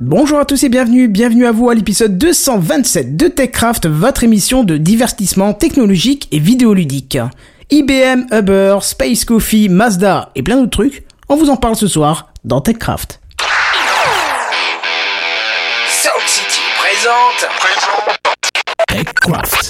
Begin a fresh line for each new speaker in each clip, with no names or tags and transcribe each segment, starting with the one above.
Bonjour à tous et bienvenue, bienvenue à vous à l'épisode 227 de TechCraft, votre émission de divertissement technologique et vidéoludique. IBM, Uber, Space Coffee, Mazda et plein d'autres trucs, on vous en parle ce soir dans TechCraft.
Sound City présente.
TechCraft.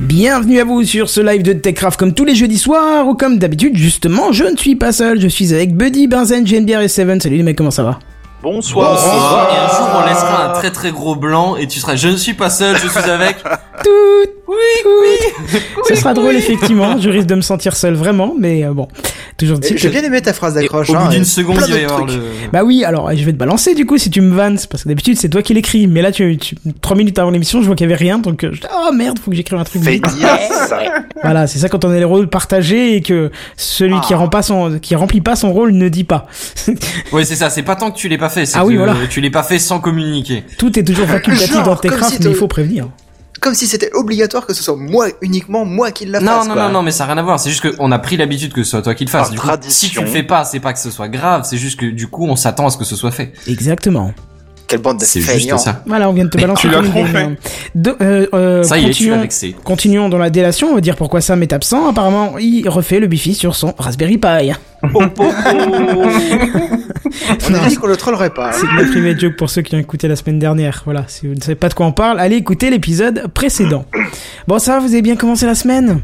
Bienvenue à vous sur ce live de TechCraft comme tous les jeudis soirs ou comme d'habitude justement je ne suis pas seul, je suis avec Buddy, Benzen, JNBR et Seven. Salut les mecs, comment ça va
Bonsoir.
Bah,
Et un jour, on laissera un très très gros blanc et tu seras. Je ne suis pas seul, je suis avec.
Tout Oui, oui Ce sera drôle effectivement, je risque de me sentir seul vraiment mais euh, bon, toujours
Et
dit
J'ai
que...
bien aimé ta phrase d'accroche.
Au
hein,
bout
et
d'une seconde,
plein
il va y
d'autres
avoir
trucs.
le.
Bah oui, alors et je vais te balancer du coup si tu me vannes parce que d'habitude c'est toi qui l'écris mais là tu, tu 3 minutes avant l'émission, je vois qu'il y avait rien donc euh, je dis, oh merde, faut que j'écrive un truc.
Yes.
Voilà, c'est ça quand on a les rôles partagés et que celui
Ah.
qui, rend pas son, qui remplit pas son rôle ne dit pas.
Ouais, c'est ça. C'est pas tant que tu l'aies pas fait. c'est
Ah oui,
que
voilà.
Tu l'as pas fait sans communiquer.
Tout est toujours facultatif
Genre,
dans
comme
Techcraft,
si
mais il
te-
faut prévenir.
Comme si c'était obligatoire que ce soit moi, uniquement moi qui la
Non,
fasse.
non,
quoi.
non, non, mais ça n'a rien à voir. C'est juste qu'on a pris l'habitude que ce soit toi qui le
Par
fasses. Du coup, si tu
tradition.
le fais pas, c'est pas que ce soit grave. C'est juste que du coup, on s'attend à ce que ce soit fait.
Exactement.
Quelle bande de
C'est juste
feignants.
Bah,
ça.
Voilà, on vient de te balancer.
tu l'as
comme une
trompé.
dame. De- euh, euh,
Ça y est, tu l'as
continuons-
vexé.
Continuons dans la délation, on va dire pourquoi Sam est absent. Apparemment, il refait le bifi sur son Raspberry Pi.
On a dit qu'on le trollerait pas. hein.
C'est de la private joke pour ceux qui ont écouté la semaine dernière. Voilà, si vous ne savez pas de quoi on parle, allez écouter l'épisode précédent. Bon, ça va, vous avez bien commencé la semaine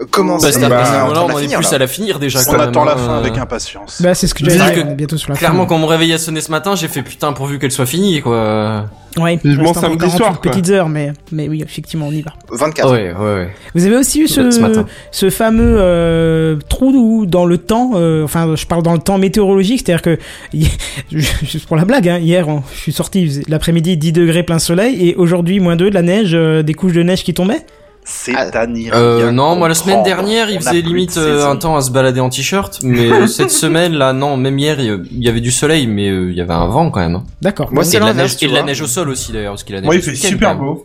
Euh, Comment
Bah,
ça
c'est-à-dire
bah,
qu'à ce
on
moment-là,
va
on en est
finir,
plus
là.
à la finir déjà. quand
On
même,
attend la
hein.
fin avec impatience.
Bah, c'est ce que
Dire
j'allais dire,
que
on est bientôt sur la fin.
Clairement, quand mon réveil a sonné ce matin, j'ai fait putain pourvu qu'elle soit finie, quoi.
Ouais,
Vivement
reste encore
samedi
48
soir, quoi.
petites heures, mais, mais oui, effectivement, on y va.
24.
Ouais, ouais, ouais.
Vous avez aussi eu ce,
Ce matin.
ce fameux euh, trou dans le temps, euh, enfin je parle dans le temps météorologique, c'est-à-dire que, hi- juste pour la blague, hein, hier on- je suis sorti il faisait- l'après-midi 10 degrés plein soleil et aujourd'hui moins 2 de la neige, euh, des couches de neige qui tombaient.
C'est
Ah.
à n'y
Euh,
rien
non, moi la
comprendre.
semaine dernière, il
On a
faisait
plus de
limite euh,
saison.
un temps à se balader en t-shirt, mais euh, cette semaine là, non, même hier, il il y avait du soleil, mais euh, il y avait un vent quand même.
D'accord.
Moi,
Bon,
c'est
Et de la
l'inverse,
neige,
tu
et de la
vois.
neige au sol aussi d'ailleurs, parce qu'il a neigé.
Moi, il
ce
fait
week-end,
super
quand même.
beau.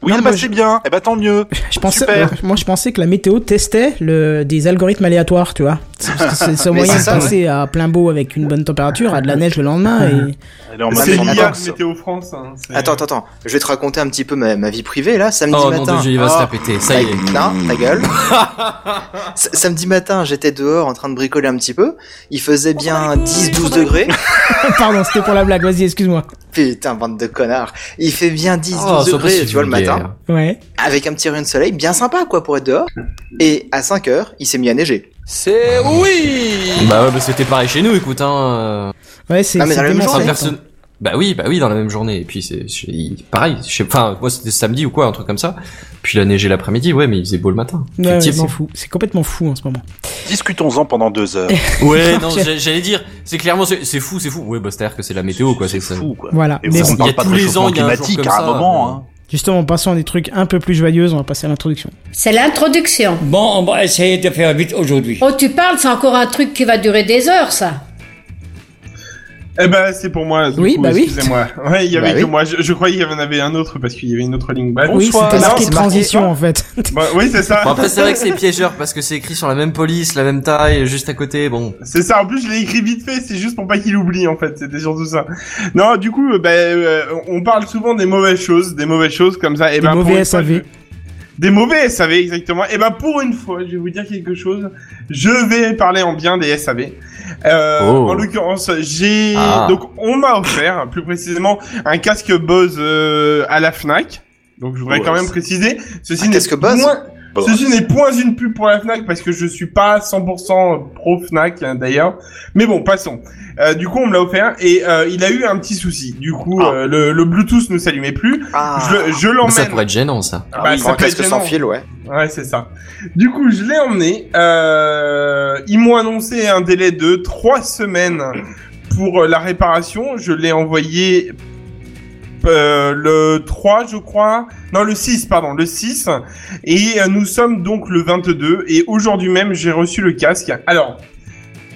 Oui,
Non, moi,
bah
je-
c'est bien. Eh bah tant mieux.
je pensais,
super.
euh, moi je pensais que la météo testait le, des algorithmes aléatoires, tu vois. C'est parce que c'est- c'est un
Mais
moyen
c'est
de
ça,
passer à plein beau avec une bonne température, à de la neige le lendemain et...
Elle est en
C'est
mode
lié
attends,
à
attends,
ce-
Météo France. hein,
Oh.
c'est-
Attends, attends, attends. Je vais te raconter un petit peu ma, ma vie privée là, samedi
Oh non,
matin. Ah,
de Dieu, il va se
Ah.
la péter, ça
Ta-
y est.
Non, ta gueule. S- samedi matin, j'étais dehors en train de bricoler un petit peu. Il faisait bien 10-12 degrés.
Pardon, c'était pour la blague, vas-y, excuse-moi.
Putain, bande de connards. Il fait bien 10-12
Oh, sois pas
degrés,
si
tu vois, le
vulgaire.
matin.
Ouais.
avec un petit rayon de soleil, bien sympa quoi pour être dehors. Et à 5 heures, il s'est mis à neiger.
C'est oui Bah ouais, bah c'était pareil chez nous, écoute, hein. euh,
Ouais, c'est
Ah, mais
c'est
dans la même
démentiel.
journée,
personne- Bah oui, bah oui, dans la même journée. Et puis c'est c'est- il- pareil, je sais enfin, moi c'était samedi ou quoi, un truc comme ça. Puis il a neigé l'après-midi, ouais, mais il faisait beau le matin.
Ouais, ouais,
Effectivement.
c'est fou, c'est complètement fou en ce moment.
Discutons-en pendant deux heures.
Ouais, non, j'ai- j'allais dire, c'est clairement, c'est c'est fou, c'est fou. Ouais, bah, c'est-à-dire que c'est la météo, quoi, c'est ça.
fou quoi.
Voilà.
Et
Mais
on
il y a
parle pas de
tous les
réchauffement
ans, il y a un jour
climatique
comme
à un
ça,
moment.
euh,
hein.
Justement, en passant à des trucs un peu plus joyeux, on va passer à l'introduction.
C'est l'introduction.
Bon, on va essayer de faire vite aujourd'hui.
Oh, tu parles, c'est encore un truc qui va durer des heures, ça. Eh ben, c'est pour moi. du
Oui,
coup,
bah oui.
Excusez-moi. Ouais, il y avait
Bah
que
oui.
moi. Je, je croyais qu'il y en avait un autre parce qu'il y avait une autre ligne back.
Oui,
Bonsoir.
c'était
Non,
marqué
c'est marqué.
transition en fait.
Bah, oui, c'est ça.
Bon, après, c'est vrai que c'est piégeur parce que c'est écrit sur la même police, la même taille, juste à côté. Bon,
C'est ça, en plus je l'ai écrit vite fait, c'est juste pour pas qu'il oublie en fait, c'était surtout ça. Non, du coup, euh, bah, euh, on parle souvent des mauvaises choses, des mauvaises choses comme ça. Et
Des
ben, pour
mauvais
une fois,
SAV.
je- Des mauvais SAV, exactement. Et ben pour une fois, je vais vous dire quelque chose, je vais parler en bien des SAV. Euh,
Oh.
En l'occurrence, j'ai...
Ah.
Donc on m'a offert, plus précisément, un casque Bose euh, à la FNAC. Donc je voudrais
Ouais,
quand même
c'est-
préciser, ceci
Un
n'est
casque Bose
moins-
Bon.
Ceci n'est point une pub pour la Fnac parce que je suis pas 100% pro Fnac hein, d'ailleurs. Mais bon, passons. Euh, du coup, on me l'a offert et euh, il a eu un petit souci. Du coup,
Ah.
euh, le, le Bluetooth ne s'allumait plus.
Ah,
Je, je
ça
l'emmène.
pourrait être gênant, ça.
Ah
bah,
bah,
oui,
ça
prends un
peut être
casque sans
gênant.
fil, ouais.
Ouais, c'est ça. Du coup, je l'ai emmené. Euh, ils m'ont annoncé un délai de trois semaines pour euh, la réparation. Je l'ai envoyé euh, le 3, je crois. Non, le 6, pardon, le 6. Et euh, nous sommes donc le 22. Et aujourd'hui même, j'ai reçu le casque. Alors,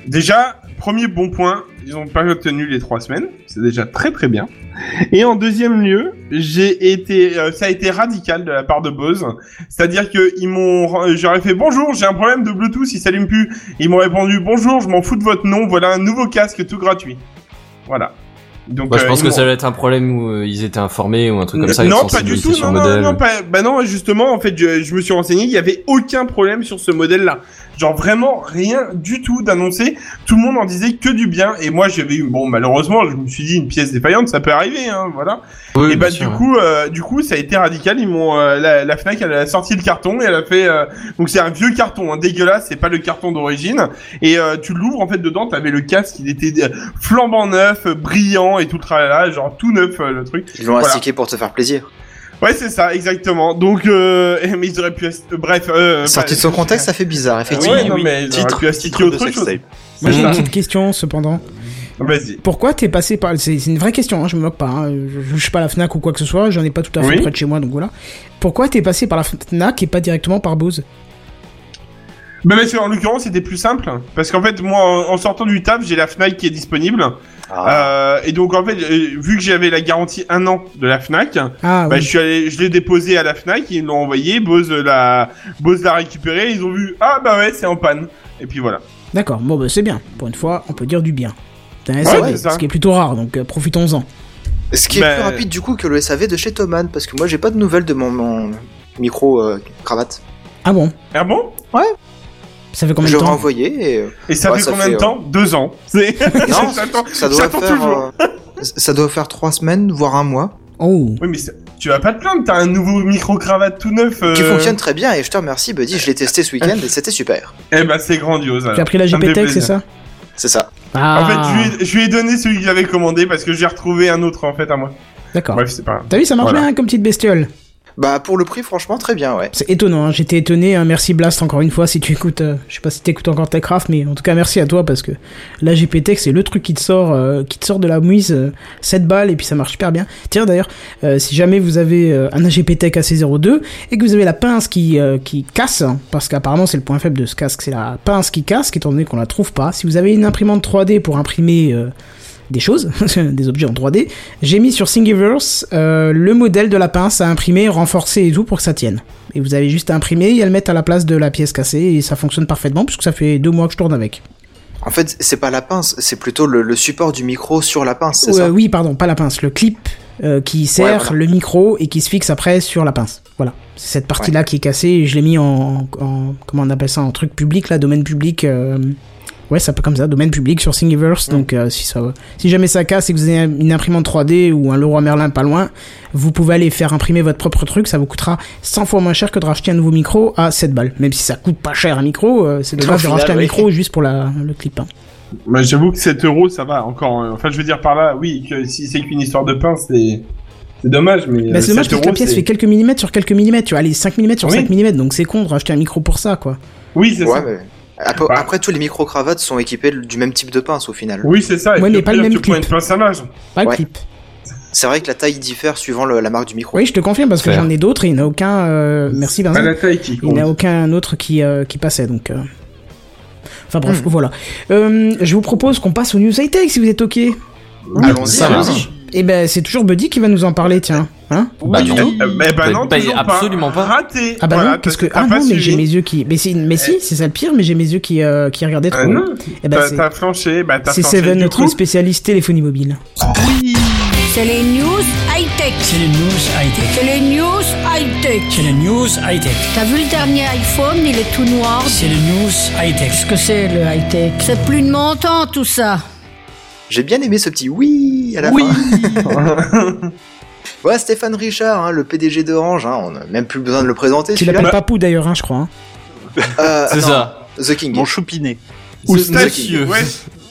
déjà, premier bon point, ils n'ont pas obtenu les trois semaines. C'est déjà très très bien. Et en deuxième lieu, j'ai été, euh, ça a été radical de la part de Bose. C'est-à-dire que ils m'ont, j'aurais fait bonjour, j'ai un problème de Bluetooth, il s'allume plus. Ils m'ont répondu bonjour, je m'en fous de votre nom, voilà un nouveau casque tout gratuit. Voilà. Donc,
Moi, je
euh,
pense
ils
que
m'ont-
ça va être un problème où euh, ils étaient informés ou un truc comme ça.
non,
avec
pas du tout.
sensibilisation
Non, non,
modèle.
non, pas- bah non, justement, en fait, je, je me suis renseigné, il y avait aucun problème sur ce modèle-là. Genre vraiment rien du tout d'annoncé. Tout le monde en disait que du bien. Et moi, j'avais eu, bon, malheureusement, je me suis dit une pièce défaillante, ça peut arriver, hein, voilà.
Oui,
et
bien
bah
sûr,
du
ouais.
coup, euh, du coup, ça a été radical. Ils m'ont euh, la, la Fnac, elle a sorti le carton et elle a fait euh, donc c'est un vieux carton, hein, dégueulasse. C'est pas le carton d'origine. Et euh, tu l'ouvres en fait dedans, t'avais le casque, il était euh, flambant neuf, euh, brillant et tout le tralala, genre tout neuf euh, le truc.
Ils l'ont
Voilà. Euh,
astiqué pour te faire plaisir.
Ouais, c'est ça, exactement. Donc, euh, mais ils auraient pu, ast- euh, bref. Euh,
Sorti de son contexte, ça fait bizarre, effectivement.
Ouais, non, mais ils auraient
Titre,
pu astiquer
titre de
autre chose.
sextape.
Moi j'ai
C'est
une
ça.
petite question cependant.
Vas-y.
Pourquoi t'es passé par. C'est c'est une vraie question, hein, je me moque pas. hein, Je, je suis pas à la Fnac ou quoi que ce soit, j'en ai pas tout à fait
Oui.
près de chez moi donc voilà. Pourquoi t'es passé par la Fnac et pas directement par Bose
Mais parce qu'en l'occurrence, c'était plus simple. Parce qu'en fait, moi, en, en sortant du taf, j'ai la Fnac qui est disponible.
Ah.
Euh, et donc, en fait, euh, vu que j'avais la garantie un an de la Fnac,
Ah
bah,
oui.
je suis allé, je l'ai déposé à la Fnac, ils l'ont envoyé, Bose l'a, Bose l'a récupéré, ils ont vu, ah bah ouais, c'est en panne. Et puis voilà.
D'accord, bon bah c'est bien. Pour une fois, on peut dire du bien. T'as un
Ouais,
SAV,
c'est ça.
ce qui est plutôt rare donc euh, profitons-en.
Ce qui est
bah-
plus rapide du coup que le SAV de chez Thoman, parce que moi j'ai pas de nouvelles de mon, mon micro euh, cravate.
Ah bon
Ah bon?
Ça fait combien
Je
de temps
renvoyais et euh,
Et ça
Ouais,
fait
ça
combien
fait,
de
euh,
temps? Deux ans. C'est,
non,
j'attends-
ça doit
j'attends
faire
toujours.
euh, ça doit faire trois semaines, voire un mois.
Oh
Oui, mais c'est- tu vas pas te plaindre, t'as un nouveau micro-cravate tout neuf. euh,
Qui fonctionne très bien et je te remercie, Buddy. Je l'ai testé ce week-end et c'était super.
Eh ben, c'est grandiose. alors.
T'as pris la
Ça me fait
GPTech, c'est
plaisir.
ça
C'est ça.
Ah
En fait, je lui, ai, je lui ai donné celui que j'avais commandé parce que j'ai retrouvé un autre en fait à moi.
D'accord.
Bref, c'est pas grave.
T'as vu, ça marche
Voilà.
bien hein, comme petite bestiole.
Bah pour le prix, franchement, très bien, ouais.
C'est étonnant, hein, j'étais étonné. hein, Merci Blast encore une fois si tu écoutes. euh, je sais pas si t'écoutes encore Techcraft, mais en tout cas merci à toi parce que la GPT c'est le truc qui te sort, euh, qui te sort de la mouise euh, 7 balles et puis ça marche super bien. Tiens d'ailleurs, euh, si jamais vous avez euh, un AGPTech AC02 et que vous avez la pince qui euh, qui casse, hein, parce qu'apparemment c'est le point faible de ce casque, c'est la pince qui casse, étant donné qu'on la trouve pas. Si vous avez une imprimante 3D pour imprimer euh, des choses, des objets en 3D, j'ai mis sur Thingiverse euh, le modèle de la pince à imprimer, renforcer et tout pour que ça tienne. Et vous avez juste à imprimer et à le mettre à la place de la pièce cassée et ça fonctionne parfaitement puisque ça fait deux mois que je tourne avec.
En fait, c'est pas la pince, c'est plutôt le, le support du micro sur la pince, c'est
Ou,
ça
euh, oui, pardon, pas la pince, le clip euh, qui sert
Ouais, voilà.
le micro et qui se fixe après sur la pince. Voilà, c'est cette partie-là qui est cassée et je l'ai mis en, en- comment on appelle ça, en truc public, là, domaine public. euh, ouais, ça peut comme ça, domaine public sur Thingiverse. Donc euh, si ça, si jamais ça casse et que vous avez une imprimante 3D ou un Leroy Merlin pas loin, vous pouvez aller faire imprimer votre propre truc. Ça vous coûtera 100 fois moins cher que de racheter un nouveau micro à 7 balles. Même si ça coûte pas cher un micro, euh, c'est dommage de
final,
racheter un
oui.
micro juste pour la, le clip. hein.
Bah, j'avoue que 7 euros, ça va encore. euh, Enfin, je veux dire par là, oui, que si c'est qu'une histoire de pain, c'est. C'est dommage, mais.
Bah,
euh,
c'est dommage
7
parce que la
euros,
pièce
c'est-
fait quelques millimètres sur quelques millimètres, tu vois, allez, 5 mm sur
Oui.
5 mm, donc c'est con de racheter un micro pour ça, quoi.
Oui, c'est
Ouais,
ça.
mais... Après,
Bah.
après, tous les micro-cravates sont équipés du même type de pince au final.
Oui, c'est ça. et
Ouais,
puis
mais
au
pas le
pire,
même
tu prends
clip.
une pince à linge.
Pas le
Ouais.
clip.
C'est vrai que la taille diffère suivant le- la marque du micro.
Oui, je te confirme parce que
Faire.
j'en ai d'autres et il n'y en a aucun. euh, merci,
Pas
Vincent.
la taille qui
Il n'y en a
compte.
aucun autre qui, euh, qui passait, donc. euh. Enfin bref, voilà. Euh, je vous propose qu'on passe aux news high-tech si vous êtes ok.
Mmh.
Allons-y,
Ça va.
allons-y.
Et ben, c'est toujours Buddy qui va nous en parler, tiens. Hein
Bah
Oui,
non.
euh, Mais bah
Bah,
non,
bah,
toujours
absolument pas.
Raté.
Ah bah
Voilà,
non, qu'est-ce que
t'as-
ah
t'as pas
non mais j'ai
suivi. Eh.
mes yeux qui mais c'est mais si c'est ça le pire mais j'ai mes yeux qui euh, qui regardaient trop.
Ah
haut.
non,
Eh ben,
t'as
c'est-
t'as flanché, bah t'as
c'est
flanché
Seven
du
notre
coup.
spécialiste téléphonie mobile.
Oui.
C'est les news high-tech.
C'est les news high-tech.
C'est les news high-tech.
C'est les news high-tech.
T'as vu le dernier iPhone, il est tout noir.
C'est les news high-tech.
Qu'est-ce que c'est le high-tech
C'est plus de mon temps tout ça.
J'ai bien aimé ce petit oui à la fin. Voilà Stéphane Richard, hein, le PDG d'Orange, hein, on n'a même plus besoin de le présenter.
Tu
celui-là.
Bah.
l'appelles Papou d'ailleurs hein, je crois. hein.
Ah,
Euh,
C'est
non,
ça.
The King.
Mon choupiné.
Ou
C'est-
Stacieux. Ouais,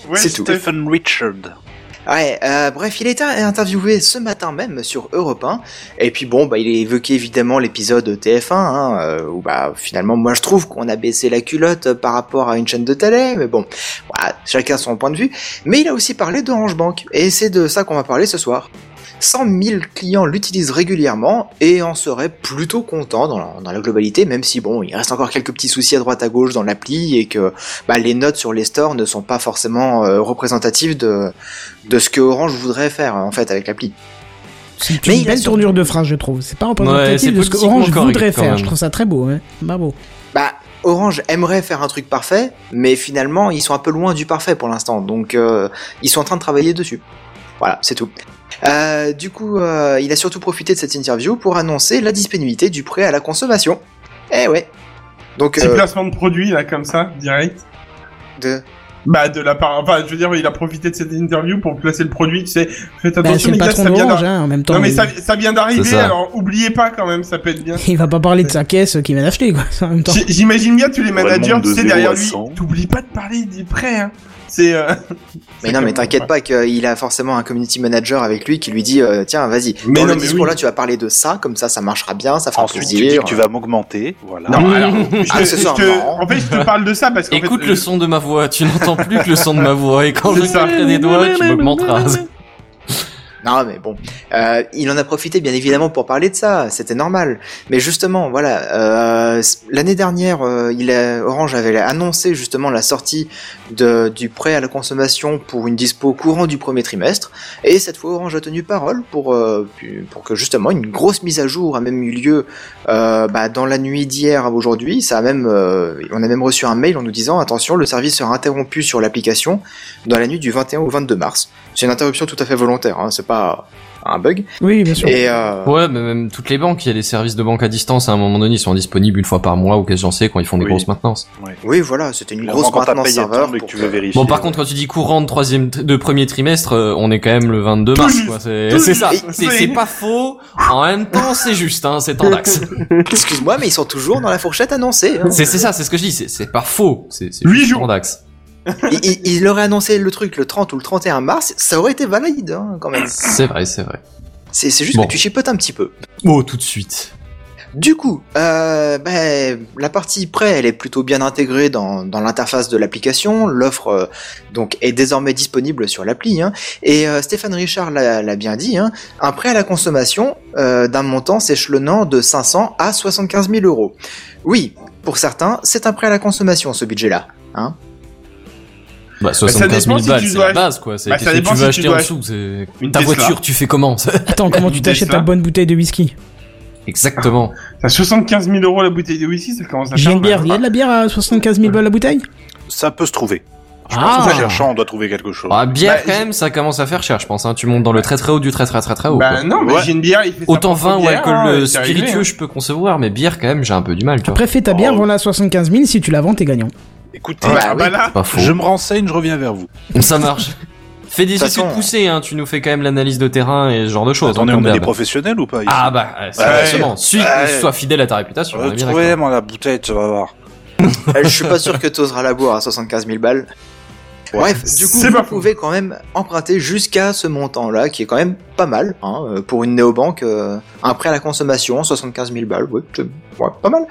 ouais,
C'est tout.
Steph-
Stephen Richard.
Ouais, euh, bref, il a été interviewé ce matin même sur Europe 1. Et puis bon, bah, il a évoqué évidemment l'épisode TF1, hein, euh, où bah, finalement, moi je trouve qu'on a baissé la culotte euh, par rapport à une chaîne de télé, mais bon, voilà, chacun son point de vue. Mais il a aussi parlé d'Orange Bank, et c'est de ça qu'on va parler ce soir. 100 000 clients l'utilisent régulièrement et en seraient plutôt contents dans la, dans la globalité, même si bon, il reste encore quelques petits soucis à droite à gauche dans l'appli et que bah, les notes sur les stores ne sont pas forcément euh, représentatives de, de ce que Orange voudrait faire en fait avec l'appli.
C'est
Mais
une
il a
belle
surtout-
tournure de phrase je trouve. C'est pas
Ouais,
représentatif
c'est
de ce que
politiquement
Orange
correct,
voudrait
quand
faire.
même.
Je trouve ça très beau hein. ouais. Bravo.
Bah, Orange aimerait faire un truc parfait, mais finalement, ils sont un peu loin du parfait pour l'instant, donc euh, ils sont en train de travailler dessus. Voilà, c'est tout. Euh, du coup, euh, il a surtout profité de cette interview pour annoncer la disponibilité du prêt à la consommation. Eh ouais. Donc,
Petit
euh,
placement de produit là comme ça, direct.
de-
Bah de la part, enfin je veux dire, il a profité de cette interview pour placer le produit. Tu sais, faites
Bah, c'est
attention
le
les gars,
patron
ça vient
d'Orange
d'arriver.
hein, en même temps.
Non mais
il-
ça, ça vient d'arriver,
C'est ça.
alors oubliez pas quand même, ça peut être bien.
il va pas parler de sa caisse euh, qu'il vient d'acheter quoi en même temps.
J'- J'imagine bien tous les
Ouais, le
managers,
monde de
tu sais,
zéro
derrière
à
lui.
100.
T'oublies pas de parler des prêts, hein. C'est. euh,
Mais non, mais t'inquiète pas qu'il a forcément un community manager avec lui qui lui dit euh, tiens, vas-y.
Mais
Dans
non,
le
mais
discours là,
oui.
tu vas parler de ça, comme ça, ça marchera bien, ça fera
Ensuite, tu dis
plaisir.
que tu vas m'augmenter. Voilà.
Non, alors, je,
Ah,
te-
ce soir,
je te-
marrant.
en fait, je te parle de ça parce qu'en fait,
Écoute
euh,
le son de ma voix, tu n'entends plus que le son de ma voix, et quand
C'est
je
ça.
claque des doigts, tu m'augmenteras.
Non, mais bon, Euh, il en a profité bien évidemment pour parler de ça, c'était normal. Mais justement, voilà, euh, l'année dernière, euh, il a- Orange avait annoncé justement la sortie de, du prêt à la consommation pour une dispo courant du premier trimestre, et cette fois Orange a tenu parole pour, euh, pu- pour que justement une grosse mise à jour a même eu lieu euh, bah, dans la nuit d'hier à aujourd'hui. Ça a même, euh, on a même reçu un mail en nous disant attention, le service sera interrompu sur l'application dans la nuit du 21 au 22 mars. C'est une interruption tout à fait volontaire, hein, c'est pas un bug.
Oui bien sûr.
Et euh,
Ouais, mais même toutes les banques, il y a les services de banque à distance, à un moment donné, ils sont disponibles une fois par mois ou qu'est-ce que j'en sais quand ils font des
Oui.
grosses maintenances.
oui, voilà, c'était une
Clairement,
grosse
quand ta
maintenance
paye elle
serveur.
tombe et que
pour
tu
que-
veux vérifier.
Bon, par contre, quand tu dis courant de troisième, de premier trimestre, euh, on est quand même le 22
Tout
mars,
juste.
quoi. C'est
Tout
c'est
juste.
ça.
Et-
C'est c'est pas faux. En même temps, c'est juste, hein. C'est tendax.
Excuse-moi, mais ils sont toujours dans la fourchette annoncée. hein.
C'est c'est ça, c'est ce que je dis. C'est- C'est pas faux. C'est c'est
Huit
juste
jours.
tendax.
Il, il- il aurait annoncé le truc le 30 ou le 31 mars, ça aurait été valide hein, quand même.
C'est vrai, c'est vrai.
C'est c'est juste
Bon.
que tu chipotes un petit peu.
Oh, tout de suite.
Du coup, euh, ben, la partie prêt, elle est plutôt bien intégrée dans, dans l'interface de l'application. L'offre euh, donc est désormais disponible sur l'appli. hein. Et euh, Stéphane Richard l'a l'a bien dit, hein, un prêt à la consommation euh, d'un montant s'échelonnant de 500 à 75 000 euros. Oui, pour certains, c'est un prêt à la consommation ce budget-là. hein.
Bah,
ça
75 000
dépend si
balles,
tu
c'est
dois
la base, quoi. C'est
Bah, ça
qu'est-ce que
dépend
tu
si
veux
tu
acheter en
dois
dessous. c'est-
une
Ta
Tesla.
voiture, tu fais comment ça
Attends comment tu
Une
t'achètes
Tesla.
ta bonne bouteille de whisky
Exactement.
t'as 75 000 euros la bouteille de whisky, ça commence à
J'ai
faire
une
mal. hein.
bière il y a de la bière à 75 000 balles la bouteille.
Ça peut se trouver. Je
Ah.
pense qu'en cherchant, on doit trouver quelque chose.
Ah, bière,
Bah,
quand même, ça commence à faire cher, je pense. Hein. Tu montes dans le très très haut du très très très très haut. quoi.
Bah non, mais
Ouais.
j'ai une bière, il fait sa
Autant
propre
vin ou
bière,
alcool
hein,
euh,
c'est arrivé,
spiritueux, je peux concevoir, mais bière, quand même, j'ai un peu du mal, tu vois.
Après fais ta bière
Oh.
voilà à 75 000 si tu la vends t'es gagnant.
Écoutez,
hein.
Bah
Ah,
oui.
bah là,
C'est Pas faux.
je me renseigne, je reviens vers vous.
Ça marche. Fais des
De toute
études
façon,
poussées, hein. Tu nous fais quand même l'analyse de terrain et ce genre de choses. hein,
Attendez, on
comme
est des
d'hab.
professionnels ou pas ici
Ah bah, euh, c'est
Ouais.
exactement. Suis,
Ouais.
sois fidèle à ta réputation. on est bien
Retrouvez
d'accord.
moi la bouteille, tu vas voir.
Euh, Je suis pas sûr que t'oseras la boire à 75 000 balles. Bref, du coup,
C'est
vous
pas faux.
pouvez quand même emprunter jusqu'à ce montant-là, qui est quand même pas mal, hein, euh, pour une néobanque, euh, un prêt à la consommation, 75 000 balles, ouais, c'est- ouais, pas mal.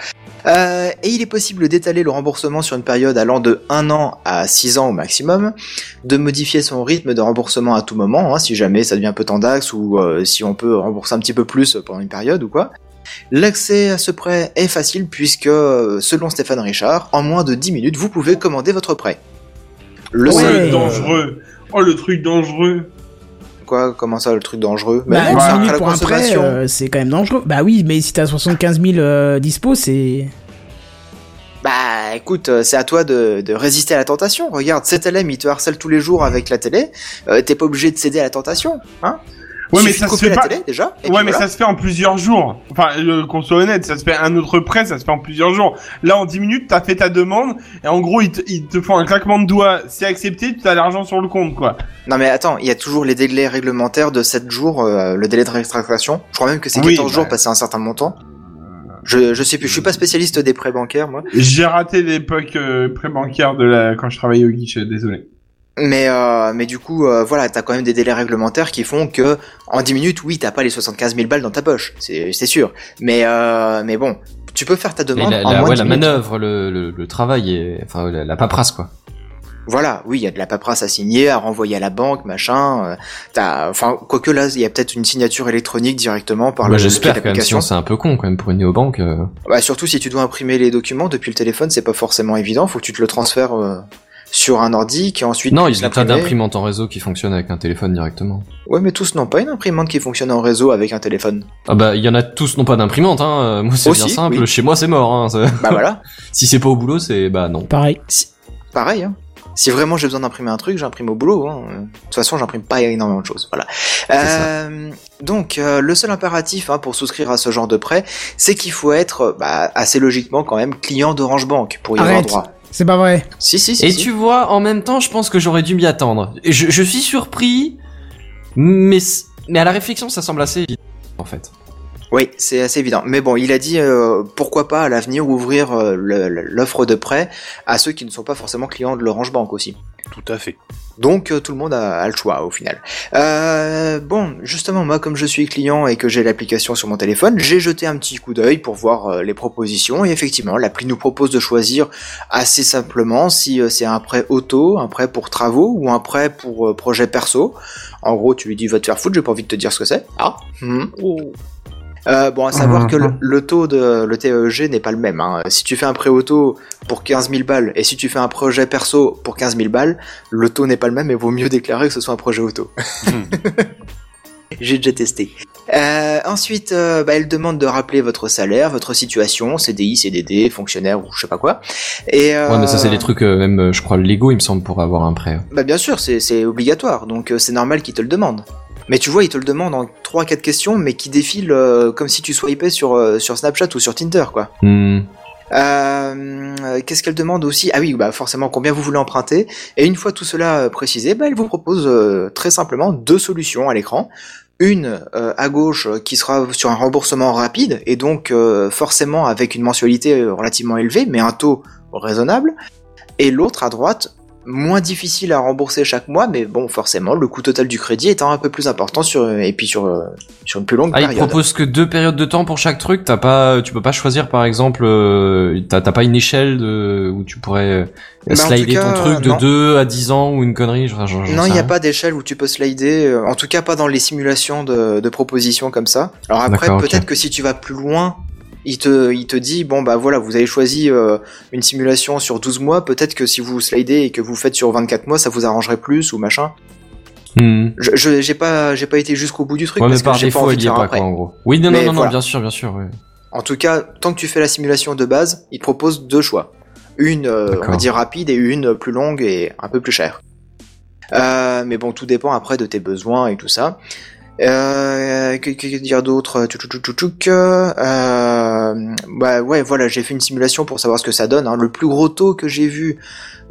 Euh, et il est possible d'étaler le remboursement sur une période allant de 1 an à 6 ans au maximum, de modifier son rythme de remboursement à tout moment, hein, si jamais ça devient un peu tendax, ou euh, si on peut rembourser un petit peu plus pendant une période ou quoi. L'accès à ce prêt est facile puisque, euh, selon Stéphane Richard, en moins de 10 minutes, vous pouvez commander votre prêt. Le
oh,
Ouais.
seul-
le dangereux. Oh, le truc dangereux.
quoi Comment ça, le truc dangereux
Bah,
non,
ouais,
dix
c'est
après
minutes
la
pour un prêt,
consommation.
euh, c'est quand même dangereux. Bah oui, mais si t'as 75 000 euh, dispo, c'est.
Bah écoute, euh, c'est à toi de, de résister à la tentation. Regarde, cet LM, il te harcèle tous les jours avec la télé. Euh, T'es pas obligé de céder à la tentation. Hein
Ouais,
Il
mais
suffit
ça
de
se
couper
fait
la
pas.
télé déjà. et
ouais,
puis
mais
voilà.
ça se fait en plusieurs jours. Enfin, euh, qu'on soit honnête, ça se fait un autre prêt, ça se fait en plusieurs jours. Là, en 10 minutes, t'as fait ta demande, et en gros, ils te, ils te font un claquement de doigts. C'est accepté, tu as l'argent sur le compte, quoi.
Non mais attends, il y a toujours les délais réglementaires de 7 jours, euh, le délai de rétractation. Je crois même que c'est
Oui,
14 jours
bah.
passé un certain montant. Je, je sais plus, je suis pas spécialiste des prêts bancaires moi.
J'ai raté l'époque euh, pré-bancaire de la... quand je travaillais au guichet, désolé.
Mais euh, mais du coup, euh, voilà, t'as quand même des délais réglementaires qui font que en 10 minutes, oui, t'as pas les 75 000 balles dans ta poche, c'est c'est sûr. Mais euh, mais bon, tu peux faire ta
Mais
demande
la,
en
la-
moins
ouais,
de 10
la
minutes.
manœuvre, le, le, le travail, et, enfin la, la paperasse quoi.
Voilà, oui, il y a de la paperasse à signer, à renvoyer à la banque, machin. euh, T'as, enfin, quoique là, il y a peut-être une signature électronique directement par
Bah,
le.
J'espère
depuis
quand même,
l'application.
sinon c'est un peu con quand même pour une néobanque. euh.
Bah, surtout si tu dois imprimer les documents depuis le téléphone, c'est pas forcément évident. Faut que tu te le transfères euh, sur un ordi qui ensuite.
Non, il
puisse
y a plein
l'imprimer.
d'imprimantes en réseau qui fonctionnent avec un téléphone directement.
Ouais, mais tous n'ont pas une imprimante qui fonctionne en réseau avec un téléphone.
Ah bah il y en a tous non pas d'imprimante hein. euh, Moi c'est
Aussi,
bien simple,
oui.
chez moi c'est mort hein. ça.
Bah voilà,
Si c'est pas au boulot, c'est bah non.
Pareil.
pareil. Hein. Si vraiment j'ai besoin d'imprimer un truc, j'imprime au boulot. hein. Euh, De toute façon, j'imprime pas énormément de choses. Voilà. Euh, donc, euh, le seul impératif hein, pour souscrire à ce genre de prêt, c'est qu'il faut être, euh, bah, assez logiquement quand même, client d'Orange Bank pour y avoir
Arrête.
droit.
C'est pas vrai.
Si, si, si.
Et
si.
tu vois, en même temps, je pense que j'aurais dû m'y attendre. Et Je, je suis surpris, mais c- mais à la réflexion, ça semble assez évident, en fait.
Oui, c'est assez évident. Mais bon, il a dit euh, pourquoi pas à l'avenir ouvrir euh, le- le- l'offre de prêt à ceux qui ne sont pas forcément clients de l'Orange Bank aussi.
Tout à fait.
Donc euh, tout le monde a, a le choix au final. Euh, bon, justement, moi comme je suis client et que j'ai l'application sur mon téléphone, j'ai jeté un petit coup d'œil pour voir euh, les propositions et effectivement, l'appli nous propose de choisir assez simplement si euh, c'est un prêt auto, un prêt pour travaux ou un prêt pour euh, projet perso. En gros, tu lui dis va te faire foutre, j'ai pas envie de te dire ce que c'est. Ah. hmm. Euh, bon, à savoir que
Ah.
le, le taux de le TEG n'est pas le même. hein. Si tu fais un prêt auto pour 15 000 balles et si tu fais un projet perso pour 15 000 balles, le taux n'est pas le même et vaut mieux déclarer que ce soit un projet auto. J'ai déjà testé. Euh, ensuite, euh, bah, elle demande de rappeler votre salaire, votre situation, CDI, CDD, fonctionnaire ou je sais pas quoi. Et, euh,
Ouais, mais ça c'est des trucs euh, même, euh, je crois, légaux, il me semble, pour avoir un prêt.
Bah bien sûr, c'est c'est obligatoire, donc euh, c'est normal qu'ils te le demandent. Mais tu vois, ils te le demandent en 3-4 questions, mais qui défilent euh, comme si tu swipais sur, euh, sur Snapchat ou sur Tinder, quoi.
Hmm.
Euh, euh, qu'est-ce qu'elle demande aussi Ah oui, bah forcément combien vous voulez emprunter. Et une fois tout cela euh, précisé, bah, elle vous propose euh, très simplement deux solutions à l'écran. Une euh, à gauche euh, qui sera sur un remboursement rapide et donc euh, forcément avec une mensualité euh, relativement élevée mais un taux raisonnable. Et l'autre à droite, moins difficile à rembourser chaque mois mais bon forcément le coût total du crédit étant un peu plus important sur et puis sur euh, sur une plus longue
Ah, il
période.
propose que deux périodes de temps pour chaque truc. T'as pas, euh, tu peux pas choisir, par exemple, euh, t'as t'as pas une échelle de, où tu pourrais euh,
Bah, en tout
slider
cas,
ton truc de
non.
2 à 10 ans ou une connerie. genre- genre- j'en
Non,
sais
il n'y a
rien.
pas d'échelle où tu peux slider, euh, en tout cas pas dans les simulations de, de propositions comme ça. Alors après,
D'accord, ok.
peut-être que si tu vas plus loin, il te, il te dit, bon bah voilà, vous avez choisi euh, une simulation sur 12 mois, peut-être que si vous slidez et que vous faites sur 24 mois, ça vous arrangerait plus ou machin.
Hmm.
Je je- j'ai pas, j'ai pas été jusqu'au bout du truc
Ouais, mais
parce
par
que j'ai pas
défaut,
envie
il
de
y a
faire
pas,
après.
quoi, en gros. Oui, non, non,
Mais
non, non,
voilà.
bien sûr, bien sûr, ouais.
En tout cas, tant que tu fais la simulation de base, il te propose deux choix. Une, euh, on va
D'accord.
dire, rapide et une euh, plus longue et un peu plus chère. Euh, mais bon, tout dépend après de tes besoins et tout ça. Euh, que, que- que dire d'autre Tchou, tchou, tchou, tchou, tchou, que, euh, bah ouais voilà j'ai fait une simulation pour savoir ce que ça donne hein. le plus gros taux que j'ai vu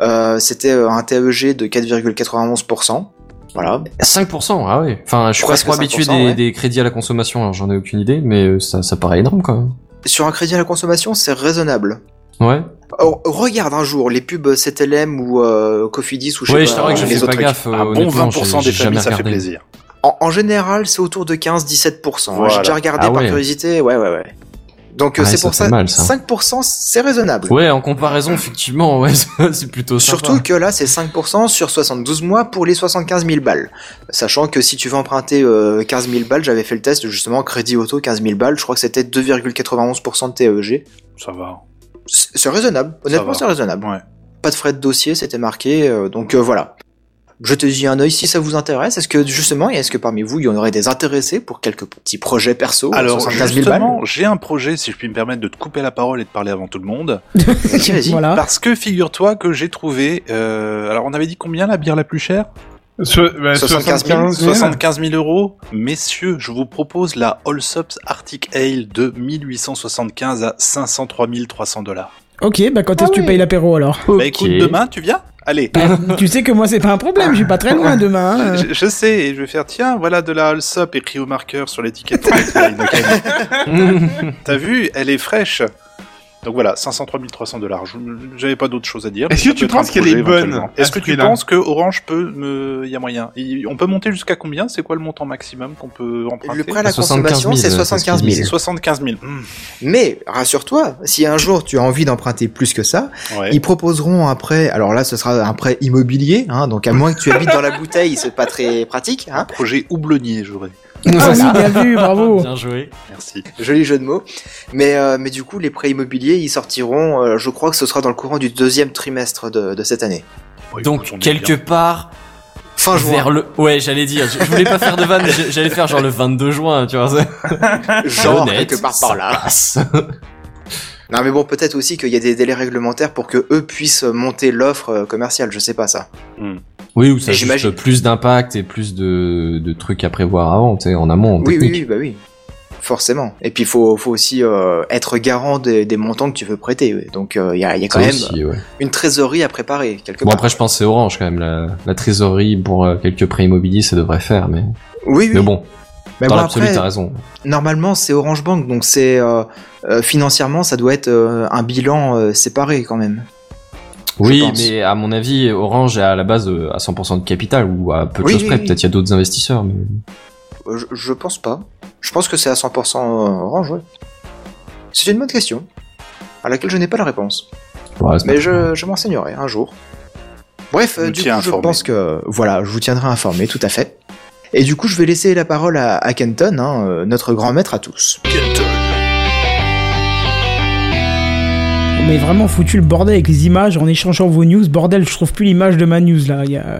euh, c'était euh, un TEG de 4,91% voilà
5%, ah ouais. Enfin, je suis pas
Presque
trop habitué des,
5%, ouais.
des crédits à la consommation, alors j'en ai aucune idée, mais euh, ça, ça paraît énorme quand même.
sur un crédit à la consommation c'est raisonnable
Ouais.
Oh, regarde un jour les pubs 7LM ou euh, Cofidis ou je sais
Ouais,
pas, hein,
je t'avoue que je
les
fais
autres
pas
trucs.
gaffe. euh,
un bon
honnêtement,
20%
j'ai-
des
j'ai jamais
familles, ça fait
regardé.
plaisir.
En, en général, c'est autour de 15-17%. hein. J'ai
Voilà.
déjà regardé
Ah
par
ouais. Ah
curiosité. Ouais, ouais, ouais. Donc euh,
Ouais,
c'est
ça
pour
fait
ça,
mal, ça.
5% c'est raisonnable.
Ouais, en comparaison, effectivement, ouais, c'est plutôt sympa.
Surtout que là, c'est 5% sur 72 mois pour les 75 000 balles. Sachant que si tu veux emprunter euh, 15 000 balles, j'avais fait le test justement, crédit auto 15 000 balles, je crois que c'était 2,91% de TEG.
Ça va.
C'est c'est raisonnable,
Ça
honnêtement
va.
c'est raisonnable.
Ouais.
Pas de frais de dossier, c'était marqué, euh, donc euh, voilà. Jetez-y un œil si ça vous intéresse. Est-ce que justement, est-ce que parmi vous, il y en aurait des intéressés pour quelques petits projets perso à
Alors
75 000 Oh, balles
justement, j'ai un projet, si je puis me permettre de te couper la parole et de parler avant tout le monde.
Vas-y, vas-y.
Voilà.
Parce que figure-toi que j'ai trouvé... euh, alors on avait dit combien la bière la plus chère
So- bah,
75 000.
000.
75 000 euros. Messieurs, je vous propose la Allsops Arctic Ale de 1875 à 503 300 dollars.
Ok, bah quand est-ce que tu payes l'apéro alors
Bah écoute, demain, tu viens Allez.
Bah, Tu sais que moi c'est pas un problème, je suis pas très loin demain.
Ah.
hein.
Je, je sais, et je vais faire, tiens, voilà de la Allsop écrit au marqueur sur l'étiquette. T'as vu, elle est fraîche. Donc voilà, 503 300 dollars. J'avais pas d'autre chose à dire.
Est-ce
Ça
que tu
peut être un
penses qu'elle est
projet
bonne hein.
éventuellement.
à
Est-ce
ce
que tu
prix-là
penses que Orange peut me, y a moyen Il- On peut monter jusqu'à combien C'est quoi le montant maximum qu'on peut emprunter
Le prêt à la
75 000,
consommation, c'est
euh,
75
c'est
000.
75 000. Hmm.
Mais rassure-toi, si un jour tu as envie d'emprunter plus que ça,
Ouais.
ils proposeront un prêt. Alors là, ce sera un prêt immobilier, hein, donc à moins que tu habites dans la bouteille, c'est pas très pratique. Hein.
Projet houblonnier, j'aurais.
Ah oui, bien vu, bravo.
Bien joué.
Merci.
Joli jeu de mots. Mais, euh, mais du coup, les prêts immobiliers, ils sortiront, euh, je crois que ce sera dans le courant du deuxième trimestre de, de cette année.
Bon, écoute, on
Donc
est
quelque
bien.
part
Fin juin.
vers le ouais j'allais dire je je voulais pas faire de vanne j'ai- j'allais faire genre le 22 juin tu vois
Genre,
Honnête,
quelque part par
ça
là.
passe.
Non, mais bon, peut-être aussi qu'il y a des délais réglementaires pour que eux puissent monter l'offre euh, commerciale, je sais pas ça.
oui ou ça
Et
a juste
j'imagine-
plus d'impact et plus de, de trucs à prévoir avant tu sais en amont en
Oui, oui,
technique
oui, bah oui. Forcément. Et puis, il faut, faut aussi euh, être garant des, des montants que tu veux prêter. ouais. Donc, euh, il y, a, il y a quand
Ça
même
aussi, ouais.
une trésorerie à préparer, quelque
Bon
part.
après je pense que c'est Orange quand même la, la trésorerie pour euh, quelques prêts immobiliers ça devrait faire mais
Oui, oui.
mais bon
Mais
dans
bon,
l'absolu
après,
t'as raison
normalement, c'est Orange Bank, donc c'est euh, euh, financièrement, ça doit être euh, un bilan euh, séparé quand même.
oui
pense.
mais à mon avis Orange est à la base euh, à 100% de capital ou à peu de
Oui,
choses
oui,
près
oui.
peut-être il y a d'autres investisseurs mais
Euh, Je, je pense pas. Je pense que c'est à 100% euh, Orange, ouais. C'est une bonne question, à laquelle je n'ai pas la réponse.
Voilà, c'est
Mais
pas-
je, je m'enseignerai un jour. Bref, euh,
Nous
du coup,
tiens
je
informés.
pense que... Voilà, je vous tiendrai informé, tout à fait. Et du coup, je vais laisser la parole à, à Kenton, hein, euh, notre grand maître à tous.
On m'a vraiment foutu le bordel avec les images en échangeant vos news. Bordel, je trouve plus l'image de ma news là. Il y a- euh,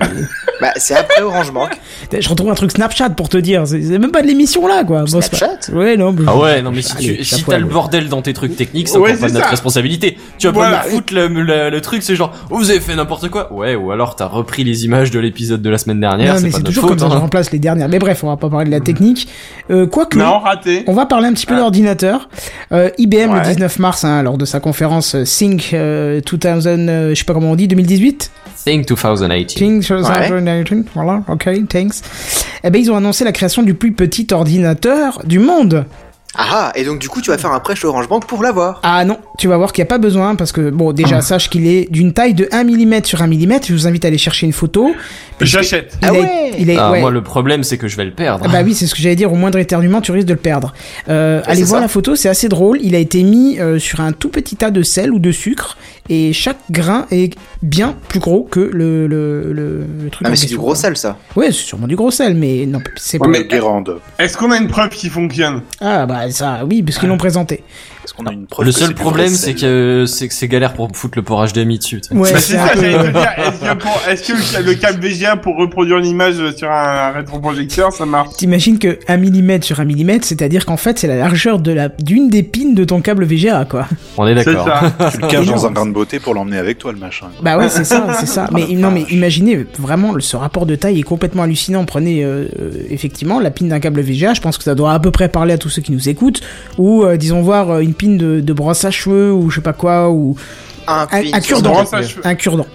Bah, c'est après Orange Bank.
Je retrouve un truc Snapchat pour te dire. C'est c'est même pas de l'émission là quoi. Bon, c'est pas-
Snapchat
Ouais, non. mais-
Ah ouais, non mais si
Allez,
tu si
chapeau à
t'as le
vous.
bordel dans tes trucs techniques, c'est
Ouais,
encore pas
c'est
de notre
ça.
responsabilité. Tu vas pas
Voilà.
nous foutre le, le, le truc, c'est genre oh, vous avez fait n'importe quoi. Ouais, ou alors t'as repris les images de l'épisode de la semaine dernière,
Non,
c'est
mais
pas
c'est
notre
toujours
faute.
comme ça, je
hein.
remplace les dernières. Mais bref, on va pas parler de la technique. Euh, Quoique.
Non, raté.
On va parler un petit peu d'ordinateur. Euh, IBM le
Ouais.
19 mars, hein, lors de sa conférence euh, Think euh, 2000, euh, je sais pas comment on dit, 2018
Think 2018.
Think 2019, voilà, ok, thanks. Eh ben, ils ont annoncé la création du plus petit ordinateur du monde.
Ah, ah, et donc du coup, tu vas faire un prêt chez Orange Bank pour l'avoir.
Ah non, tu vas voir qu'il n'y a pas besoin, parce que, bon, déjà,
Ah.
sache qu'il est d'une taille de 1 mm sur 1 mm. Je vous invite à aller chercher une photo.
J'achète.
Il
Ah
est-
ouais
il est,
Ah,
ouais.
Moi le problème c'est que je vais le perdre.
Ah bah oui, c'est ce que j'allais dire. Au moindre éternuement, tu risques de le perdre. Euh, allez
c'est
voir
ça.
la photo, c'est assez drôle. Il a été mis euh, sur un tout petit tas de sel ou de sucre, et chaque grain est bien plus gros que le, le, le, le truc.
Ah,
en
mais c'est du
question,
gros
quoi.
sel, ça.
Ouais, c'est sûrement du gros sel, mais non, c'est pas.
Ouais, mais-
Guérande.
Est-ce qu'on a une preuve qui fonctionne
Ah bah ça, oui, parce qu'ils l'ont présenté.
Est-ce qu'on a une preuve
Le
que
seul
c'est du
problème
vrai
c'est
sel
que c'est que c'est galère pour foutre le porage d'amis dessus. tu sais.
Ouais,
Bah,
c'est
C'est
un
ça,
peu-
j'allais te dire. Est-ce que, pour- est-ce que le câble VGA pour reproduire l'image sur un rétroprojecteur, ça marche
T'imagines que 1 mm sur 1 mm, c'est-à-dire qu'en fait, c'est la largeur de la d'une des pines de ton câble VGA, quoi.
On est
C'est
d'accord.
ça.
Tu
Ah,
le caches dans
Énorme.
un grain de beauté pour l'emmener avec toi, le machin.
Bah ouais, c'est ça, c'est ça. Mais non, mais imaginez vraiment le- ce rapport de taille est complètement hallucinant. Prenez euh, euh, effectivement la pine d'un câble VGA. Je pense que ça doit à peu près parler à tous ceux qui nous écoutent. Ou euh, disons voir euh, une pine de, de brosse à cheveux ou je sais pas quoi ou
Un,
un,
pin
un
sur-
cure-dent,
brosse à cheveux.
un cure-dent.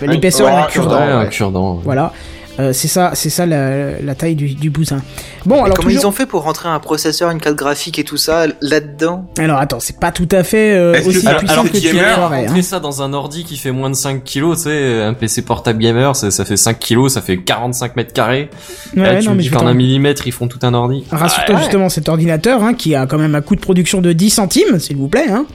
L'épaisseur
ouais,
d'un
un
Ouais,
cure-dent.
cure-dent.
un
ouais.
cure-dent.
Voilà. Euh, c'est ça, c'est ça la, la taille du, du bousin. Bon,
Mais
alors
comment ils
toujours-
ont fait pour rentrer un processeur, une carte graphique et tout ça là-dedans
Alors attends, c'est pas tout à fait euh,
Est-ce que
aussi
ça-
puissant
Alors
que
que
tu
gamer,
le
gamer,
croirais, hein.
rentrer ça dans un ordi qui fait moins de 5 kilos, tu sais, un PC portable gamer, ça, ça fait 5 kilos, ça fait 45 mètres carrés.
Ouais,
Là,
ouais,
tu
non,
me
mais
dis
je vais
qu'en
t'en-
1 millimètre, ils font tout un ordi.
Rassure-toi
Ouais.
justement, cet ordinateur hein, qui a quand même un coût de production de 10 centimes, s'il vous plaît. Hein.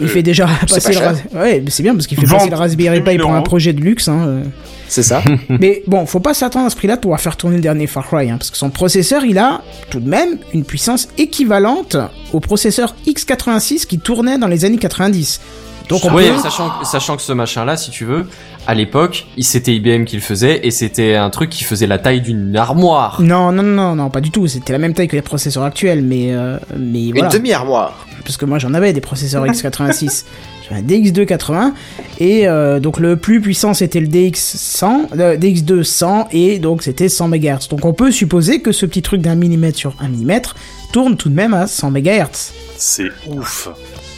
Il
Euh,
fait déjà
c'est
passer le,
pas
ras- ouais, mais c'est bien parce qu'il fait
Vente,
passer le Raspberry
10 000
Pi pour un
euros.
projet de luxe. Hein. euh.
C'est ça.
mais bon, faut pas s'attendre à ce prix-là pour faire tourner le dernier Far Cry, hein, parce que son processeur, il a tout de même une puissance équivalente au processeur x86 qui tournait dans les années 90. Donc on
oui,
peut...
sachant, que- sachant que ce machin-là, si tu veux, à l'époque, il- c'était IBM qui le faisait et c'était un truc qui faisait la taille d'une armoire.
Non, non, non, non, pas du tout. C'était la même taille que les processeurs actuels, mais, euh, mais
Une
voilà.
demi-armoire.
Parce que moi, j'en avais des processeurs x86. J'avais un DX280. Et euh, donc, le plus puissant, c'était le DX100, euh, DX200, et donc c'était 100 MHz. Donc, on peut supposer que ce petit truc d'un millimètre sur un millimètre tourne tout de même à 100 MHz.
C'est ouf.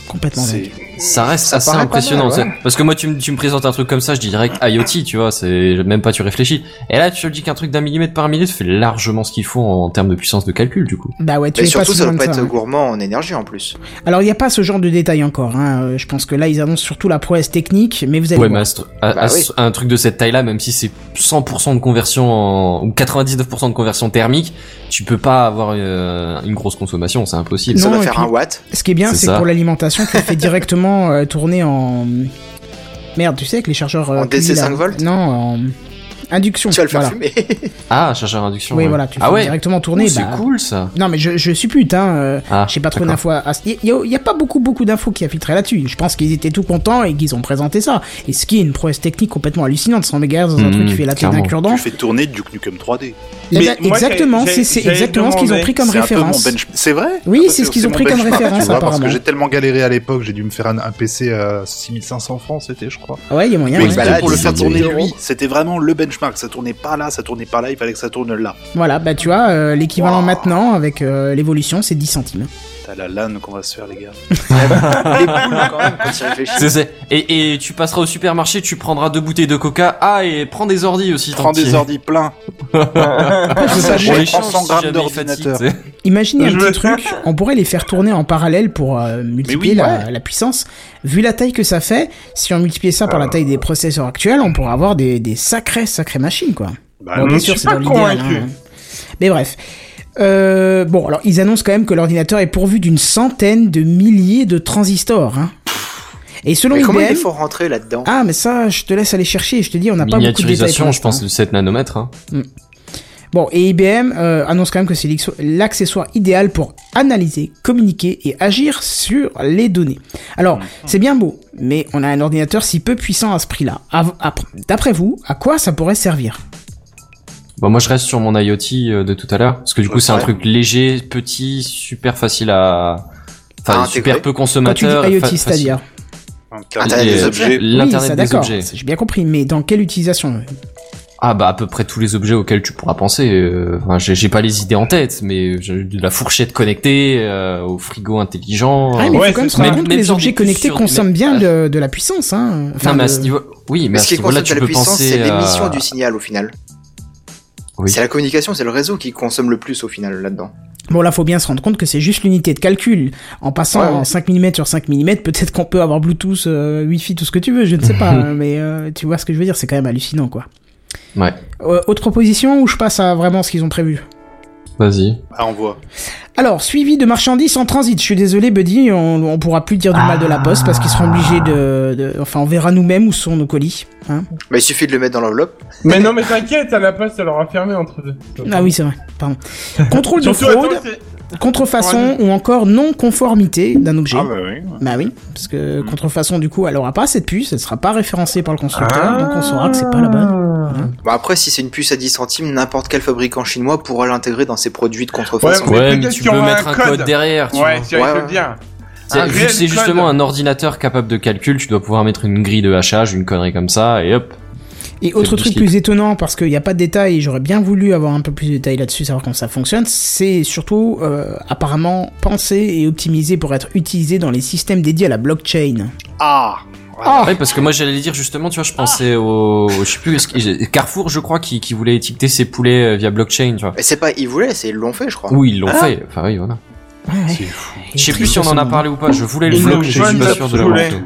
Complètement dingue.
C'est
Ça reste
Ça
assez
paraît pas
impressionnant.
mal, ouais.
c'est- Parce que moi, tu me, tu me présentes un truc comme ça, je dis direct IoT, tu vois, c'est même pas tu réfléchis. Et là, tu te dis qu'un truc d'un millimètre par minute fait largement ce qu'il faut en, en termes de puissance de calcul, du coup.
Bah ouais, tu
Mais
es pas
surtout,
sous
ça doit pas
ça,
être
hein.
gourmand en énergie en plus.
Alors, il n'y a pas ce genre de détails encore. Hein. Euh, Je pense que là, ils annoncent surtout la prouesse technique, mais vous allez
Ouais,
voir.
mais astro- à-
Bah
à-
oui.
un truc de cette taille-là, même si c'est 100% de conversion en- ou 99% de conversion thermique, tu peux pas avoir euh, une grosse consommation, c'est impossible.
Ça
Non,
doit
et
faire
puis-
un watt.
Ce qui est bien,
C'est
c'est
ça.
que pour l'alimentation, tu le fais directement euh, tourner en. Merde, tu sais, avec les chargeurs. euh,
En DC
Qubit, là.
5 volts
Non, en. Induction.
Tu vas le faire
voilà.
fumer.
Ah, chargeur à induction.
Oui,
ouais.
voilà, tu le
ah
fais
ouais.
directement
Ouh,
tourner.
c'est
bah,
cool ça.
Non, mais je, je suppute, hein. euh,
Ah,
je sais pas trop d'infos.
d'accord.
à- à- Il y, a- il y a pas beaucoup, beaucoup d'infos qui a filtré là-dessus. Je pense qu'ils étaient tout contents et qu'ils ont présenté ça. Et ce qui est une prouesse technique complètement hallucinante, 100 MHz dans un
Mmh,
truc qui fait la tête d'un
clairement.
cure-dent.
Tu fais tourner Duke Nukem 3D.
Eh
Mais
ben,
moi,
exactement,
j'ai-
c'est c'est
j'ai-
exactement ce qu'ils ont
j'avais
pris comme
C'est un peu mon
référence.
bench- C'est vrai
Oui,
Ah bah,
c'est ce qu'ils
c'est
ont
mon
pris comme
benchmark,
référence,
tu vois, Parce
apparemment.
que j'ai tellement galéré à l'époque, j'ai dû me faire un, euh, un PC à 6500 francs, c'était, je crois.
Ouais, il y a moyen.
Mais
ouais.
bah là,
pour le faire
c'est-
tourner lui, c'était vraiment le benchmark. Ça tournait pas là, ça tournait pas là, il fallait que ça tourne là.
Voilà, bah tu vois, euh, l'équivalent maintenant avec euh, l'évolution, c'est 10 centimes.
T'as la lane qu'on va se faire, les gars.
Les poules quand même quand tu réfléchis.
C'est- c'est- Et, et tu passeras au supermarché, tu prendras deux bouteilles de coca. Ah, et prends des ordis aussi.
Prends
tant pis.
des ordi pleins.
Après, je veux pas-
sachet.
On
Ouais,
les change
prends 100
si
grammes
jamais il
d'ordinateur.
fatigue, tu sais.
Imaginez un
Je
petit
veux-
truc, on pourrait les faire tourner en parallèle pour euh, multiplier
oui,
la, la puissance. Vu la taille que ça fait, si on multipliait ça par la taille des processeurs actuels, on pourrait avoir des, des sacrées, sacrées machines, quoi.
Bah,
Bon,
non,
bien
je
sûr,
suis
c'est
pas
dans l'idéal.
convaincu.
hein. Mais bref. Euh, bon, alors ils annoncent quand même que l'ordinateur est pourvu d'une centaine de milliers de transistors. hein. Et selon
Mais comment
IBM...
il faut rentrer là-dedans
Ah, mais ça, je te laisse aller chercher. Je te dis, on n'a pas beaucoup de détails. pour
Miniaturisation, je
l'instant.
pense, de 7 nanomètres. hein.
Bon, et IBM euh, annonce quand même que c'est l'exo- l'accessoire idéal pour analyser, communiquer et agir sur les données. Alors,
Mhm.
c'est bien beau, mais on a un ordinateur si peu puissant à ce prix-là. Av- ap- D'après vous, à quoi ça pourrait servir
Bon, moi, je reste sur mon IoT euh, de tout à l'heure. Parce que du coup, c'est un
Ouais.
truc léger, petit, super facile à.
À
Enfin,
intégrer.
super peu
Quand tu dis
consommateur. et
IoT,
fa-
c'est-à-dire
Internet
facile.
des
Et- euh,
objets.
Oui,
L'Internet
ça,
des
d'accord,
objets.
J'ai bien compris, mais dans quelle utilisation
Ah, bah, à peu près tous les objets auxquels tu pourras penser. euh, Enfin, j'ai j'ai pas les idées en tête, mais j'ai de la fourchette connectée, euh, au frigo intelligent.
Ah, mais
ouais,
faut quand même se
c'est
rendre
ça.
compte que
Même
les
sur des
objets connectés
cultures du
consomment
net.
bien de, de la puissance. Hein. Enfin,
non, mais à
de-
ce niveau, oui, mais,
Mais
à
ce qui
ce
est
niveau-là,
consomme de
tu
la
peux
puissance,
penser
c'est
à-
l'émission du signal au final.
Oui.
C'est la communication, c'est le réseau qui consomme le plus au final là-dedans.
Bon là faut bien se rendre compte que c'est juste l'unité de calcul. En passant
Ouais, ouais.
en 5 mm sur 5 mm, peut-être qu'on peut avoir Bluetooth, euh, Wi-Fi, tout ce que tu veux, je ne sais pas. hein, mais euh, tu vois ce que je veux dire, c'est quand même hallucinant quoi.
Ouais.
Euh, autre proposition ou je passe à vraiment ce qu'ils ont prévu
Vas-y.
Ah, on voit.
Alors, suivi de marchandises en transit. Je suis désolé Buddy, on, on pourra plus dire du mal de la poste parce qu'ils seront obligés de, de- Enfin on verra nous-mêmes où sont nos colis. hein.
Bah, il suffit de le mettre dans l'enveloppe.
Mais non, mais t'inquiète, à la poste, elle aura fermé entre deux.
Ah oui c'est vrai, pardon. Contrôle de
Surtout, attends,
fraude,
c'est-
contrefaçon ou encore non-conformité d'un objet.
Ah, bah oui.
Bah oui, parce que
Mm.
contrefaçon, du coup, elle aura pas cette puce, elle sera pas référencée par le constructeur,
Ah.
donc on saura que c'est pas la bonne.
Bah, après, si c'est une puce à 10 centimes, n'importe quel fabricant chinois pourra l'intégrer dans ses produits de contrefaçon.
Ouais,
Ouais,
peut-être
mais tu
qu'il y
peux
aura
mettre
un
un code,
code.
derrière, tu
Ah. Ouais,
vois.
c'est vrai
Ouais,
que
ouais.
bien.
C'est-
un
vu
Ah, réel
que Ah, c'est
code.
justement un ordinateur capable de calcul, tu dois pouvoir mettre une grille de hachage, une connerie comme ça, et hop.
Et autre
du
truc
slip.
plus étonnant, parce qu'il n'y a pas de détails, et j'aurais bien voulu avoir un peu plus de détails là-dessus, savoir comment ça fonctionne, c'est surtout euh, apparemment pensé et optimisé pour être utilisé dans les systèmes dédiés à la blockchain.
Ah
Ah
Ouais, parce que moi j'allais dire justement, tu vois, je
Ah.
pensais au, je sais plus, est-ce que- Carrefour, je crois, qui, qui voulait étiqueter ses poulets euh, via blockchain, tu vois.
Et c'est pas ils voulaient, c'est ils l'ont fait, je crois.
Oui, ils l'ont
Ah.
fait. Enfin oui, voilà.
Ouais, ouais.
Je sais plus si on en a parlé ou pas. Je voulais le
Ils
vlog,
l'ont
je
fait,
suis pas
ils
sûr
l'ont
de l'avoir
fait.
fait.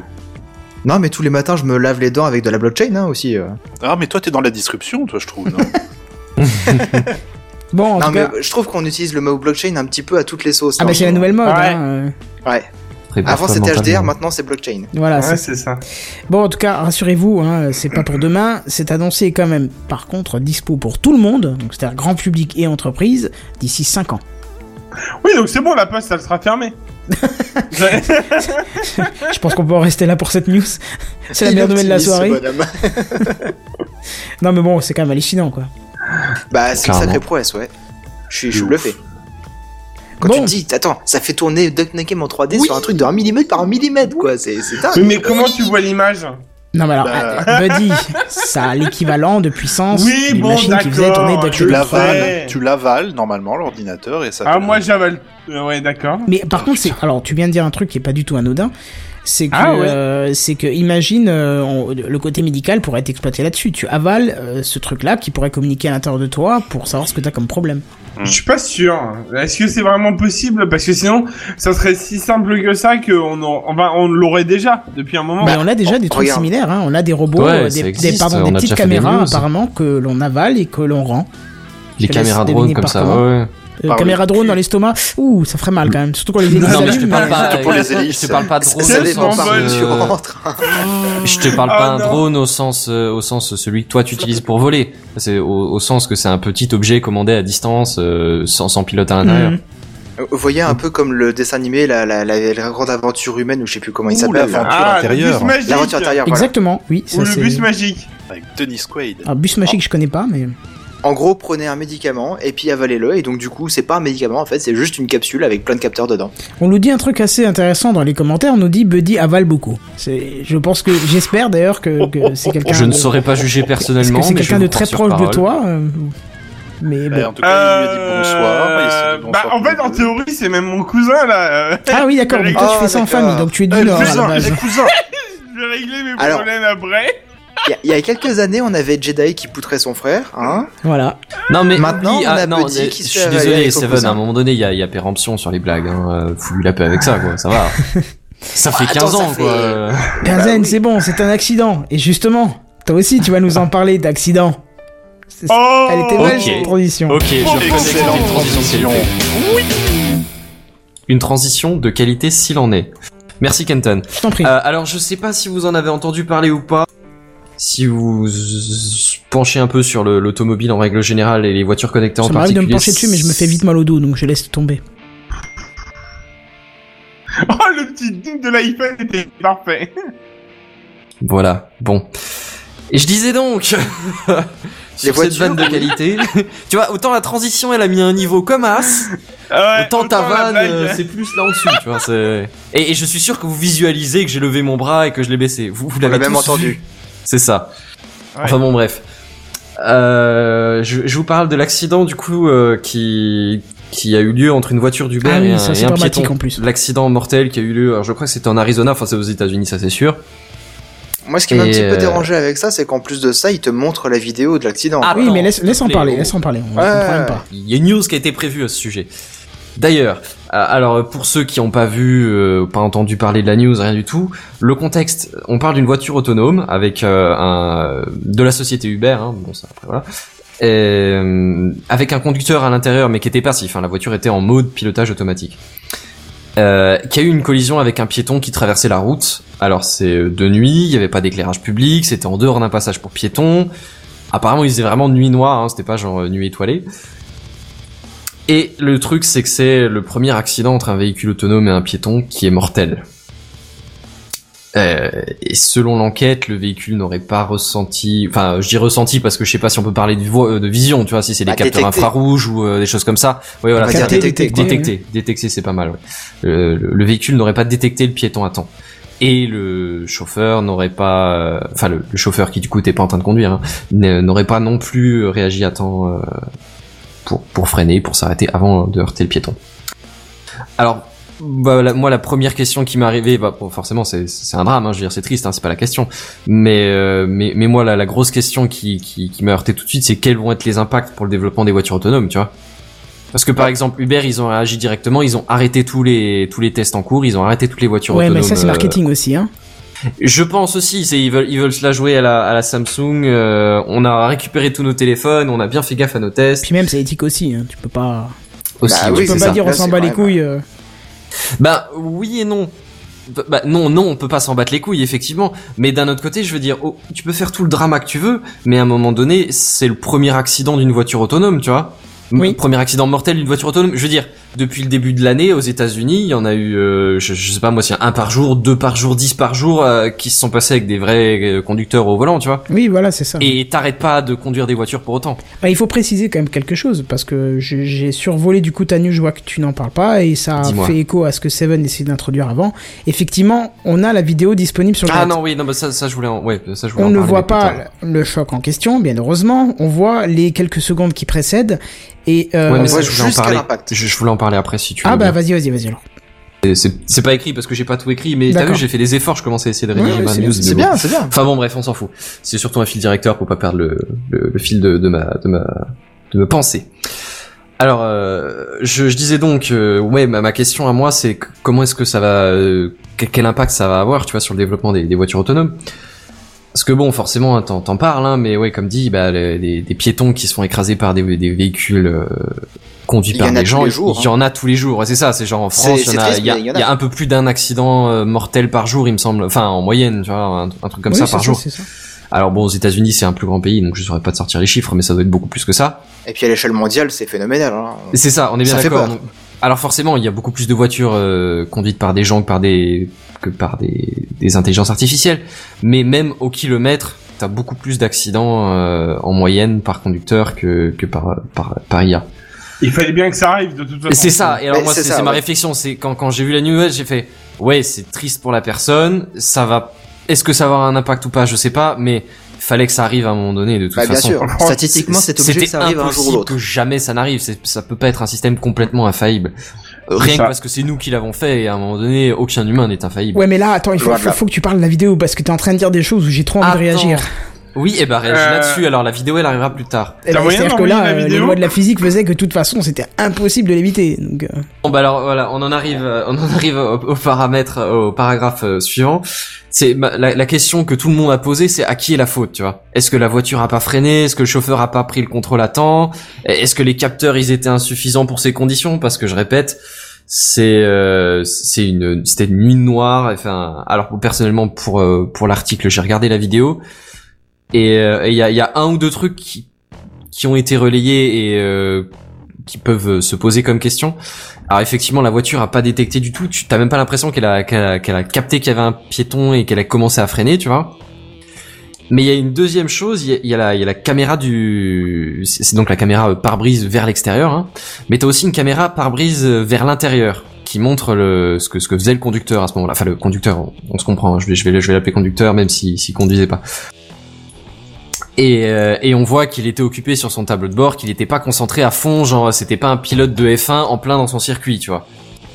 Non, mais tous les matins, je me lave les dents avec de la blockchain hein, aussi. euh.
Ah, mais toi, t'es dans la disruption, toi, je trouve. non
Bon, en
Non,
tout
mais
cas,
je trouve qu'on utilise le mot blockchain un petit peu à toutes les sauces.
ah
là,
bah
en
c'est la
ce moment.
nouvelle mode.
Ouais.
hein, euh,
Ouais. Avant, c'était HDR, maintenant, c'est blockchain.
voilà,
Ouais,
Ah, c'est
c'est ça.
Bon, en tout cas, rassurez-vous, hein, c'est pas pour demain. C'est annoncé quand même, par contre, dispo pour tout le monde, donc c'est-à-dire grand public et entreprise, d'ici 5 ans.
Oui, donc c'est bon, la poste, elle sera fermée.
Je pense qu'on peut en rester là pour cette news. C'est la meilleure nouvelle de la soirée. Non, mais bon, c'est quand même hallucinant, quoi.
Bah, c'est une
Clairement.
sacrée prouesse, ouais. Je suis, je suis
De
bluffé. Quand
Bon.
tu te dis, attends, ça fait tourner Duck Nukem en 3D sur un truc de 1 mm par 1 mm, quoi, c'est c'est dingue.
Oui, mais comment tu vois l'image
Non, mais alors,
Bah.
euh, Buddy, ça a l'équivalent de puissance
Oui,
d'une
bon,
machine qui faisait tourner
d'accord,
Duck
je
Tu
Nukem.
l'ai
l'avales,
fait.
tu l'avales normalement l'ordinateur et ça.
Ah,
te-
moi j'avale. Euh, ouais, d'accord.
Mais par contre, c'est alors tu viens de dire un truc qui est pas du tout anodin, c'est que
Ah ouais.
euh, c'est que imagine euh, on- le côté médical pourrait être exploité là-dessus. Tu avales euh, ce truc-là qui pourrait communiquer à l'intérieur de toi pour savoir ce que t'as comme problème.
Je suis pas sûr. Est-ce que c'est vraiment possible Parce que sinon, ça serait si simple que ça qu'on en- on va- on l'aurait déjà depuis un moment.
Mais on a déjà des trucs
regarde.
similaires. Hein. On a des robots,
Ouais,
euh,
ça
des,
existe,
des- pardon,
on
des
a
petites
déjà fait des
caméras
news.
apparemment que l'on avale et que l'on rend.
Les
te
caméras
laisse
drones
deviner
comme
par
ça,
comment.
ouais.
Euh,
Par le
caméra drone
cul.
dans l'estomac, ouh, ça ferait mal quand même. Surtout quand les hélices
Non, mais je te
s'allument.
parle pas,
Pour les
Ah, je
hélices.
te parle pas de drone
Ça
au
dépend
sens,
par où
euh,
tu rentres.
je te parle
Ah,
pas un
non.
drone au sens, euh, au sens celui que toi tu utilises pour voler. C'est au, au sens que c'est un petit objet commandé à distance, euh, sans, sans pilote à l'intérieur.
Mhm.
Vous voyez un peu comme le dessin animé, la, la, la, la grande aventure humaine, ou je sais plus comment il
Ouh,
s'appelle.
l'aventure.
là.
L'aventure
Ah, le
intérieure.
bus magique.
L'aventure intérieure, voilà.
Exactement, oui.
Ou
Ça,
le
c'est-
bus magique.
Avec Dennis Quaid.
Alors, bus magique, je connais pas, mais
En gros, prenez un médicament et puis avalez-le. Et donc, du coup, c'est pas un médicament en fait, c'est juste une capsule avec plein de capteurs dedans.
on nous dit un truc assez intéressant dans les commentaires. On nous dit Buddy avale beaucoup. C'est, je pense que, j'espère d'ailleurs que, que c'est quelqu'un.
Oh, Je ne
de-
saurais pas juger
Parce
personnellement,
que c'est
mais je
quelqu'un de
vous crois
très
sur
proche de
parole.
toi. euh, mais
Bah,
bon.
en tout cas, il lui a dit bonsoir. il s'est dit bonsoir
Euh, bah, en
tous les
fait, en
deux.
théorie, c'est même mon cousin là. euh,
Ah oui, d'accord. Donc toi,
Ah,
tu fais ça en
d'accord.
famille, donc tu es Ah, bah,
Eh,
du Nord à la
cousin,
base.
les cousins.
Je vais régler mes
Alors.
problèmes après.
Il y a- il y, a quelques années, on avait Jedi qui poutrait son frère, hein.
Voilà.
Non mais
Maintenant,
oublie-
on a
ah, non,
Buddy
euh,
qui se
je suis
fait avaler
désolé,
avec son
Seven.
cousin.
À un moment donné, il y a, il y a péremption sur les blagues. Hein. euh, Fous lui la paix avec ça, quoi. Ça va. ça fait 15
attends, ça
ans,
fait-
quoi. euh.
Benzen,
oui.
c'est bon, c'est un accident. Et justement, toi aussi, tu vas nous en parler d'accident. C'est-
Oh
Elle était belle,
Ok.
cette transition.
Ok, je reconnais que c'est une
Excellente
transition. s'il
transition.
vous plaît. Une transition de qualité s'il en est. Merci Kenton.
Je t'en prie.
Euh, alors je sais pas si vous en avez entendu parler ou pas. Si vous z- penchez un peu sur le- l'automobile en règle générale et les voitures connectées en
ça m'arrive
particulier.
de me pencher dessus, mais je me fais vite mal au dos, donc je laisse tomber.
Oh, le petit ding de l'iPhone était parfait.
Voilà, bon. Et je disais donc,
Les
sur cette
voitures.
vanne de qualité, tu vois, autant la transition elle a mis un niveau comme as,
Ouais,
autant ta
la
vanne
blague.
euh, c'est plus là en dessous, tu vois. c'est- Et, et je suis sûr que vous visualisez que j'ai levé mon bras et que je l'ai baissé. Vous, vous
On
l'avez
l'a même
tous
entendu.
vu. C'est ça.
Ouais.
Enfin bon, bref. Euh, je, je vous parle de l'accident du coup euh, qui qui a eu lieu entre une voiture du
Ah
et
oui,
un,
ça
et
c'est
un
dramatique
piéton.
en plus.
L'accident mortel qui a eu lieu, alors, je crois que c'était en Arizona, enfin c'est aux États-Unis, ça c'est sûr.
Moi, ce qui m'a un
Et
petit
euh,
peu dérangé avec ça, c'est qu'en plus de ça, il te montre la vidéo de l'accident.
Ah,
quoi.
Oui,
Attends,
mais laisse, laisse en
les
parler,
gros.
laisse en parler. On
Ouais.
comprend même pas.
Il y a une news qui a été prévue à ce sujet. D'ailleurs, euh, alors pour ceux qui n'ont pas vu, euh, pas entendu parler de la news, rien du tout, le contexte, on parle d'une voiture autonome avec euh, un de la société Uber, hein, bon ça après voilà, Et, euh, avec un conducteur à l'intérieur mais qui était passif, hein, la voiture était en mode pilotage automatique. Euh, qui a eu une collision avec un piéton qui traversait la route. Alors c'est euh, de nuit, il n'y avait pas d'éclairage public, c'était en dehors d'un passage pour piétons. Apparemment, il faisait vraiment nuit noire, hein, c'était pas genre euh, nuit étoilée. Et le truc, c'est que c'est le premier accident entre un véhicule autonome et un piéton qui est mortel. Euh, et selon l'enquête, le véhicule n'aurait pas ressenti, enfin, je dis ressenti parce que je sais pas si on peut parler de, vo- euh, de vision, tu vois, si c'est des
Bah,
capteurs
détecté.
infrarouges ou euh, des choses comme ça. Oui, voilà,
va
c'est
dire
un-
détecté,
quoi.
Détecté, détecté, c'est pas mal. ouais. Euh, le, le véhicule n'aurait pas détecté le piéton à temps. Et le chauffeur n'aurait pas, euh, enfin le, le chauffeur qui du coup était pas en train de conduire, hein, n- n'aurait pas non plus euh, réagi à temps euh, pour pour freiner, pour s'arrêter avant de heurter le piéton. Alors bah, la- moi la première question qui m'est arrivée, bah bon, forcément c'est c'est un drame, hein, je veux dire c'est triste, hein, c'est pas la question. Mais, euh, mais, mais moi, la, la grosse question qui, qui, qui m'a heurté tout de suite, c'est quels vont être les impacts pour le développement des voitures autonomes, tu vois Parce que par exemple, Uber, ils ont réagi directement, ils ont arrêté tous les, tous les tests en cours, ils ont arrêté toutes les voitures
Ouais,
autonomes.
mais ça c'est
euh,
marketing aussi, hein.
je pense aussi, c'est ils veulent, ils veulent se la jouer à la, à la Samsung. euh, on a récupéré tous nos téléphones, on a bien fait gaffe à nos tests.
Puis même c'est éthique aussi, hein. tu peux pas,
Aussi,
Bah
ouais,
oui,
tu peux pas
c'est ça.
dire on
Là,
s'en
c'est
bat les
vrai,
couilles. euh.
Bah oui et non. Bah, Bah non, non, on peut pas s'en battre les couilles, effectivement. Mais d'un autre côté, je veux dire, oh, tu peux faire tout le drama que tu veux, mais à un moment donné, c'est le premier accident d'une voiture autonome, tu vois. M-
Oui.
Premier accident mortel d'une voiture autonome. Je veux dire, depuis le début de l'année aux États-Unis, il y en a eu, euh, je, je sais pas moi, si un par jour, deux par jour, dix par jour, euh, qui se sont passés avec des vrais euh, conducteurs au volant, tu vois.
Oui, voilà, c'est ça.
Et t'arrêtes pas de conduire des voitures pour autant.
Bah, il faut préciser quand même quelque chose, parce que je- j'ai survolé du coup ta news, je vois que tu n'en parles pas, et ça
Dis-moi.
fait écho à ce que Seven essayait d'introduire avant. Effectivement, on a la vidéo disponible sur le
Ah
net.
non, oui, non, bah ça, ça je voulais, en... ouais, ça je voulais.
On
en
ne
parler,
voit
mais
pas
putain.
le choc en question, bien heureusement. On voit les quelques secondes qui précèdent. Et euh,
Ouais, mais
On
ça,
voit
je voulais en
jusqu'à
parler.
l'impact.
Je, je voulais en parler après si tu veux.
ah bah
bien.
vas-y, vas-y, vas-y. alors.
Et c'est- C'est pas écrit parce que j'ai pas tout écrit, mais t'as
D'accord.
vu, j'ai fait des efforts, je commençais à essayer de
Ouais,
rédiger
ouais,
ma
c'est
news.
bien,
mais
C'est
bon.
bien, c'est bien.
Enfin bon, bref, on s'en fout. C'est surtout un fil directeur pour pas perdre le, le, le fil de, de ma de ma de ma pensée. Alors, euh, je, je disais donc, euh, ouais, ma, ma question à moi, c'est que- comment est-ce que ça va, euh, que- quel impact ça va avoir, tu vois, sur le développement des, des voitures autonomes. Parce que bon, forcément, hein, t'en t'en parles, hein, mais ouais, comme dit, bah, les, des- des piétons qui se font écraser par des, des véhicules euh, conduits
Il y
par
en a
des
tous
gens,
les jours, hein.
il y en a tous les jours. Ouais, c'est ça, c'est genre en
C'est-
France, il y,
c'est
en a-
triste,
il y a-
mais il y en a.
il y a un peu plus d'un accident euh, mortel par jour, il me semble. Enfin, en moyenne, tu vois, un, un truc comme
Oui,
ça
c'est
par jour.
c'est ça.
Alors bon, aux États-Unis, c'est un plus grand pays, donc je saurais pas te sortir les chiffres, mais ça doit être beaucoup plus que ça.
Et puis à l'échelle mondiale, c'est phénoménal. hein.
Et C'est ça, on est bien
Ça fait
d'accord.
peur.
donc- Alors forcément, il y a beaucoup plus de voitures euh, conduites par des gens que par des que par des, des intelligences artificielles. Mais même au kilomètre, t'as beaucoup plus d'accidents euh, en moyenne par conducteur que que par par par IA.
Il fallait bien que ça arrive de toute façon.
Et C'est ça. Et alors
Mais
moi,
c'est
c'est
ça,
c'est ma
ouais.
réflexion. C'est quand quand j'ai vu la nouvelle, j'ai fait ouais, c'est triste pour la personne. Ça va. Est-ce que ça va avoir un impact ou pas Je sais pas, mais fallait que ça arrive à un moment donné de toute
Bah, bien
façon.
sûr.
France,
Statistiquement, c'est obligé
C'était
que ça arrive un jour ou
impossible
l'autre.
que jamais ça n'arrive. C'est- Ça peut pas être un système complètement infaillible. Euh,
C'est
Rien que
ça.
parce que c'est nous qui l'avons fait et à un moment donné, aucun humain n'est infaillible.
Ouais, mais là, attends, il faut,
Voilà.
faut, faut que tu parles de la vidéo parce que t'es en train de dire des choses où j'ai trop envie
Attends.
de réagir.
Oui, et bah réagis
Euh.
là-dessus. Alors la vidéo, elle arrivera plus tard.
Eh
T'as
ben,
moyen
C'est-à-dire que
d'envoyer
là,
la
euh, les
vidéo
lois de la physique faisaient que de toute façon, c'était impossible de l'éviter. Donc, euh,
Bon bah alors voilà, on en arrive, euh, on en arrive au, au paramètre, euh, au paragraphe euh, suivant. C'est ma- la, la question que tout le monde a posée, c'est à qui est la faute, tu vois Est-ce que la voiture a pas freiné Est-ce que le chauffeur a pas pris le contrôle à temps Est-ce que les capteurs ils étaient insuffisants pour ces conditions Parce que je répète, c'est euh, c'est une c'était une nuit noire. Enfin, alors personnellement pour euh, pour l'article, j'ai regardé la vidéo et euh, et il y a il y a un ou deux trucs qui qui ont été relayés et euh, qui peuvent euh, se poser comme question. Alors effectivement, la voiture a pas détecté du tout. Tu t'as même pas l'impression qu'elle a qu'elle a, qu'elle a capté qu'il y avait un piéton et qu'elle a commencé à freiner, tu vois. Mais il y a une deuxième chose, il y a, il y a la, il y a la caméra du, c'est c'est donc la caméra euh, pare-brise vers l'extérieur, hein. mais t'as aussi une caméra pare-brise euh, vers l'intérieur qui montre le ce que ce que faisait le conducteur à ce moment-là. Enfin le conducteur, on, on se comprend. hein. je vais je vais le- je vais l'appeler conducteur même si s'il conduisait pas. Et, euh, et on voit qu'il était occupé sur son tableau de bord, qu'il n'était pas concentré à fond, genre c'était pas un pilote de F1 en plein dans son circuit, tu vois.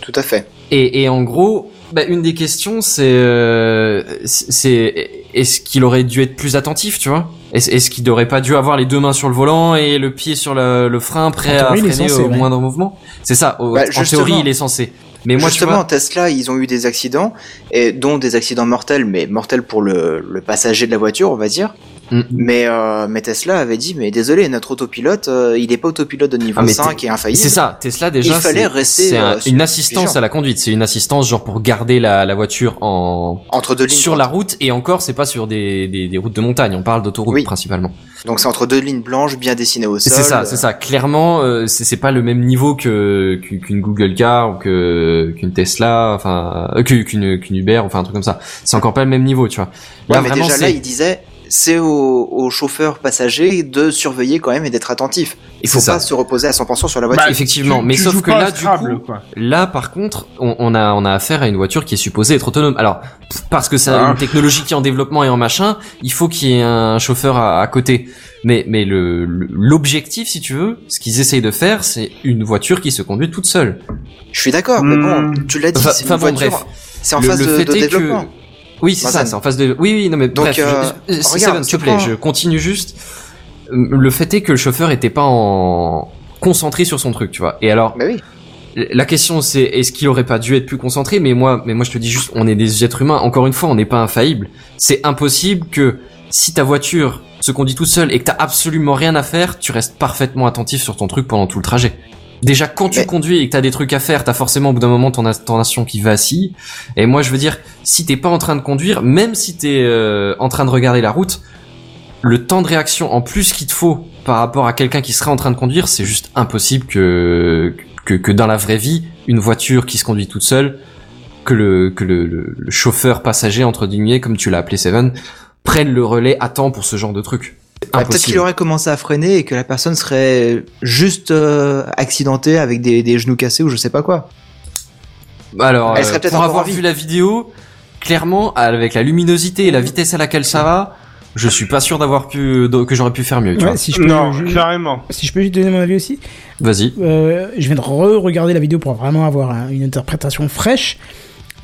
Tout à fait.
Et, et en gros, bah, une des questions, c'est euh, c'est est-ce qu'il aurait dû être plus attentif, tu vois Est-ce est-ce qu'il n'aurait pas dû avoir les deux mains sur le volant et le pied sur le, le frein,
En
prêt à
théorie, il est
freiner
censé,
au
ouais.
moindre mouvement C'est ça. au-
Bah,
en
justement.
théorie, il est censé. Mais moi,
Justement,
tu vois,
Tesla, ils ont eu des accidents, et dont des accidents mortels, mais mortels pour le, le passager de la voiture, on va dire.
Mm.
Mais, euh, mais Tesla avait dit, mais désolé, notre autopilote, euh, il n'est pas autopilote de niveau
Ah, mais
5 et infaillible.
c'est ça. Tesla déjà,
Il fallait
c'est-
rester,
c'est un-
euh, sur-
une assistance
vigilant.
à la conduite. C'est une assistance genre pour garder la, la voiture en
Entre deux lignes
sur la route et encore c'est pas sur des, des, des routes de montagne on parle d'autoroute
Oui.
principalement
Donc c'est entre deux lignes blanches bien dessinées au
c'est
sol.
ça c'est ça clairement euh, c'est c'est pas le même niveau que qu'u- qu'une Google car ou que qu'une Tesla enfin euh, que- qu'une qu'une Uber enfin un truc comme ça c'est encore pas le même niveau tu vois
Ouais, mais déjà là,
Bah, c'est-
il disait, c'est au, au chauffeur passager de surveiller quand même et d'être attentif. Il faut
C'est ça.
pas se reposer à 100% sur la voiture.
Bah,
effectivement,
tu-
mais
tu
sauf
joues
que
pas
là,
à
du
Scrabble,
coup-
quoi.
Là, par contre, on, on a on a affaire à une voiture qui est supposée être autonome. Alors, pff, parce que c'est
Ah.
une technologie qui est en développement et en machin, il faut qu'il y ait un chauffeur à, à côté. Mais mais le le- l'objectif, si tu veux, ce qu'ils essayent de faire, c'est une voiture qui se conduit toute seule.
Je suis d'accord, mais bon,
Hmm.
tu l'as dit,
Bah, Enfin,
c'est une
enfin, bon,
voiture.
bref.
C'est en
Le-
phase
le
de,
fait
de
est que-
développement.
Oui, c'est ça,
Vincennes.
c'est en phase de. Oui, oui, non, mais
Donc,
bref, je-
euh,
je-
regarde,
Steven,
tu
s'il te plaît,
prends-
je continue juste. Euh, Le fait est que le chauffeur était pas en concentré sur son truc, tu vois. Et alors,
Mais Bah oui.
la question c'est est-ce qu'il aurait pas dû être plus concentré Mais moi, mais moi je te dis juste, on est des êtres humains. Encore une fois, on n'est pas infaillible. C'est impossible que si ta voiture se conduit toute seule et que t'as absolument rien à faire, tu restes parfaitement attentif sur ton truc pendant tout le trajet. Déjà, quand tu
Mais-
conduis et que t'as des trucs à faire, t'as forcément au bout d'un moment ton attention qui vacille. Et moi, je veux dire, si t'es pas en train de conduire, même si t'es euh, en train de regarder la route, le temps de réaction en plus qu'il te faut par rapport à quelqu'un qui serait en train de conduire, c'est juste impossible que, que, que dans la vraie vie, une voiture qui se conduit toute seule, que le, que le, le- le chauffeur passager, entre guillemets, comme tu l'as appelé Seven, prenne le relais à temps pour ce genre de truc.
Bah, Peut-être qu'il
Impossible.
aurait commencé à freiner et que la personne serait juste euh, accidentée avec des, des genoux cassés ou je sais pas quoi.
Alors,
Elle
euh,
serait peut-être
pour
encore
avoir
en vie.
vu la vidéo, clairement, avec la luminosité et la vitesse à laquelle ça va, je suis pas sûr d'avoir pu que j'aurais pu faire mieux. tu
Ouais,
vois.
si je peux,
Non,
je-
carrément.
si je peux juste donner mon avis aussi.
Vas-y.
Euh, je viens de re-regarder la vidéo pour vraiment avoir hein, une interprétation fraîche.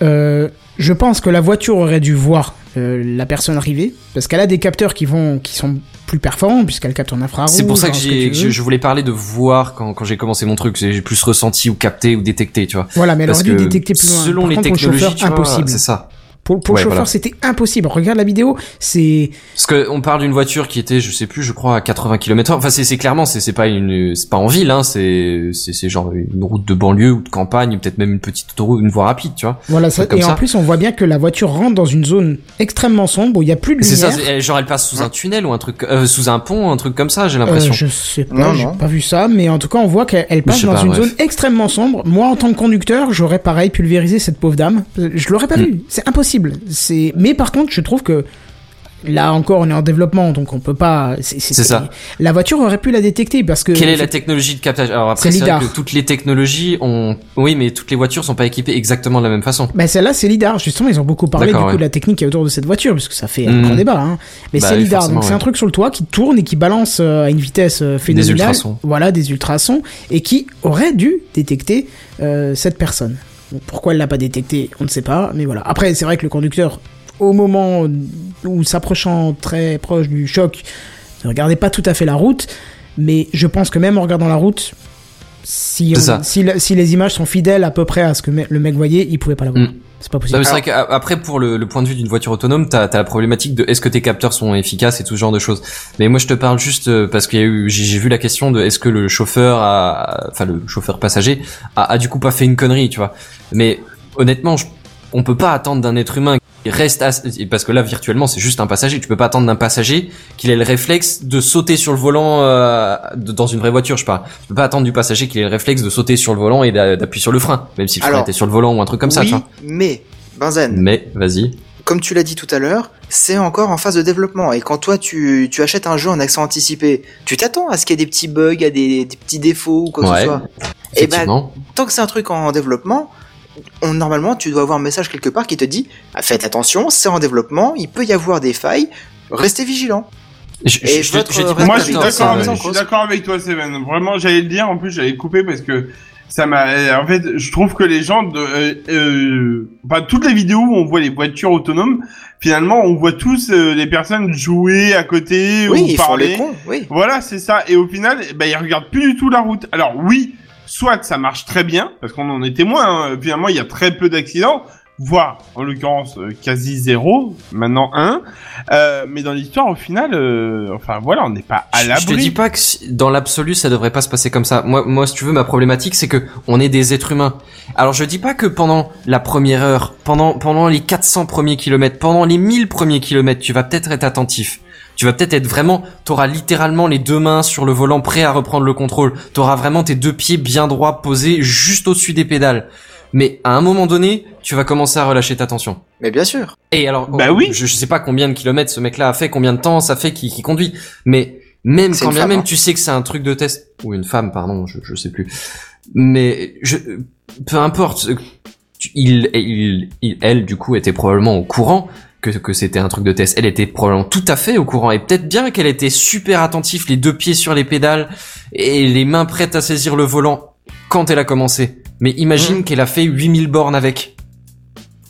Euh, je pense que la voiture aurait dû voir euh, la personne arriver parce qu'elle a des capteurs qui vont, qui sont plus performants puisqu'elle capte en infrarouge.
C'est pour ça
en
que,
ce
j'ai-
tu
que
veux.
je, je voulais parler de voir quand, quand j'ai commencé mon truc. J'ai plus ressenti ou capté ou détecté, tu vois.
Voilà, mais elle
Parce
aurait dû
que
détecter plus loin.
selon
Par
les
contre, pour le
technologies,
chauffeur,
tu vois,
impossible.
c'est ça.
Pour, pour
Ouais,
le chauffeur,
voilà.
c'était impossible. Regarde la vidéo, c'est
Parce que on parle d'une voiture qui était, je sais plus, je crois à 80 km/h. Enfin, c'est c'est clairement, c'est c'est pas une, c'est pas en ville, hein. C'est c'est c'est genre une route de banlieue ou de campagne, ou peut-être même une petite autoroute, une voie rapide, tu vois.
voilà ça.
Comme
Et en
ça.
plus, on voit bien que la voture rentre dans une zone extrêmement sombre où il y a plus de
C'est ça,
lumière.
c'est- elle- genre elle passe sous un tunnel ou un truc, euh, sous un pont, un truc comme ça. J'ai
Euh,
l'impression.
je sais pas,
Non,
j'ai
non.
pas vu ça, mais en tout cas, on voit qu'elle elle
je
passe
sais
dans
pas,
une
bref.
zone extrêmement sombre. Moi, en tant que conducteur, j'aurais pareil pulvérisé cette pauvre dame. Je l'aurais pas
Mm.
vue. C'est impossible. C'est, mais par contre, je trouve que là encore, on est en développement, donc on peut pas.
C'est ça.
La voiture aurait pu la détecter parce que.
Quelle est la technologie de captage Alors après,
C'est
c'est vrai
lidar.
que toutes les technologies ont, oui, mais toutes les voitures sont pas équipées exactement de la même façon.
Bah celle-là c'est lidar justement ils ont beaucoup parlé du coup
D'accord, ouais.
de la technique qui est autour de cette voiture parce que ça fait un
Mm.
grand débat hein. mais
Bah
c'est
oui,
lidar
forcément,
donc c'est
ouais.
un truc sur le toit qui tourne et qui balance euh, à une vitesse euh, phénoménale
ultrasons.
voilà des ultrasons et qui aurait dû détecter euh, cette personne Donc, pourquoi elle l'a pas détecté on ne sait pas mais voilà après c'est vrai que le conducteur au moment où s'approchant très proche du choc ne regardait pas tout à fait la route mais je pense que même en regardant la route si,
C'est
on-
ça.
si, la- si les images sont fidèles à peu près à ce que me- le mec voyait, il pouvait pas la voir.
Mm.
C'est pas
Non,
possible.
mais c'est vrai qu'après, pour le, le point de vue d'une voiture autonome, t'as as la problématique de est-ce que tes capteurs sont efficaces et tout ce genre de choses. Mais moi, je te parle juste euh, parce qu'il y a eu, j'ai j'ai vu la question de est-ce que le chauffeur, a- enfin le chauffeur passager, a, a du coup pas fait une connerie, tu vois. Mais honnêtement, je- on peut pas attendre d'un être humain qui reste ass- et parce que là virtuellement c'est juste un passager tu peux pas attendre d'un passager qu'il ait le réflexe de sauter sur le volant euh, de- dans une vraie voiture je parle tu peux pas attendre du passager qu'il ait le réflexe de sauter sur le volant et d'a- d'appuyer sur le frein même si le frein
Alors,
était sur le volant ou un truc comme ça
oui,
tu vois
mais Benzen,
mais vas-y
comme tu l'as dit tout à l'heure, c'est encore en phase de développement. Et quand toi, tu, tu achètes un jeu en accès anticipé, tu t'attends à ce qu'il y ait des petits bugs, à des, des petits défauts ou quoi que
Ouais.
ce soit. Et ben,
Effectivement.
tant que c'est un truc en développement, on, normalement, tu dois avoir un message quelque part qui te dit ah, faites attention, c'est en développement, il peut y avoir des failles, restez vigilant.
je, je-
et
je- je
votre
dis pas
Ouais,
Moi,
que
je suis
t'as
d'accord
raison, ça,
avec, je
ouais.
suis d'accord avec toi, Seven. Vraiment, j'allais le dire. En plus, j'allais couper parce que ça m'a. eh, En fait, je trouve que les gens de. euh, euh, bah, toutes les vidéos où on voit les voitures autonomes, finalement, on voit tous euh, les personnes jouer à côté
Oui,
ou
ils font
parler.
les cons, oui.
Voilà, c'est ça. Et au final, eh ben, ils regardent plus du tout la route. Alors oui, soit ça marche très bien, parce qu'on en est témoin. hein. Finalement, il y a très peu d'accidents, voire en l'occurrence euh, quasi zéro, maintenant un. Euh, mais dans l'histoire, au final, euh, enfin voilà, on n'est pas à
Je- Je te dis
l'abri.
pas que si- dans l'absolu ça devrait pas se passer comme ça. Moi, moi, si tu veux, ma problématique c'est que on est des êtres humains. Alors je dis pas que pendant la première heure, pendant pendant les 400 premiers kilomètres, pendant les 1000 premiers kilomètres, tu vas peut-être être attentif. Tu vas peut-être être vraiment, t'auras littéralement les deux mains sur le volant, prêt à reprendre le contrôle. T'auras vraiment tes deux pieds bien droits posés juste au-dessus des pédales. Mais à un moment donné, tu vas commencer à relâcher ta tension.
Mais bien sûr.
Et alors,
Bah
oh,
oui.
je, je sais pas combien de kilomètres ce mec-là a fait, combien de temps ça fait qu'il qu'il conduit, mais même
C'est
quand
une
bien
femme,
même
hein.
tu sais que c'est un truc de test ou une femme, pardon, je, je sais plus, mais je, peu importe, euh, tu- il, il, il- elle du coup était probablement au courant que, que c'était un truc de test. Elle était probablement tout à fait au courant et peut-être bien qu'elle était super attentive, les deux pieds sur les pédales et les mains prêtes à saisir le volant quand elle a commencé. Mais imagine
Mmh.
qu'elle a fait 8000 bornes avec.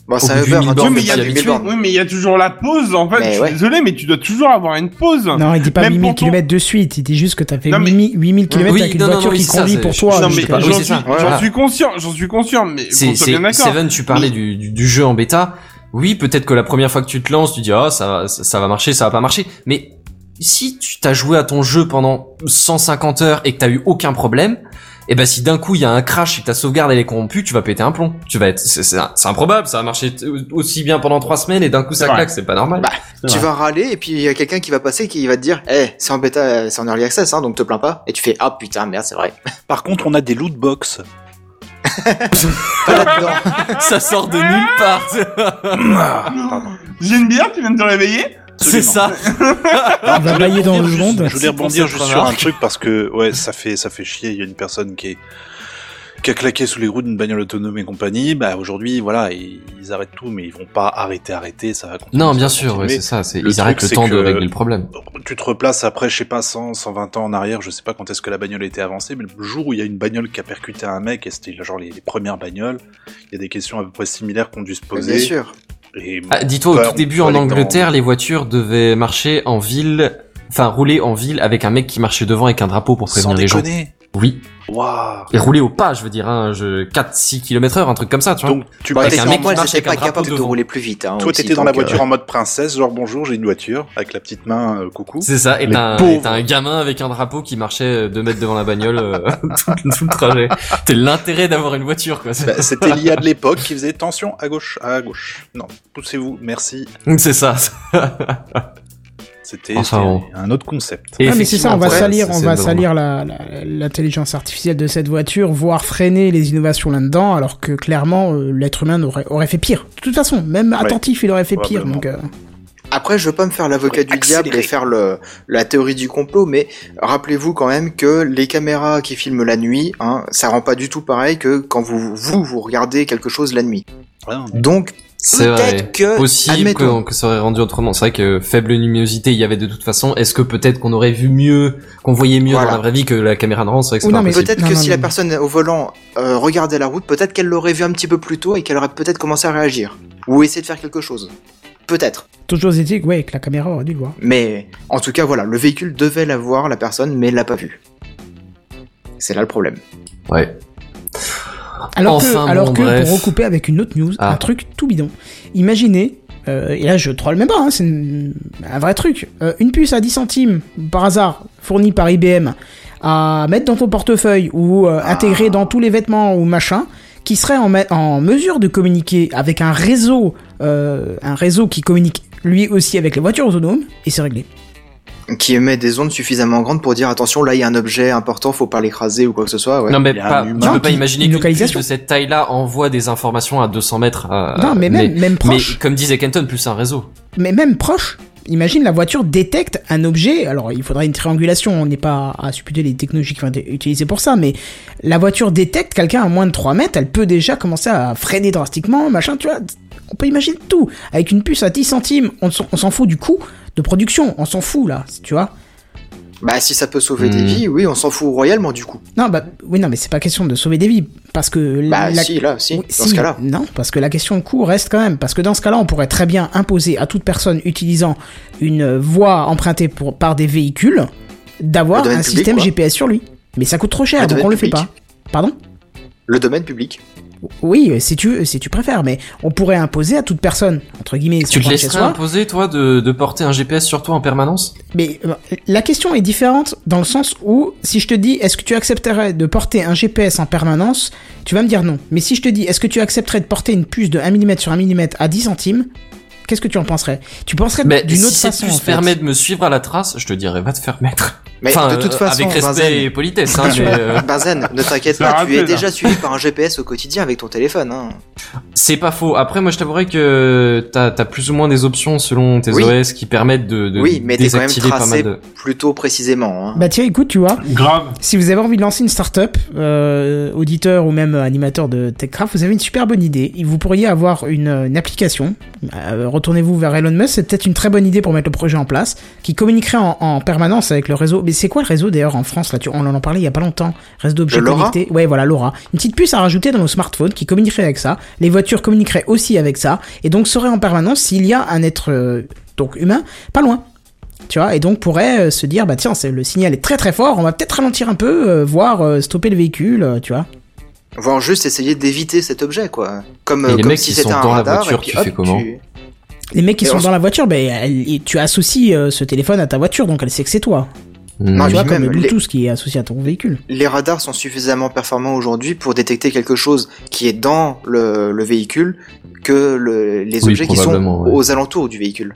Bon, c'est
bout
un
de
Uber,
8000
hein, tu fais
bornes,
mais il y a
pas
des
8000 bornes.
Oui, mais il y a toujours la pause. En fait,
Mais
je suis
ouais.
désolé, mais tu dois toujours avoir une pause.
Ah
Non, il dit pas
Même
8000
pour ton-
km de suite, il dit juste que t'as fait
Non, mais-
8000 km
Oui,
avec une
non, non,
voiture
non,
qui
c'est ça,
conduit
c'est-
pour
je-
toi.
non,
je
mais
sais pas.
j'en
Oui, c'est
suis,
ça.
j'en
Voilà.
suis conscient, j'en suis conscient, mais
C'est
qu'on soit bien
c'est-
d'accord.
Seven, tu parlais
Mais-
du, du, du jeu en bêta. Oui, peut-être que la première fois que tu te lances, tu dis ah ça, va- ça, ça va marcher, ça va pas marcher. Mais si tu t'as joué à ton jeu pendant 150 heures et que t'as eu aucun problème, Et ben si d'un coup il y a un crash et que ta sauvegarde elle est corrompue, tu vas péter un plomb. Tu vas être, c'est c'est- c'est improbable. Ça a marché t- aussi bien pendant trois semaines et d'un coup ça
C'est vrai.
claque, c'est pas normal.
Bah,
C'est
Tu vas râler et puis il y a quelqu'un qui va passer qui va te dire Eh, c'est en bêta, c'est en early access, hein, donc te plains pas. Et tu fais Ah putain, merde, c'est vrai.
Par contre, on a des loot box.
Pas là-dedans.
ça sort de nulle part.
J'ai une bière, tu viens de te réveiller
c'est
Absolument.
ça.
On va bailler dans le
Juste-
monde.
Je voulais rebondir juste sur un truc parce que ouais, ça fait ça fait chier. Il y a une personne qui est qui a claqué sous les roues d'une bagnole autonome et compagnie. Bah aujourd'hui, voilà, ils, ils arrêtent tout, mais ils vont pas arrêter, arrêter. Ça va continuer.
Non,
ça
bien
va
sûr, ouais,
continuer.
c'est ça. c'est-
le
Ils arrêtent le
truc,
temps
c'est
de
que-
régler le problème.
tu te replaces après, je sais pas, 100, 120 ans en arrière, je sais pas quand est-ce que la bagnole était avancée, mais le jour où il y a une bagnole qui a percuté un mec, et c'était genre les, les premières bagnoles, il y a des questions à peu près similaires qu'on dû se poser.
Bien sûr.
Et
Ah, Dis-toi, au
Bah,
tout
on
début
peut
en
aller dans-
Angleterre, les voitures devaient marcher en ville, enfin rouler en ville avec un mec qui marchait devant avec un drapeau pour
sans
prévenir les gens.
déconner.
Oui,
Waouh.
et rouler au pas, je veux dire, hein, je 4-6 km heure, un truc comme ça, tu vois.
Donc tu
Bah,
Avec
passes
Hein. un
techniquement,
mec qui
moi,
marche
j'étais
avec un
pas capable
drapeau
de
devant.
rouler plus vite. Hein,
Toi,
aussi,
t'étais dans la
donc, euh,
voiture en mode princesse, genre bonjour, j'ai une voiture, avec la petite main, euh, coucou.
C'est ça, et
Les
t'as un,
pauvres.
et t'as un gamin avec un drapeau qui marchait 2 mètres devant la bagnole euh, tout, tout le trajet. T'es l'intérêt d'avoir une voiture, quoi. C'est
Bah, C'était l'IA de l'époque qui faisait tension à gauche, à gauche. Non, poussez-vous, merci.
c'est ça.
Ah,
C'était
Enfin, bon.
c'était un autre concept.
Et
Ah, mais c'est ça, on va
effectivement,
salir,
ouais,
on
c'est-
va
c'est
salir la- la- l'intelligence artificielle de cette voiture, voire freiner les innovations là-dedans, alors que clairement euh, l'être humain aurait, aurait fait pire. De toute façon, même attentif, il aurait fait pire.
bah,
Probablement.
Donc, euh,
Après, je veux pas me faire l'avocat du
Accélérer.
diable et faire le, la théorie du complot, mais rappelez-vous quand même que les caméras qui filment la nuit, hein, ça rend pas du tout pareil que quand vous, vous, vous regardez quelque chose la nuit.
Vraiment.
Donc,
C'est vrai.
peut-être que,
possible
admettons,
que, que ça aurait rendu autrement. C'est vrai que faible luminosité, il y avait de toute façon. Est-ce que peut-être qu'on aurait vu mieux, qu'on voyait mieux
Voilà.
dans la vraie vie que la caméra de rang C'est vrai que
Ou
c'est pas
non, mais-
possible.
peut-être
Non,
que
non,
si
non,
la
non.
personne au volant euh, regardait la route, peut-être qu'elle l'aurait vu un petit peu plus tôt et qu'elle aurait peut-être commencé à réagir. Ou essayer de faire quelque chose. Peut-être.
toujours éthique, ouais, avec la caméra, on aurait dû le voir.
Mais, en tout cas, voilà, le véhicule devait la voir, la personne, mais l'a pas vue. C'est là le problème.
Ouais.
Alors
Enfin,
que,
bon,
alors que
bref.
pour recouper avec une autre news,
Ah.
un truc tout bidon. Imaginez, euh, et là je troll même pas, hein, c'est une- un vrai truc, euh, une puce à 10 centimes, par hasard, fournie par IBM, à mettre dans ton portefeuille ou euh,
Ah.
intégrer dans tous les vêtements ou machin, qui serait en, ma- en mesure de communiquer avec un réseau, euh, un réseau qui communique lui aussi avec les voitures autonomes, et c'est réglé.
qui émet des ondes suffisamment grandes pour dire attention là il y a un objet important faut pas l'écraser ou quoi que ce soit ouais.
Non mais
Il y a un
pas,
humain
tu peux
qui-
pas imaginer
une
qu'une puce
localisation.
de cette taille-là envoie des informations à 200 mètres. euh,
non, mais même, même
mais
proche.
comme disait Kenton, plus un réseau.
mais même proche. Imagine la voiture détecte un objet, alors il faudrait une triangulation, on n'est pas à supputer les technologies qui vont être utilisées pour ça, mais la voiture détecte quelqu'un à moins de 3 mètres, elle peut déjà commencer à freiner drastiquement, machin, tu vois, on peut imaginer tout. Avec une puce à 10 centimes, on s'en on s'en fout du coût de production, on s'en fout là, tu vois.
bah si ça peut sauver des
Hmm.
vies oui on s'en fout royalement du coup
Non, bah oui, non, mais c'est pas question de sauver des vies, parce que...
bah
la-
si là si
Oui,
dans
si,
ce cas là
Non, parce que la question de coût reste quand même. Parce que dans ce cas-là, on pourrait très bien imposer à toute personne utilisant une euh, voie empruntée pour, par des véhicules d'avoir
Le
un
domaine public,
système
quoi.
GPS sur lui. Mais ça coûte trop cher,
Le
donc on
domaine
le fait pas.
public.
Pardon
le domaine public
Oui, euh, si tu, veux, si tu préfères, mais on pourrait imposer à toute personne, entre guillemets,
Tu te
laisses
laisserais imposer toi de, de porter un GPS sur toi en permanence
Mais euh, la question est différente dans le sens où si je te dis est-ce que tu accepterais de porter un GPS en permanence, tu vas me dire non. Mais si je te dis est-ce que tu accepterais de porter une puce de 1 mm sur 1 mm à 10 centimes, qu'est-ce que tu en penserais Tu penserais
Mais
Eh ben, d'une
si
autre
cette
façon
puce
en fait.
permet de me suivre à la trace, je te dirais va te faire mettre.
mais
enfin,
de toute
euh,
façon
avec
Benzen,
respect et politesse. Hein, mais, euh,
Benzen, ne t'inquiète
Ça
pas tu es
rappelle,
déjà suivi par un GPS au quotidien avec ton téléphone hein.
C'est pas faux. Après, moi, je t'avouerais que t'as as plus ou moins des options selon tes
Oui.
OS qui permettent de, de
Oui, mais t'es quand même
désactiver pas mal
tracé.
de.
plutôt précisément hein.
Bah tiens, écoute, tu vois,
Grave.
si vous avez envie de lancer une start-up, euh, auditeur ou même animateur de TechCraft, vous avez une super bonne idée. Vous pourriez avoir une, euh, une application. Euh, Retournez-vous vers Elon Musk, c'est peut-être une très bonne idée pour mettre le projet en place, qui communiquerait en, en permanence avec le réseau. Mais c'est quoi le réseau d'ailleurs en France là tu, On en parlait il y a pas longtemps. Réseau d'objets
Le LoRa
connectés. Ouais, voilà, Laura. Une petite puce à rajouter dans nos smartphones qui communiquerait avec ça. Les voitures communiqueraient aussi avec ça, et donc sauraient en permanence s'il y a un être euh, donc humain pas loin tu vois, et donc pourrait euh, se dire, bah tiens, c'est- le signal est très très fort, on va peut-être ralentir un peu, euh, voire euh, stopper le véhicule, euh, tu vois.
voire juste essayer d'éviter cet objet quoi comme,
Et
euh,
les
comme
mecs
si
qui
c'était
sont
un
dans la
radar
voiture,
et puis
tu
hop,
fais comment
Les mecs qui
Et
sont
on-
dans la voiture, ben elle- et tu associes euh, ce téléphone à ta voiture, donc elle sait que c'est toi.
Non,
Mm.
Tu
mais
vois, comme
même
le
les-
Bluetooth qui est associé à ton véhicule.
les radars sont suffisamment performants aujourd'hui pour détecter quelque chose qui est dans le, le véhicule que le- les
Oui,
objets qui sont
probablement, ouais.
aux alentours du véhicule.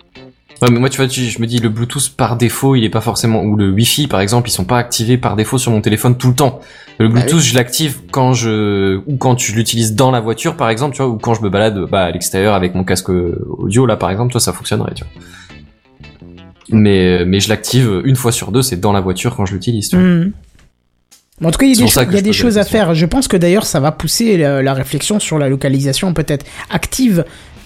Ouais, mais moi, tu vois, tu- je me dis, le Bluetooth par défaut, il est pas forcément, ou le Wi-Fi, par exemple, ils sont pas activés par défaut sur mon téléphone tout le temps. Le
Bah
Bluetooth, je l'active quand je, ou quand je l'utilise dans la voiture, par exemple, tu vois, ou quand je me balade, bah, à l'extérieur avec mon casque audio, là, par exemple, toi, ça fonctionnerait, tu vois. Mais, mais je l'active une fois sur deux, c'est dans la voiture quand je l'utilise, tu vois.
Mhm. En tout cas, il y a
C'est
des,
pour ça
cho-
que
il y a
je
des
posais la
choses à
question.
faire. Je pense que d'ailleurs, ça va pousser la, la réflexion sur la localisation peut-être active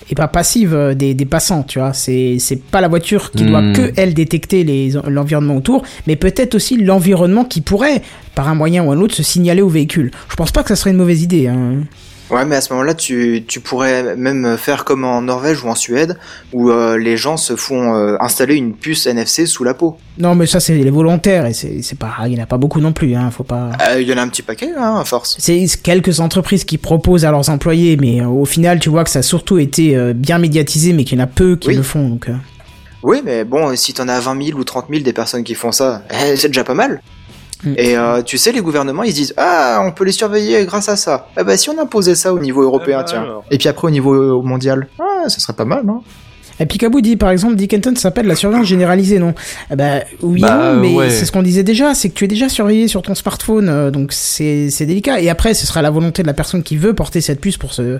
et pas passive euh, des, des passants, tu vois. C'est c'est pas la voiture qui doit
Hmm.
que, elle, détecter les- l'environnement autour, mais peut-être aussi l'environnement qui pourrait, par un moyen ou un autre, se signaler au véhicule. Je pense pas que ça serait une mauvaise idée. hein.
Ouais, mais à ce moment-là, tu, tu pourrais même faire comme en Norvège ou en Suède, où euh, les gens se font euh, installer une puce NFC sous la peau.
Non, mais ça, c'est les volontaires et c'est c'est pas, il y en a pas beaucoup non plus, hein. Faut pas.
Euh, Il y en a un petit paquet, hein, à force.
C'est quelques entreprises qui proposent à leurs employés, mais euh, au final, tu vois que ça a surtout été euh, bien médiatisé, mais qu'il y en a peu qui
Oui.
le font. Donc, euh.
Oui, mais bon, si t'en as 20 000 ou 30 000 des personnes qui font ça, eh, c'est déjà pas mal.
Mm.
Et euh, tu sais, les gouvernements, ils se disent Ah, on peut les surveiller grâce à ça. Ah bah, si on imposait ça au niveau européen,
Ah,
bah,
tiens.
alors.
Et puis après, au niveau euh, mondial, ah, ça serait pas mal, hein.
Et Picaboo dit par exemple, Dickenton s'appelle la surveillance généralisée, non Eh ben, Oui,
Bah,
non, mais
ouais.
c'est ce qu'on disait déjà, c'est que tu es déjà surveillé sur ton smartphone, euh, donc c'est c'est délicat. Et après, ce sera la volonté de la personne qui veut porter cette puce pour ce.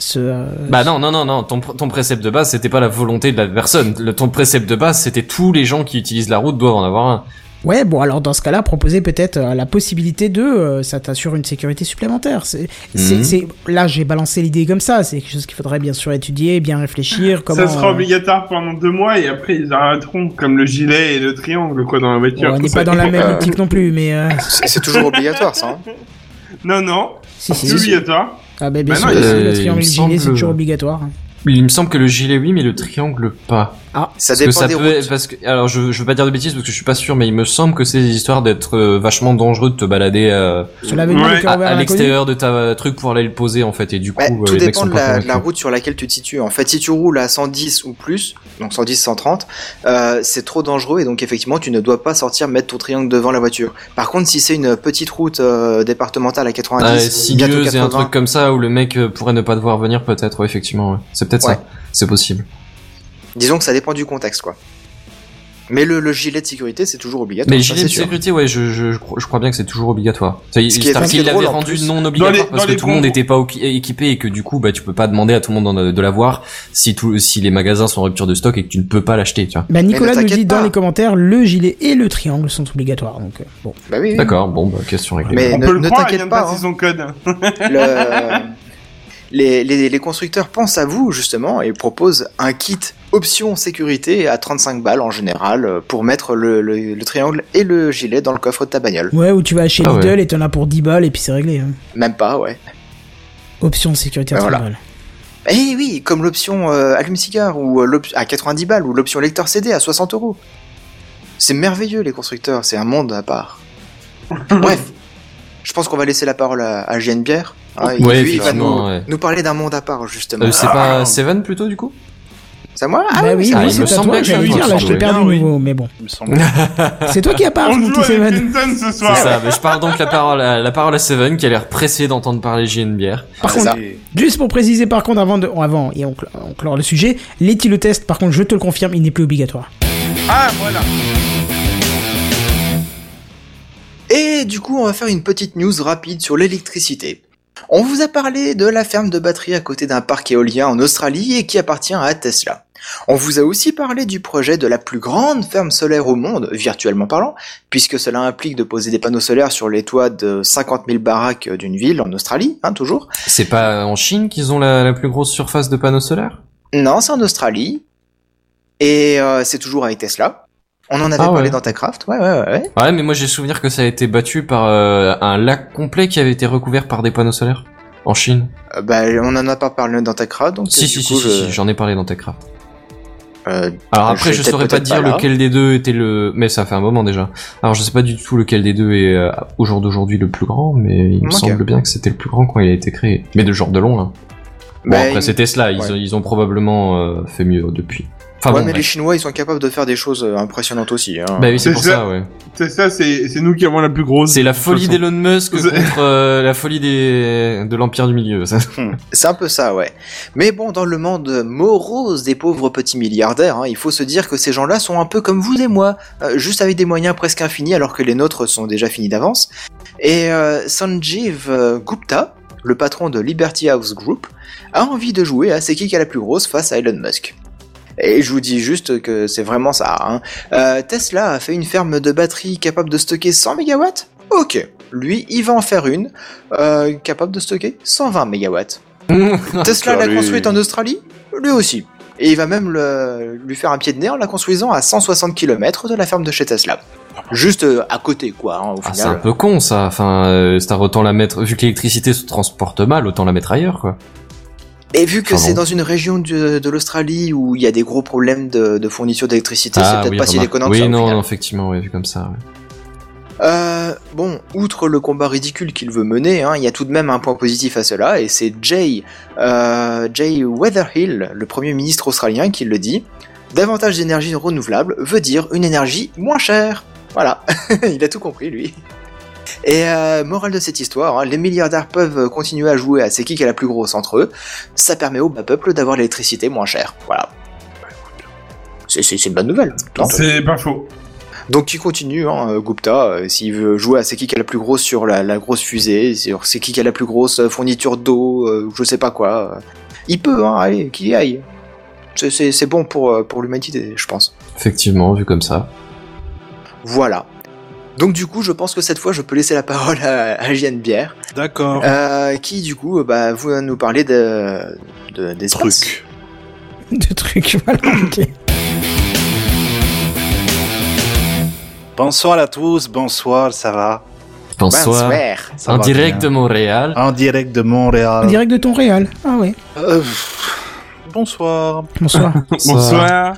ce euh,
Bah non, non, non, non. Ton, pr- ton précepte de base, c'était pas la volonté de la personne. Le, ton précepte de base, c'était tous les gens qui utilisent la route doivent en avoir un.
Ouais, bon, alors dans ce cas-là, proposer peut-être euh, la possibilité de, euh, ça t'assure une sécurité supplémentaire. C'est, c'est,
Mhm.
c'est- là, j'ai balancé l'idée comme ça. C'est quelque chose qu'il faudrait bien sûr étudier, bien réfléchir. Comment
Ça sera
euh,
obligatoire pendant deux mois et après ils arrêteront, comme le gilet et le triangle quoi dans la voiture.
bon, on n'est
Ça-
pas dans la même
Euh,
optique non plus, mais euh,
C'est c'est toujours obligatoire, ça. hein.
Non, non,
si, si,
c'est
si.
obligatoire.
Ah, bah, bien
Bah
sûr,
non,
le-
euh,
le
il
triangle
me
gilet, c'est
semble-
euh,
toujours obligatoire. hein.
Il me semble que le gilet oui, mais le triangle pas.
Ça
Parce que
dépend
ça
des
peut,
routes.
parce que alors je, je veux pas dire de bêtises parce que je suis pas sûr, mais il me semble que c'est des histoires d'être euh, vachement dangereux de te balader euh,
Cela veut dire
Ouais.
le
à,
cœur ouvert
à
à l'inconnu.
l'extérieur de ta euh, truc pour aller le poser en fait et du coup
Ouais,
euh,
tout
les mecs
dépend
sont
de
pas
la, de la
convaincus.
route sur laquelle tu te situes. En fait, si tu roules à 110 ou plus, donc 110, 130, euh, c'est trop dangereux et donc effectivement, tu ne dois pas sortir mettre ton triangle devant la voiture. Par contre, si c'est une petite route euh, départementale à 90,
Ah,
bientôt
sinueuse
80,
et un truc comme ça où le mec euh, pourrait ne pas devoir venir peut-être ouais, effectivement ouais. c'est peut-être
Ouais.
ça c'est possible
Disons que ça dépend du contexte, quoi. Mais le, le gilet de sécurité, c'est toujours obligatoire.
mais
ça,
gilet
c'est
de
sûr.
sécurité ouais je, je, je crois- je crois bien que c'est toujours obligatoire Ça, il-
Ce qui est-
c'est-à-dire
ce qui est
qu'il l'avait
drôle, en
rendu
plus.
non
Dans
obligatoire
les-
parce
dans
que
les
tout le monde
combos.
n'était pas oqui- équipé et que du coup bah tu peux pas demander à tout le monde de, de l'avoir si tout si les magasins sont en rupture de stock et que tu ne peux pas l'acheter tu vois
Bah, Nicolas
ne
nous
t'inquiète
dit
pas.
dans les commentaires, le gilet et le triangle sont obligatoires. Donc, euh, bon.
Bah oui, oui.
d'accord bon bah question réglée
Mais
On
Eh ben, ne,
peut le
ne
croire, il
t'inquiète
vient de
pas.
passer
hein.
son code.
Ah,
Le- les, les, les constructeurs pensent à vous, justement, et proposent un kit option sécurité à 35 balles en général euh, pour mettre le, le- le triangle et le gilet dans le coffre de ta bagnole.
Ouais, ou tu vas chez
Ah ouais.
Lidl et t'en as pour 10 balles et puis c'est réglé. hein.
Même pas, ouais.
Option sécurité à
Bah,
30
voilà.
balles.
Eh oui, comme l'option euh, allume-cigare ou euh, l'op- à 90 balles ou l'option lecteur CD à 60 euros. C'est merveilleux les constructeurs, c'est un monde à part. Bref, je pense qu'on va laisser la parole à, à JN Bière. hein, et
Ouais,
lui, il va nous,
effectivement, ouais.
nous parler d'un monde à part justement.
Euh, c'est
Ah.
pas Seven plutôt du coup
C'est à moi Ah
bah
oui,
oui,
c'est
ah,
oui,
il
c'est
me
à
semblait
toi,
que
j'allais
j'avais
dire, là,
entendu.
je t'ai perdu
Ah, oui.
nouveau, mais bon.
Il me semble.
C'est toi qui as pas
On joue
mon petit
avec
Seven.
Clinton ce soir.
C'est ça, mais je parle donc la parole, à, la parole à Seven qui a l'air pressé d'entendre parler JNBR.
Par
c'est
contre,
ça.
juste pour préciser, par contre, avant, de, avant et on, cl- on clore le sujet, l'éthylotest, par contre, je te le confirme, il n'est plus obligatoire.
Ah voilà.
Et du coup, on va faire une petite news rapide sur l'électricité. On vous a parlé de la ferme de batterie à côté d'un parc éolien en Australie et qui appartient à Tesla. On vous a aussi parlé du projet de la plus grande ferme solaire au monde, virtuellement parlant, puisque cela implique de poser des panneaux solaires sur les toits de 50 000 baraques d'une ville en Australie, hein, toujours.
C'est pas en Chine qu'ils ont la, la plus grosse surface de panneaux solaires
Non, c'est en Australie. Et euh, c'est toujours avec Tesla. On en avait
Ah ouais.
parlé dans TechCraft, ouais, ouais, ouais, ouais.
Ouais, mais moi j'ai souvenir que ça a été battu par euh, un lac complet qui avait été recouvert par des panneaux solaires en Chine.
Euh, bah, on en a pas parlé dans TechCraft, donc euh,
Si,
du
si, si,
coup,
si,
je-
si, j'en ai parlé dans Techcraft.
euh,
Alors
Je
après, je
l'étais
saurais pas
peut-être
dire
pas là.
lequel des deux était le... Mais ça fait un moment déjà. Alors je sais pas du tout lequel des deux est euh, au jour d'aujourd'hui le plus grand, mais il me
Ok.
semble bien que c'était le plus grand quand il a été créé. Mais de genre de long, là. Bon,
bah,
après,
il-
c'est Tesla, ils,
ouais.
ont- ils ont probablement euh, fait mieux depuis. Enfin
ouais,
bon,
mais les
bref.
Chinois, ils sont capables de faire des choses euh, impressionnantes aussi. Hein.
Bah oui, c'est
C'est
pour
ça.
ça, ouais.
C'est ça, c'est c'est nous qui avons la plus grosse.
C'est la
de toute
folie
façon.
d'Elon Musk
C'est-
contre euh, la folie des... de l'Empire du Milieu. Ça.
Hmm, C'est un peu ça, ouais. Mais bon, dans le monde morose des pauvres petits milliardaires, hein, il faut se dire que ces gens-là sont un peu comme vous et moi, euh, juste avec des moyens presque infinis alors que les nôtres sont déjà finis d'avance. Et euh, Sanjeev euh, Gupta, le patron de Liberty House Group, a envie de jouer à c'est qui qui a la plus grosse face à Elon Musk. Et je vous dis juste que c'est vraiment ça. hein. Euh, Tesla a fait une ferme de batterie capable de stocker 100 MW Ok, lui, il va en faire une euh, capable de stocker 120 MW.
Ah,
Tesla
tu vois,
l'a
lui-
construite en Australie, lui aussi. Et il va même le- lui faire un pied de nez en la construisant à 160 km de la ferme de chez Tesla. Juste euh, à côté, quoi, hein, au
Ah, c'est un
final.
peu con ça. Enfin, euh, c'est un- autant la mettre vu que l'électricité se transporte mal, autant la mettre ailleurs quoi.
Et vu que
Ah
c'est
bon.
dans une région du- de l'Australie où il y a des gros problèmes de, de fourniture d'électricité, c'est peut-être
Ah oui,
pas si
remarque.
déconnant que
Oui,
ça, au
non,
final.
non, effectivement, oui, vu comme ça. ouais.
Euh, bon, outre le combat ridicule qu'il veut mener, hein, il y a tout de même un point positif à cela, et c'est Jay, euh, Jay Weatherhill, le premier ministre australien, qui le dit. Davantage d'énergie renouvelable veut dire une énergie moins chère. Voilà, il a tout compris lui. Et euh, morale de cette histoire, hein, les milliardaires peuvent continuer à jouer à c'est qui qui est la plus grosse entre eux. Ça permet au bas peuple d'avoir l'électricité moins chère. Voilà. Bah, C'est- C'est c'est une bonne nouvelle. non
C'est pas faux.
donc il continue, hein, euh, Gupta, euh, s'il veut jouer à c'est qui qui a la plus grosse sur la, la grosse fusée, sur c'est qui qui a la plus grosse euh, fourniture d'eau, euh, je sais pas quoi. euh, il peut, hein, allez, qu'il y aille. C'est- C'est c'est bon pour, euh, pour l'humanité, je pense.
Effectivement, vu comme ça.
Voilà. Donc du coup, je pense que cette fois, je peux laisser la parole à, à Jeanne Bière,
D'accord.
euh, qui du coup, euh, bah, vous nous parler de, de des
Truc.
de trucs, voilà, ok.
Bonsoir à tous, bonsoir, ça va
Bonsoir.
Ça
En
va
direct de
bien.
Montréal.
En direct de
En
Montréal.
direct de ton réal. Ah ouais.
Euh, pff, bonsoir.
Bonsoir.
Bonsoir.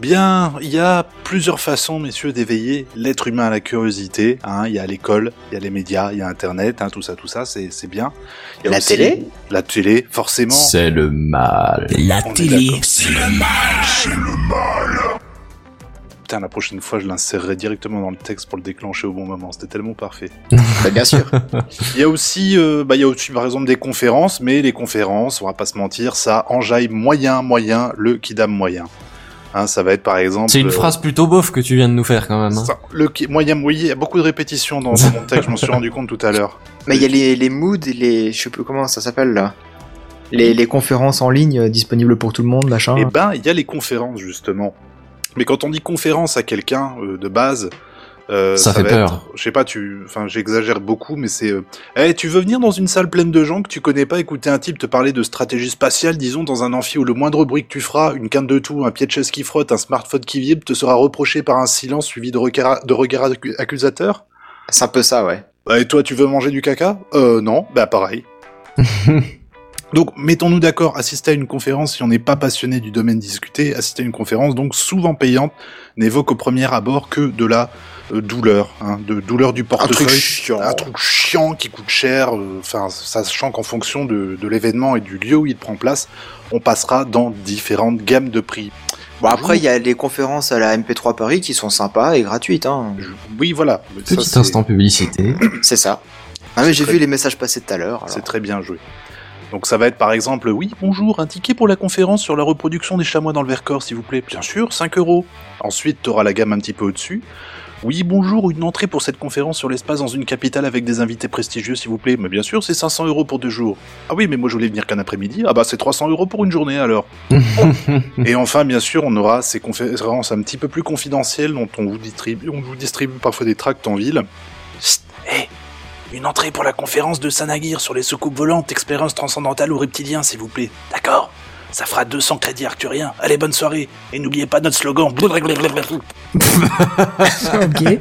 Bien, il y a plusieurs façons, messieurs, d'éveiller l'être humain à la curiosité. hein. Il y a l'école, il y a les médias, il y a Internet, hein, tout ça, tout ça, c'est c'est bien. Il y a
La
aussi
télé
La télé, forcément.
C'est le mal.
La
On est
télé.
d'accord. Putain, la prochaine fois, je l'insérerai directement dans le texte pour le déclencher au bon moment. C'était tellement parfait.
Bah, bien sûr.
Il y a aussi, euh, bah, il y a aussi par exemple des conférences, mais les conférences, on va pas se mentir, ça enjaille moyen, moyen, le kidam moyen. Hein, ça va être par exemple.
C'est une
euh,
phrase plutôt bof que tu viens de nous faire quand même. hein.
ça- le ki- moyen, moyen, il y a beaucoup de répétitions dans, dans mon texte, je m'en suis rendu compte tout à l'heure.
Mais il y a les, les moods et les. Je sais plus comment ça s'appelle là. Les, les conférences en ligne euh, disponibles pour tout le monde, machin.
Eh ben, il y a les conférences justement. Mais quand on dit conférence à quelqu'un euh, de base, euh,
Ça fait
va
peur.
être- Je sais pas, tu, enfin, j'exagère beaucoup, mais c'est. euh, Eh, tu veux venir dans une salle pleine de gens que tu connais pas, écouter un type te parler de stratégie spatiale, disons dans un amphi où le moindre bruit que tu feras, une canne de tout, un pied de chaise qui frotte, un smartphone qui vibre, te sera reproché par un silence suivi de regards de regards accu- accusateurs.
C'est un peu ça, ouais.
Bah, et toi, tu veux manger du caca Euh, non, bah pareil. donc, mettons-nous d'accord, assister à une conférence, si on n'est pas passionné du domaine discuté, assister à une conférence, donc souvent payante, n'évoque au premier abord que de la euh, douleur, hein, de douleur du
Un
portefeuille.
truc chiant.
Un truc chiant qui coûte cher, euh, enfin, sachant qu'en fonction de, de l'événement et du lieu où il prend place, on passera dans différentes gammes de prix.
Bon,
Ah
après, il y a les conférences à la MP3 Paris qui sont sympas et gratuites, hein.
Je- Oui, voilà. Ça,
Petit
c'est-
instant publicité.
C'est ça. Ah, mais j'ai
très-
vu les messages passer tout à l'heure. alors.
C'est très bien joué. Donc ça va être par exemple, oui, bonjour, un ticket pour la conférence sur la reproduction des chamois dans le Vercors, s'il vous plaît. Bien sûr, 5 euros. Ensuite, tu auras la gamme un petit peu au-dessus. Oui, bonjour, une entrée pour cette conférence sur l'espace dans une capitale avec des invités prestigieux, s'il vous plaît. Mais bien sûr, c'est 500 euros pour deux jours. Ah oui, mais moi je voulais venir qu'un après-midi. Ah bah c'est 300 euros pour une journée alors. Et enfin, bien sûr, on aura ces conférences un petit peu plus confidentielles dont on vous distribue, on vous distribue parfois des tracts en ville. Chut, hé, une entrée pour la conférence de Sanagir sur les soucoupes volantes, expérience transcendantale ou reptilien, s'il vous plaît. D'accord Ça fera 200 crédits arcturiens. Allez, bonne soirée. Et n'oubliez pas notre slogan.
ok.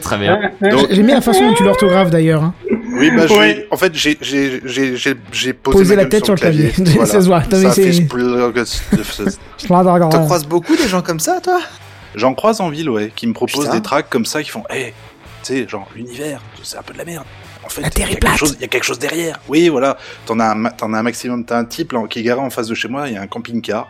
Très bien.
Eh,
Donc-
J'aime bien la façon dont tu l'orthographes d'ailleurs. hein.
Oui, bah, je
Oui.
l'ai- en fait, j'ai- j'ai j'ai- j'ai- j'ai posé,
Poser la
ma gueule
tête sur le clavier.
Voilà.
Ça se voit. Non, mais
Ça fait
c'est-
splurg-
T'en croises beaucoup des gens comme ça, toi
J'en croise en ville, ouais, qui me proposent
Putain.
des tracks comme ça, qui font, hé, tu sais, genre, l'univers, c'est un peu de la merde. En fait,
La Terre
il y,
est
a quelque
plate.
chose- il y a quelque chose derrière. Oui, voilà. T'en as, un ma- t'en as un maximum. T'as un type là, qui est garé en face de chez moi, il y a un camping-car.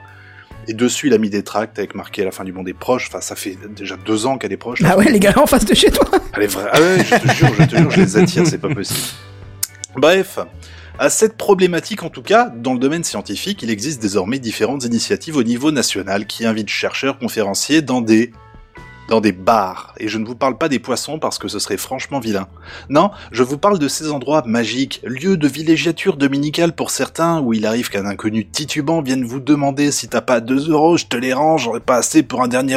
Et dessus, il a mis des tracts avec marqué la fin du monde est proche. Enfin, ça fait déjà deux ans qu'elle est proche.
Ah ouais, les gars, en face de chez toi.
Elle est vraie. Ah ouais, je te jure, je te jure, je les attire, c'est pas possible. Bref, à cette problématique en tout cas, dans le domaine scientifique, il existe désormais différentes initiatives au niveau national qui invitent chercheurs, conférenciers dans des dans des bars. Et je ne vous parle pas des poissons parce que ce serait franchement vilain. Non, je vous parle de ces endroits magiques, lieux de villégiature dominicale pour certains, où il arrive qu'un inconnu titubant vienne vous demander si t'as pas 2 euros, je te les rends, j'en ai pas assez pour un dernier...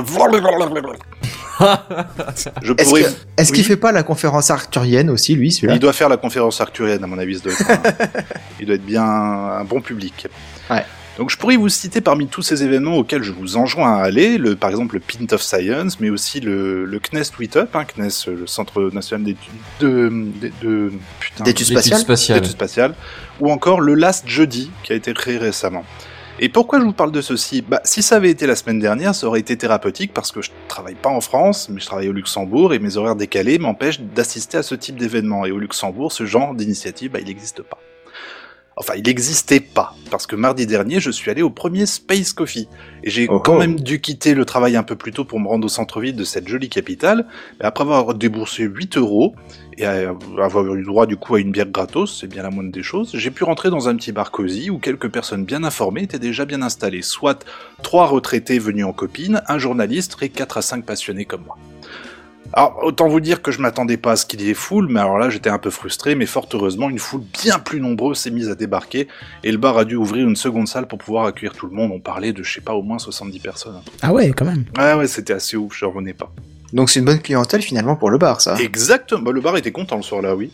Je
Est-ce
pourrais...
que- est-ce qu'il
Oui.
fait pas la conférence arcturienne aussi, lui, celui-là
Il doit faire la conférence arcturienne, à mon avis. ça doit être un- il doit être bien un bon public.
Ouais.
Donc je pourrais vous citer parmi tous ces événements auxquels je vous enjoins à aller, le, par exemple le Pint of Science, mais aussi le, le CNES Tweet Up, hein, CNES, euh, le Centre National d'études de, de, de- putain, d'études
D'études spatiales
spatial.
d'études spatiales, ou encore le Last Jeudi, qui a été créé récemment. Et pourquoi je vous parle de ceci Bah, si ça avait été la semaine dernière, ça aurait été thérapeutique parce que je travaille pas en France, mais je travaille au Luxembourg et mes horaires décalés m'empêchent d'assister à ce type d'événement. Et au Luxembourg, ce genre d'initiative, bah, il n'existe pas. Enfin, il n'existait pas parce que mardi dernier, je suis allé au premier Space Coffee et j'ai
Oh
quand
oh.
même dû quitter le travail un peu plus tôt pour me rendre au centre-ville de cette jolie capitale. Et après avoir déboursé 8 euros et à- avoir eu droit du coup à une bière gratos, c'est bien la moindre des choses, j'ai pu rentrer dans un petit bar cosy où quelques personnes bien informées étaient déjà bien installées, soit trois retraités venus en copine, un journaliste et quatre à cinq passionnés comme moi. Alors, autant vous dire que je m'attendais pas à ce qu'il y ait foule, mais alors là, j'étais un peu frustré, mais fort heureusement, une foule bien plus nombreuse s'est mise à débarquer, et le bar a dû ouvrir une seconde salle pour pouvoir accueillir tout le monde. On parlait de, je sais pas, au moins 70 personnes.
Ah ouais, quand même.
Ah ouais, c'était assez ouf, je revenais pas.
Donc c'est une bonne clientèle finalement pour le bar, ça.
Exactement. Bah, le bar était content le soir-là, oui.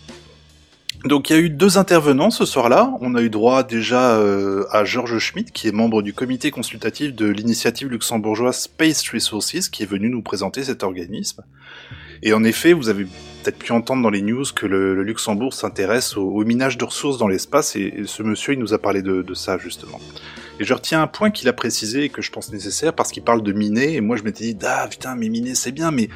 Donc il y a eu deux intervenants ce soir-là. On a eu droit déjà euh, à Georges Schmitt, qui est membre du comité consultatif de l'initiative luxembourgeoise Space Resources, qui est venu nous présenter cet organisme. Et en effet, vous avez peut-être pu entendre dans les news que le, le Luxembourg s'intéresse au, au minage de ressources dans l'espace, et, et ce monsieur, il nous a parlé de, de ça justement. Et je retiens un point qu'il a précisé et que je pense nécessaire, parce qu'il parle de miner, et moi je m'étais dit, ah putain, mais miner c'est bien, mais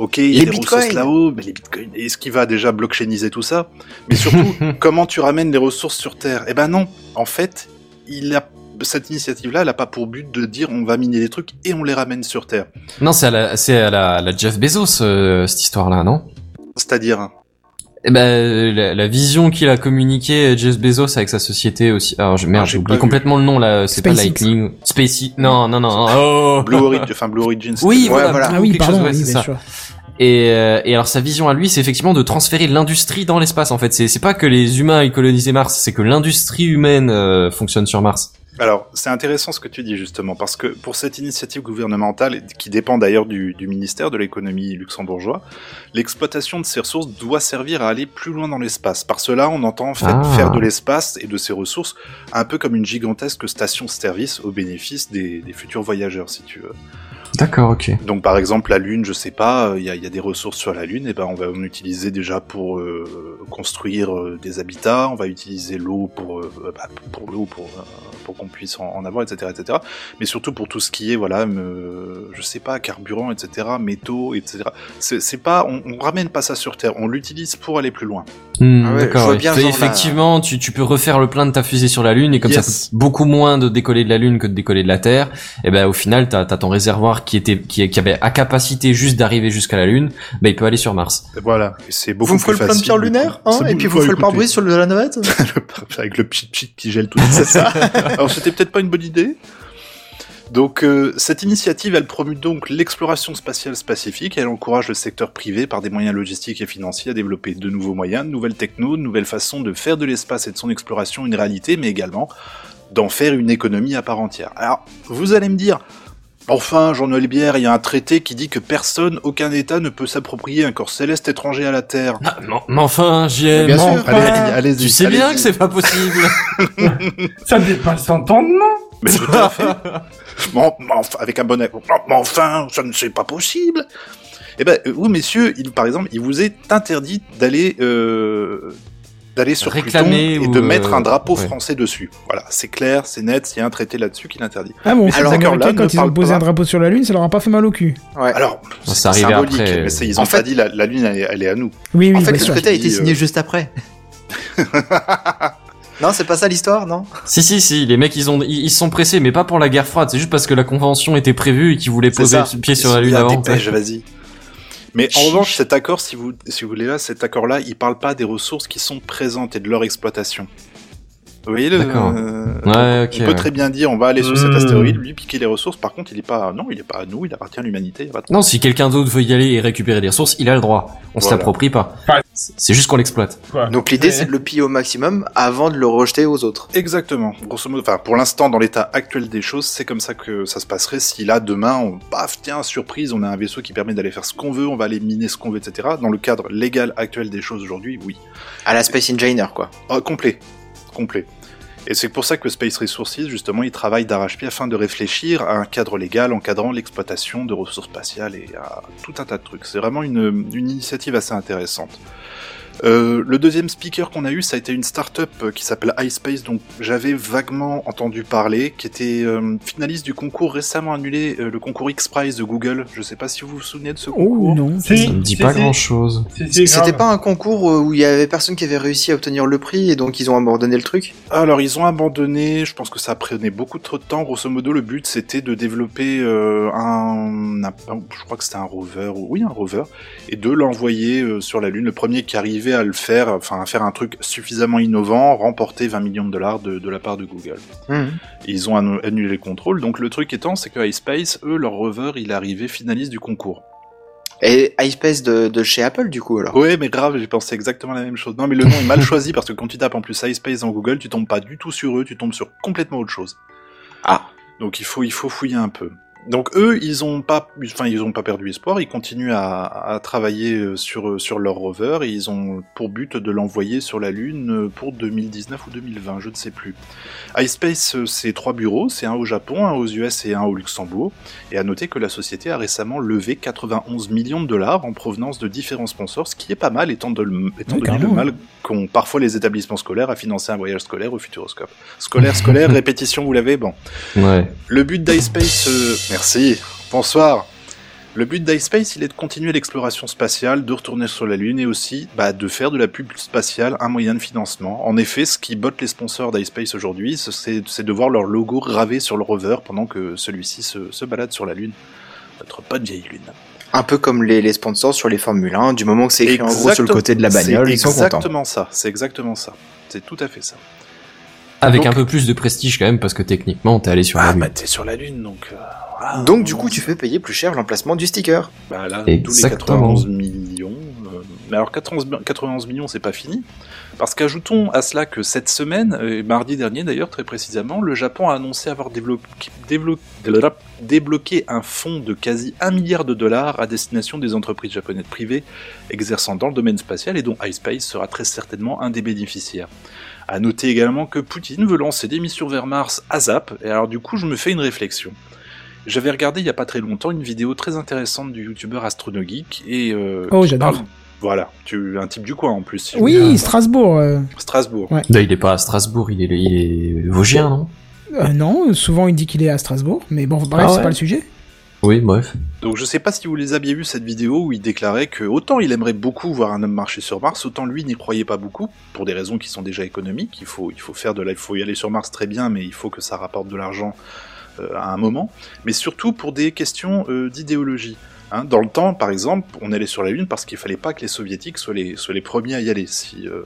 ok, il y a
Les
des
bitcoins.
ressources là-haut, mais les bitcoins, est-ce qu'il va déjà blockchainiser tout ça Mais surtout, comment tu ramènes les ressources sur Terre Eh ben non, en fait, il a... Cette initiative-là, elle n'a pas pour but de dire on va miner des trucs et on les ramène sur Terre.
Non, c'est à la, c'est à la, la Jeff Bezos euh, cette histoire-là, non
C'est-à-dire, hein,
Eh ben, la, la vision qu'il a communiquée euh, Jeff Bezos avec sa société aussi. Alors, je, merde,
Ah, j'ai
j'ai
pas
oublié
vu.
complètement le nom là. euh, C'est pas
SpaceX.
Lightning, Spacey. Non, non, non. Oh.
Blue Origin, enfin Blue Origin. c'était-
Oui,
Ouais,
voilà.
voilà.
Blue
Ah oui,
quelque
pardon,
chose, ouais,
oui,
c'est
bien
ça.
sûr.
Et, euh, et alors sa vision à lui, c'est effectivement de transférer l'industrie dans l'espace. En fait, c'est c'est pas que les humains aient colonisé Mars, c'est que l'industrie humaine euh, fonctionne sur Mars.
Alors, c'est intéressant ce que tu dis justement, parce que pour cette initiative gouvernementale, qui dépend d'ailleurs du, du ministère de l'économie luxembourgeois, l'exploitation de ces ressources doit servir à aller plus loin dans l'espace. Par cela, on entend en fait
Ah.
faire de l'espace et de ses ressources un peu comme une gigantesque station-service au bénéfice des, des futurs voyageurs, si tu veux.
D'accord, ok.
Donc par exemple la Lune, je sais pas, euh, il y, a- y a des ressources sur la Lune, et ben on va en utiliser déjà pour euh, construire euh, des habitats, on va utiliser l'eau pour euh, bah, pour l'eau pour euh, pour qu'on puisse en, en avoir, etc., etc. Mais surtout pour tout ce qui est voilà, me- je sais pas, carburant, etc., métaux, etc. C'est c'est pas, on, on ramène pas ça sur Terre, on l'utilise pour aller plus loin.
Hmm,
Ah ouais, je
D'accord.
vois
ouais.
bien
Fait,
genre la-
effectivement, tu, tu peux refaire le plein de ta fusée sur la Lune et comme
Yes.
ça coûte beaucoup moins de décoller de la Lune que de décoller de la Terre, et ben au final t'as as ton réservoir qui était qui, qui avait à capacité juste d'arriver jusqu'à la Lune, ben il peut aller sur Mars.
Voilà, Et c'est beaucoup
vous me
plus
ferez le
facile.
plein
du
de pierres
coup.
lunaires, hein,
C'est
et
beaucoup
puis
plus-
vous ferez le
écoutez,
pare-brise sur le de la navette
le- avec le pchit pchit qui gèle tout. C'est ça. Alors c'était peut-être pas une bonne idée. Donc euh, cette initiative, elle promue donc l'exploration spatiale pacifique et elle encourage le secteur privé par des moyens logistiques et financiers à développer de nouveaux moyens, de nouvelles technos, de nouvelles façons de faire de l'espace et de son exploration une réalité, mais également d'en faire une économie à part entière. Alors vous allez me dire, Enfin, journal Libière, il y a un traité qui dit que personne, aucun État ne peut s'approprier un corps céleste étranger à la Terre.
Ah, non, mais enfin, JM,
Bien
non,
sûr.
pas-
allez-y,
allez
tu sais bien que c'est pas possible.
Ça dépasse l'entendement.
Mais tout à fait. Mais en- mais enfin, avec un bon accent. Mais enfin, ça ne c'est pas possible. Eh ben, euh, vous messieurs, il, par exemple, il vous est interdit d'aller euh, d'aller sur
Réclamer
Pluton et
ou,
de
euh,
mettre un drapeau
ouais.
français dessus. Voilà, c'est clair, c'est net. Il y a un traité là-dessus qui l'interdit.
Ah bon,
Mais
alors
ces accords-là
Américains,
ne
quand ils ont
parlent
posé
pas.
un drapeau sur la Lune, ça leur a pas fait mal au cul.
Ouais.
Alors,
Ça
c'est
arrive
symbolique,
après,
mais
euh.
c'est- ils ont
En
pas
fait-
dit la, la lune, elle est, elle est à nous.
Oui, oui,
euh,
en fait,
bien
le
sûr.
traité a
qui
été
dit,
signé
euh,
juste après. Non, c'est pas ça l'histoire, non
Si si si, les mecs ils ont ils, ils se sont pressés, mais pas pour la guerre froide, c'est juste parce que la convention était prévue et qu'ils voulaient
C'est
poser
ça.
le pied sur
Ils
la
sont
lune
bien
avant.
dépêche, vas-y. Mais en
Chut.
revanche, cet accord, si vous, si vous voulez là, cet accord-là, il parle pas des ressources qui sont présentes et de leur exploitation. Vous voyez le.
D'accord.
euh,
Ouais,
On
ok.
peut
ouais.
très bien dire, on va aller sur cet
Hmm.
astéroïde, lui piquer les ressources. Par contre, il est pas, non, il est pas à nous, il appartient à l'humanité. il va-
Non, si quelqu'un d'autre veut y aller et récupérer les ressources, il a le droit. On se
Voilà.
l'approprie pas.
Enfin,
C'est juste qu'on l'exploite.
quoi.
Donc l'idée,
Ouais.
c'est de le piller au maximum avant de le rejeter aux autres.
Exactement. Grosso modo, enfin, pour l'instant, dans l'état actuel des choses, c'est comme ça que ça se passerait si là, demain, on, paf, tiens, surprise, on a un vaisseau qui permet d'aller faire ce qu'on veut, on va aller miner ce qu'on veut, etc. Dans le cadre légal actuel des choses aujourd'hui, oui.
À la Space Engineer, quoi.
Ah, complet. Complet. Et c'est pour ça que Space Resources, justement, il travaille d'arrache-pied afin de réfléchir à un cadre légal encadrant l'exploitation de ressources spatiales et à tout un tas de trucs. C'est vraiment une, une initiative assez intéressante. Euh, le deuxième speaker qu'on a eu, ça a été une start-up euh, qui s'appelle iSpace, dont j'avais vaguement entendu parler, qui était euh, finaliste du concours récemment annulé, euh, le concours X-Prize de Google. Je sais pas si vous vous souvenez de ce concours.
Oh non.
Si,
Ça me dit
si,
pas
si.
grand chose.
Si, si,
C'était
grave.
pas un concours euh, où il y avait personne qui avait réussi à obtenir le prix et donc ils ont abandonné le truc
Alors ils ont abandonné, je pense que ça prenait beaucoup trop de temps. Grosso modo, le but c'était de développer euh, un, un- je crois que c'était un rover, ou- oui un rover, et de l'envoyer euh, sur la Lune. Le premier qui arrivait à le faire, enfin à faire un truc suffisamment innovant, remporter 20 millions de dollars de, de la part de Google. Et ils ont annu- annulé le contrôle. Donc le truc étant, c'est que iSpace, eux, leur rover, il est arrivé finaliste du concours.
Et iSpace de, de chez Apple, du coup, alors
Ouais, mais grave, j'ai pensé exactement la même chose. Non, mais le nom est mal choisi parce que quand tu tapes en plus iSpace dans Google, tu tombes pas du tout sur eux, tu tombes sur complètement autre chose.
Ah.
Donc il faut, il faut fouiller un peu. Donc eux, ils ont pas, enfin ils ont pas perdu espoir. Ils continuent à, à travailler euh, sur euh, sur leur rover et ils ont pour but de l'envoyer sur la Lune euh, pour 2019 ou 2020, je ne sais plus. iSpace, euh, c'est trois bureaux, c'est un au Japon, un aux US et un au Luxembourg. Et à noter que la société a récemment levé 91 millions de dollars en provenance de différents sponsors, ce qui est pas mal étant, de, étant
Ouais,
donné le
carrément.
mal qu'ont parfois les établissements scolaires à financer un voyage scolaire au Futuroscope. Scolaire, scolaire, répétition, vous l'avez, bon.
Ouais.
Le but d'iSpace... euh, Merci, bonsoir. Le but d'iSpace, il est de continuer l'exploration spatiale, de retourner sur la Lune et aussi bah, de faire de la pub spatiale un moyen de financement. En effet, ce qui botte les sponsors d'iSpace aujourd'hui, ce- c'est c'est de voir leur logo gravé sur le rover pendant que celui-ci se, se balade sur la Lune. Notre bonne vieille Lune.
Un peu comme les, les sponsors sur les Formule 1, du moment que c'est écrit en gros sur le côté de la bagnole,
C'est
ils sont contents.
exactement ça, c'est exactement ça. C'est tout à fait ça.
Avec
Donc-
un peu plus de prestige quand même parce que techniquement t'es allé sur la
Ah
lune.
bah t'es sur la Lune donc... euh, voilà.
Donc du coup, tu fais payer plus cher l'emplacement du sticker.
Bah là, tous les
Exactement.
91 millions. euh, mais alors 91, 91 millions, c'est pas fini. Parce qu'ajoutons à cela que cette semaine, euh, et mardi dernier d'ailleurs très précisément, le Japon a annoncé avoir développé, développé- développé- débloqué un fonds de quasi 1 milliard de dollars à destination des entreprises japonaises privées exerçant dans le domaine spatial et dont iSpace sera très certainement un des bénéficiaires. À noter également que Poutine veut lancer des missions vers Mars à Zap, et alors du coup je me fais une réflexion. J'avais regardé il y a pas très longtemps une vidéo très intéressante du youtubeur AstronoGeek et... euh,
Oh,
qui
j'adore.
parle- Voilà, tu un type du coin en plus. si je me
Oui,
souviens.
Strasbourg. euh,
Strasbourg.
Là, il est pas à Strasbourg, il est, il est Vosgien, non
euh, non, souvent il dit qu'il est à Strasbourg, mais bon, bref,
Ah ouais.
c'est pas le sujet.
Oui, bref.
Donc je sais pas si vous les aviez vu cette vidéo où il déclarait que autant il aimerait beaucoup voir un homme marcher sur Mars, autant lui n'y croyait pas beaucoup pour des raisons qui sont déjà économiques. Il faut il faut faire de la, il faut y aller sur Mars très bien, mais il faut que ça rapporte de l'argent euh, à un moment. Mais surtout pour des questions euh, d'idéologie. hein. dans le temps, par exemple, on allait sur la Lune parce qu'il fallait pas que les soviétiques soient les, soient les premiers à y aller. Si, euh,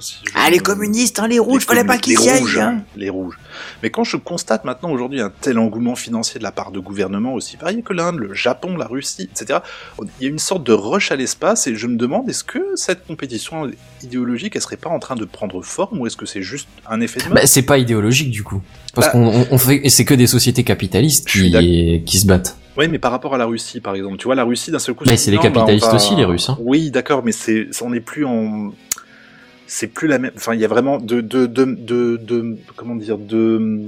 si je-
hein, les
les communistes, les rouges, hein, les rouges. Mais quand je constate maintenant aujourd'hui un tel engouement financier de la part de gouvernements aussi variés que l'Inde, le Japon, la Russie, etc., il y a une sorte de rush à l'espace et je me demande est-ce que cette compétition idéologique, elle serait pas en train de prendre forme ou est-ce que c'est juste un effet de mode
Bah, c'est pas idéologique du coup, parce
Bah.
qu'on on- on fait, et c'est que des sociétés capitalistes
Je suis
qui, qui se battent.
Oui, mais par rapport à la Russie, par exemple, tu vois, la Russie d'un seul coup.
Mais
se
c'est
dit,
les
non, bah, on
capitalistes
va-
aussi, les Russes, hein.
Oui, d'accord, mais c'est, on n'est plus en, c'est plus la même. Enfin, il y a vraiment de, de, de, de, de- comment dire, de.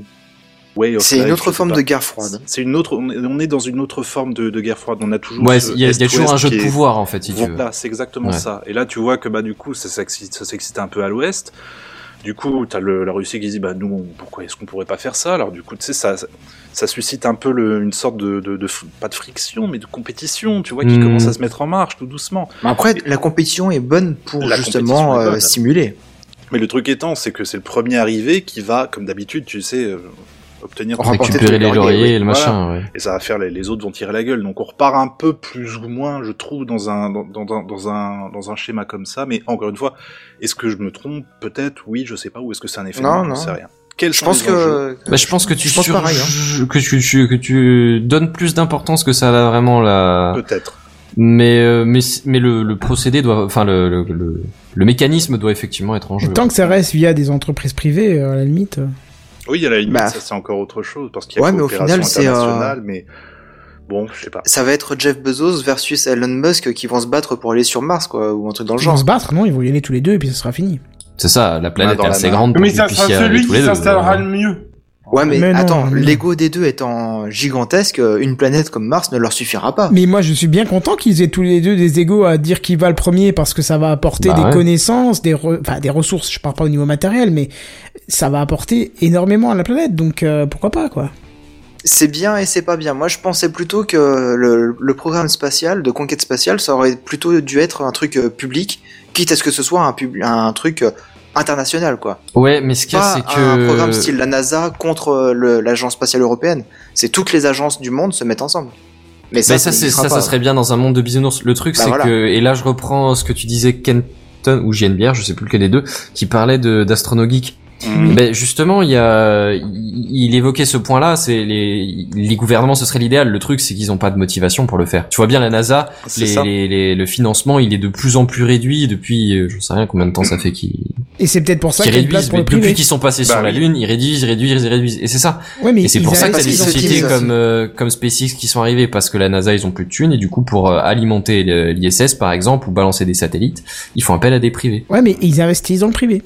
way of
C'est une
life, je
autre
sais
forme
pas.
de guerre froide.
C'est une autre. On est- on est dans une autre forme de, de guerre froide. On a toujours.
Ouais,
ce
il y a, il y a toujours
Est-Ouest
un jeu de
qui est-
pouvoir en fait, si tu veux.
voilà, c'est exactement
Ouais.
ça. Et là, tu vois que bah du coup, ça s'excite, ça s'excite un peu à l'Ouest. Du coup, t'as le, la Russie qui dit bah nous, on- pourquoi est-ce qu'on pourrait pas faire ça Alors du coup, tu sais, ça, ça, ça suscite un peu le- une sorte de, de, de fr- pas de friction, mais de compétition, tu vois, qui
Mhm.
commence à se mettre en marche tout doucement.
Mais après, la compétition est bonne pour
La compétition
justement
est bonne.
euh, simuler.
Mais le truc étant, c'est que c'est le premier arrivé qui va, comme d'habitude, tu sais, euh, obtenir
Remporter
remporter
tout
Récupérer
le
les
laurier,
lauriers et le
Voilà.
machin, ouais.
et ça va faire les, les autres vont tirer la gueule. Donc on repart un peu plus ou moins, je trouve, dans un dans, dans, un- dans un dans un schéma comme ça. Mais encore une fois, est-ce que je me trompe Peut-être, oui, je sais pas. Ou est-ce que c'est un effet
Non,
de mode
non.
J'en sais rien. Quels
Je
sont
pense
les enjeux
que.
Bah, je pense que tu
Je pense
sur-
pareil, hein.
que tu, tu- que tu donnes plus d'importance que ça a vraiment la
Peut-être.
mais euh, mais mais le, le procédé doit enfin le le, le le mécanisme doit effectivement être en jeu.
Tant que ça reste via des entreprises privées, euh, à la limite.
Oui, à la limite,
Bah.
ça c'est encore autre chose parce qu'il y a
Ouais, mais au
coopération
final, c'est, euh,
internationale, mais bon, je sais pas.
Ça va être Jeff Bezos versus Elon Musk qui vont se battre pour aller sur Mars, quoi, ou un truc dans le
Ils vont
genre.
se battre, non Ils vont y aller tous les deux et puis ça sera fini.
C'est ça, la planète
dans
est
la
assez
main.
grande pour
Mais
que
ça
tu
sera
puisses y aller
celui
tous les
qui
deux,
s'installera
ouais.
le mieux.
Ouais, mais,
Mais non,
attends,
mais-
l'ego des deux étant gigantesque, euh, une planète comme Mars ne leur suffira
Ah.
pas.
Mais moi, je suis bien content qu'ils aient tous les deux des égaux à dire qui va le premier parce que ça va apporter
Bah
des
ouais.
connaissances, des, re- enfin, des ressources. Je parle pas au niveau matériel, mais ça va apporter énormément à la planète. Donc euh, pourquoi pas, quoi.
C'est bien et c'est pas bien. Moi, je pensais plutôt que le, le programme spatial, de conquête spatiale, ça aurait plutôt dû être un truc euh, public, quitte à ce que ce soit un, pub- un truc euh, international, quoi.
Ouais, mais ce qu'il y a
Pas
c'est que
un programme style la NASA contre euh, le- l'agence spatiale européenne. C'est toutes les agences du monde se mettent ensemble. Mais ça,
Mais Bah, Ben, ça, c'est-
n'existera
ça, ça
pas.
serait bien dans un monde de bisounours. Le truc,
Bah
c'est
voilà.
que, et là, je reprends ce que tu disais, Kenton ou JNBR, je sais plus lequel des deux, qui parlait de d'astronogeek. Ben justement, il y a, il il évoquait ce point-là. C'est les, les gouvernements, ce serait l'idéal. Le truc, c'est qu'ils n'ont pas de motivation pour le faire. Tu vois bien la NASA,
C'est
les,
ça.
les- les- le financement, il est de plus en plus réduit depuis, euh, je sais rien combien de temps ça fait qu'ils
Et c'est peut-être pour ça
qu'ils
qu'il y a une place
réduisent.
pour
Mais
le
depuis
privé.
qu'ils sont passés
Bah
sur la
oui.
Lune, ils réduisent, ils réduisent, ils réduisent. Et c'est ça.
Ouais, mais
Et c'est
ils
pour ça que t'as
arrêtent-
des
qu'ils
ils ont-
sociétés
utilisent.
comme euh, comme SpaceX qui sont arrivées parce que la NASA ils ont plus de thunes et du coup pour euh, alimenter le- l'ISS par exemple ou balancer des satellites, ils font appel à des privés.
Ouais, mais ils investissent dans le privé.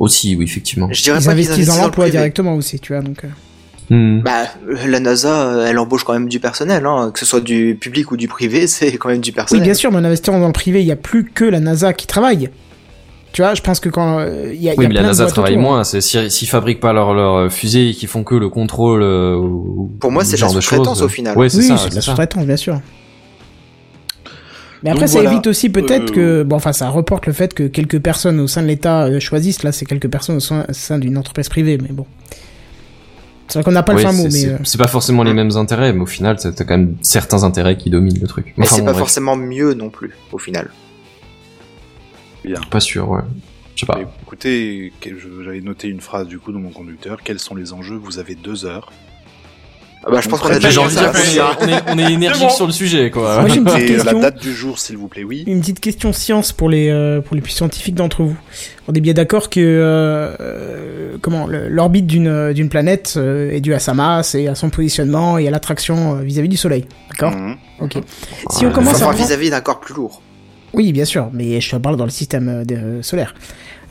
Aussi oui effectivement.
Je dirais
Ils
pas qu'ils
investissent dans
le
l'emploi
privé.
directement aussi, tu vois. Donc, euh.
Hmm.
Bah, euh, la NASA, euh, elle embauche quand même du personnel, hein, que ce soit du public ou du privé, c'est quand même du
Oui,
personnel.
bien sûr, mais en investissant dans le privé, il n'y a plus que la NASA qui travaille. Tu vois, je pense que quand euh, il y a, il y
oui
a
mais la
plein de
NASA
boîtes
travaille
autour.
moins. C'est si- s'ils fabriquent pas leur leur euh, fusée et qu'ils font que le contrôle. euh, ou-
Pour moi,
ou
c'est
ce
de la
genre de
sous-traitance,
choses.
au final.
Ouais c'est
oui,
ça.
c'est de la
c'est ça.
sous-traitance, bien sûr. Mais après,
Donc
ça
voilà.
évite aussi peut-être que,
Euh,
bon, enfin, ça reporte le fait que quelques personnes au sein de l'État euh, choisissent. Là, c'est quelques personnes au sein, au sein d'une entreprise privée, mais bon. C'est vrai qu'on n'a pas
Oui,
le fin mot, mais
c'est- c'est-
euh,
C'est pas forcément les mêmes intérêts, mais au final, t'as t'as quand même certains intérêts qui dominent le truc.
Mais
Enfin,
c'est
bon,
pas
bref,
forcément mieux non plus, au final.
Pas sûr, ouais. Je sais pas.
Mais Écoutez, que- je- j'avais noté une phrase du coup de mon conducteur. Quels sont les enjeux Vous avez deux heures.
Ah bah, je pense qu'on a
Mais
déjà
J'ai
dit
envie de
ça.
dire qu'on est, on est, on est énergique
bon.
sur le sujet, quoi.
Moi, j'ai une petite
Et euh, la
question.
date du jour, s'il vous plaît, oui.
Une petite question science pour les euh, pour les plus scientifiques d'entre vous. On est bien d'accord que euh, euh, comment le- l'orbite d'une euh, d'une planète euh, est due à sa masse et à son positionnement et à l'attraction euh, vis-à-vis du Soleil. D'accord.
Mhm.
Ok. Si
Ouais,
on
mais
commence
Enfin,
à
enfin,
prendre-
vis-à-vis d'un corps plus lourd.
Oui, bien sûr, mais je te parle dans le système euh, de- euh, solaire.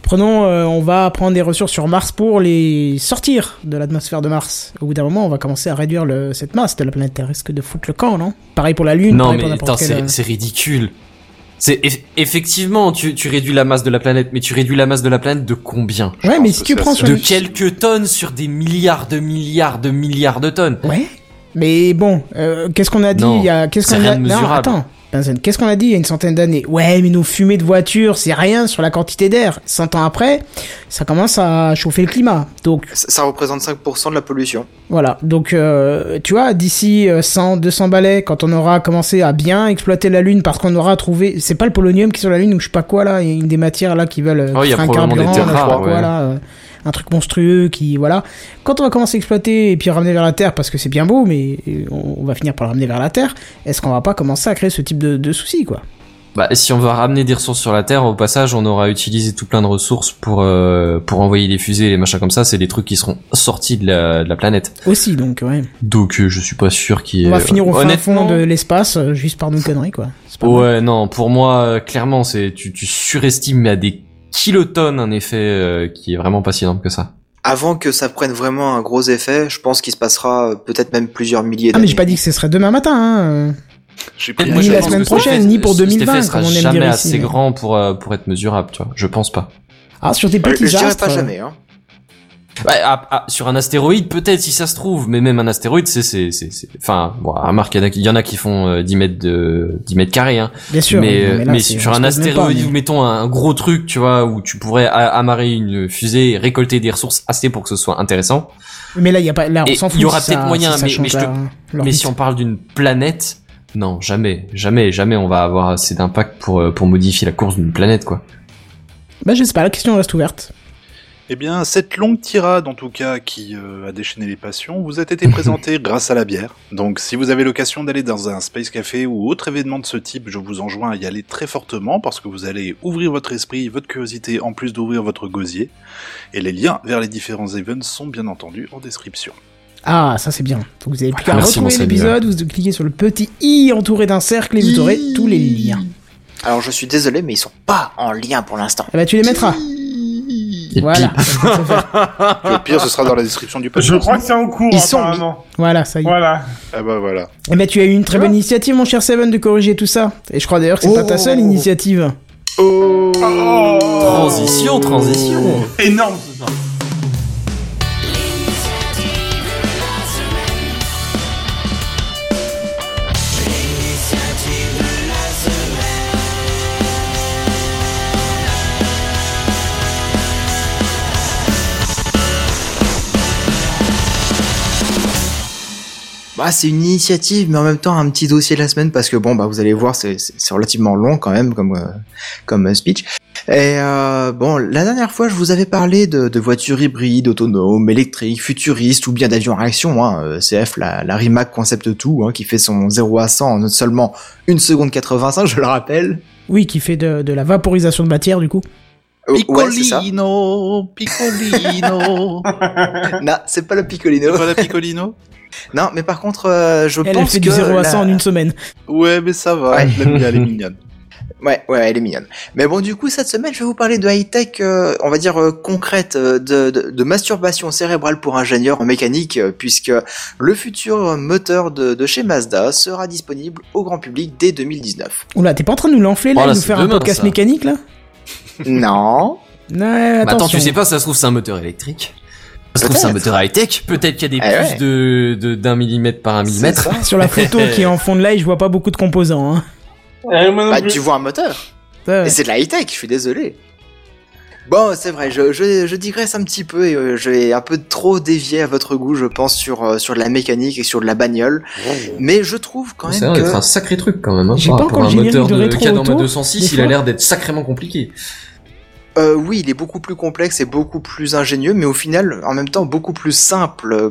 Prenons, euh, on va prendre des ressources sur Mars pour les sortir de l'atmosphère de Mars. Au bout d'un moment, on va commencer à réduire le, cette masse de la planète. Elle risque de foutre le camp, non Pareil pour la Lune,
Non,
pareil
mais
pour
attends,
n'importe quel...
c'est c'est ridicule. C'est eff- effectivement, tu, tu réduis la masse de la planète, mais tu réduis la masse de la planète de combien
euh, Ouais,
pense
mais
que
si tu
ça
prends
se-
sur...
De
le-
quelques tonnes sur des milliards de milliards de milliards de tonnes.
Ouais, mais bon, euh, qu'est-ce qu'on a dit
Non,
il y a... Qu'est-ce
c'est
qu'on a...
rien de
non,
mesurable.
attends, Benzen, qu'est-ce qu'on a dit il y a une centaine d'années Ouais, mais nos fumées de voiture, c'est rien sur la quantité d'air. 100 ans après, ça commence à chauffer le climat. Donc,
Ça ça représente 5% de la pollution.
Voilà, donc euh, tu vois, d'ici euh, 100, 200 balais, quand on aura commencé à bien exploiter la Lune, parce qu'on aura trouvé, c'est pas le polonium qui est sur la Lune, ou je sais pas quoi là, il y a une des matières là qui veulent euh,
Oh, il y a
faire un
probablement des
carburant, là,
terres
je sais pas
rares,
quoi,
ouais.
là, euh, un truc monstrueux qui, voilà. Quand on va commencer à exploiter et puis ramener vers la Terre, parce que c'est bien beau, mais euh, on, on va finir par le ramener vers la Terre, est-ce qu'on va pas commencer à créer ce type de, de soucis quoi
Bah, si on va ramener des ressources sur la Terre, au passage, on aura utilisé tout plein de ressources pour euh, pour envoyer des fusées et les machins comme ça. C'est des trucs qui seront sortis de la, de la planète.
Aussi, donc, ouais.
Donc, euh, je suis pas sûr qu'il. y
On va
ait-
finir au fin fond
Honnêtement,
de l'espace, euh, juste par nos conneries quoi. C'est pas vrai.
Ouais, non, pour moi, euh, clairement, c'est tu, tu surestimes mais à des kilotonnes un effet euh, qui est vraiment pas si énorme que ça.
Avant que ça prenne vraiment un gros effet, je pense qu'il se passera euh, peut-être même plusieurs milliers
Ah,
d'années.
mais j'ai pas dit que ce serait demain matin, hein. euh.
J'ai pris
Ni
la
la
chance.
pense
semaine
que cet
prochaine,
effet-
ni pour
cet effet
2020,
sera
comme on aime
jamais
dire ici,
assez
mais-
grand pour euh, pour être mesurable, tu vois. Je pense pas.
Ah, sur tes
Euh,
petits
je dirais
astres.
pas jamais. Hein.
Ouais, Bah, à- à- sur un astéroïde, peut-être, si ça se trouve, mais même un astéroïde, c'est, c'est, c'est, c'est- enfin, bon, remarque, il y en a qui- il y, en a qui font euh, 10 mètres de, 10 mètres carrés, hein.
Bien sûr.
mais,
non,
euh,
là,
mais
c'est-
sur
on
un
se pose même pas,
astéroïde,
mais-
mettons un, un gros truc, tu vois, où tu pourrais a- amarrer une fusée, récolter des ressources assez pour que ce soit intéressant.
Mais, là, il y a pas, là, on
Et
s'en fout.
il y aura
si
peut-être
ça-
moyen,
si ça
mais-
change
mais je te-
la- leur
mais
vie.
si on parle d'une planète, non, jamais, jamais, jamais on va avoir assez d'impact pour, euh, pour modifier la course d'une planète, quoi.
Bah, je sais pas, la question reste ouverte.
Eh bien, cette longue tirade, en tout cas, qui euh, a déchaîné les passions, vous a été présentée grâce à la bière. Donc, si vous avez l'occasion d'aller dans un Space Café ou autre événement de ce type, je vous enjoins à y aller très fortement parce que vous allez ouvrir votre esprit, votre curiosité, en plus d'ouvrir votre gosier. Et les liens vers les différents events sont bien entendu en description.
Ah, ça c'est bien. Donc vous avez plus qu'à
Voilà, Ah, merci, mon
retrouver
Samy,
l'épisode, vous cliquez sur le petit i entouré d'un cercle et vous aurez tous les liens.
Alors je suis désolé, mais ils sont pas en lien pour l'instant.
Eh bah tu les mettras.
Et
Voilà.
puis-
Puis au pire, ce sera dans la description du podcast. hein.
Je crois que c'est en cours,
Ils sont
apparemment.
Voilà, ça y est.
Voilà.
Ah bah voilà.
Eh bah tu as eu une très bonne initiative mon cher Seven de corriger tout ça. Et je crois d'ailleurs que c'est pas
Oh.
ta seule initiative.
transition, transition.
Oh. Énorme ce soir.
Bah, c'est une initiative, mais en même temps un petit dossier de la semaine parce que bon, bah vous allez voir, c'est c'est- c'est relativement long quand même comme euh, comme euh, speech. Et euh, bon, la dernière fois, je vous avais parlé de, de voitures hybrides, autonomes, électriques, futuristes ou bien d'avions à réaction. Hein, Euh, CF, la, la Rimac Concept 2, hein, qui fait son 0 à 100 en seulement 1 seconde 85, je le rappelle.
Oui, qui fait de, de la vaporisation de matière du coup.
Euh, ouais, c'est ça.
Piccolino, Piccolino.
Non, c'est pas le Piccolino.
C'est pas la Piccolino
Non, mais par contre, euh, je
Elle a
pense
fait
que
du 0 à
la-
100 en une semaine.
Ouais, mais ça va.
Ouais.
Je l'aime bien, elle est mignonne.
Ouais, ouais, elle est mignonne. Mais bon, du coup, cette semaine, je vais vous parler de high-tech, euh, on va dire euh, concrète, euh, de, de, de masturbation cérébrale pour ingénieurs en mécanique, euh, puisque le futur moteur de, de chez Mazda sera disponible au grand public dès 2019.
Oula, t'es pas en train de nous l'enfler là,
Oh là,
et nous
c'est
faire un
demain,
podcast
ça.
mécanique là
non.
Ouais,
Mais Bah, attends,
attention.
tu sais pas, ça se trouve c'est un moteur électrique. Ça se trouve
Peut-être.
c'est un moteur high tech. Peut-être qu'il y a des
Eh
puces
ouais.
de de- d'un millimètre par un millimètre.
C'est ça.
Sur la photo qui est en fond de live, je vois pas beaucoup de composants. Hein.
Eh, moi non
Bah,
plus.
tu vois un moteur.
Ça,
Et c'est de la high-tech, je suis désolé. Bon, c'est vrai, je, je, je digresse un petit peu et euh, je vais un peu trop dévier à votre goût, je pense, sur, euh, sur de la mécanique et sur de la bagnole. Mais je trouve quand
C'est
même que...
d'être un sacré truc quand même. Hein,
J'ai
par
pas
rapport
encore
à un
le générique
moteur
de
de,
rétro
Kadama
auto,
206,
des
il a
fois.
l'air d'être sacrément compliqué.
Euh, oui, il est beaucoup plus complexe et beaucoup plus ingénieux, mais au final, en même temps, beaucoup plus simple. euh,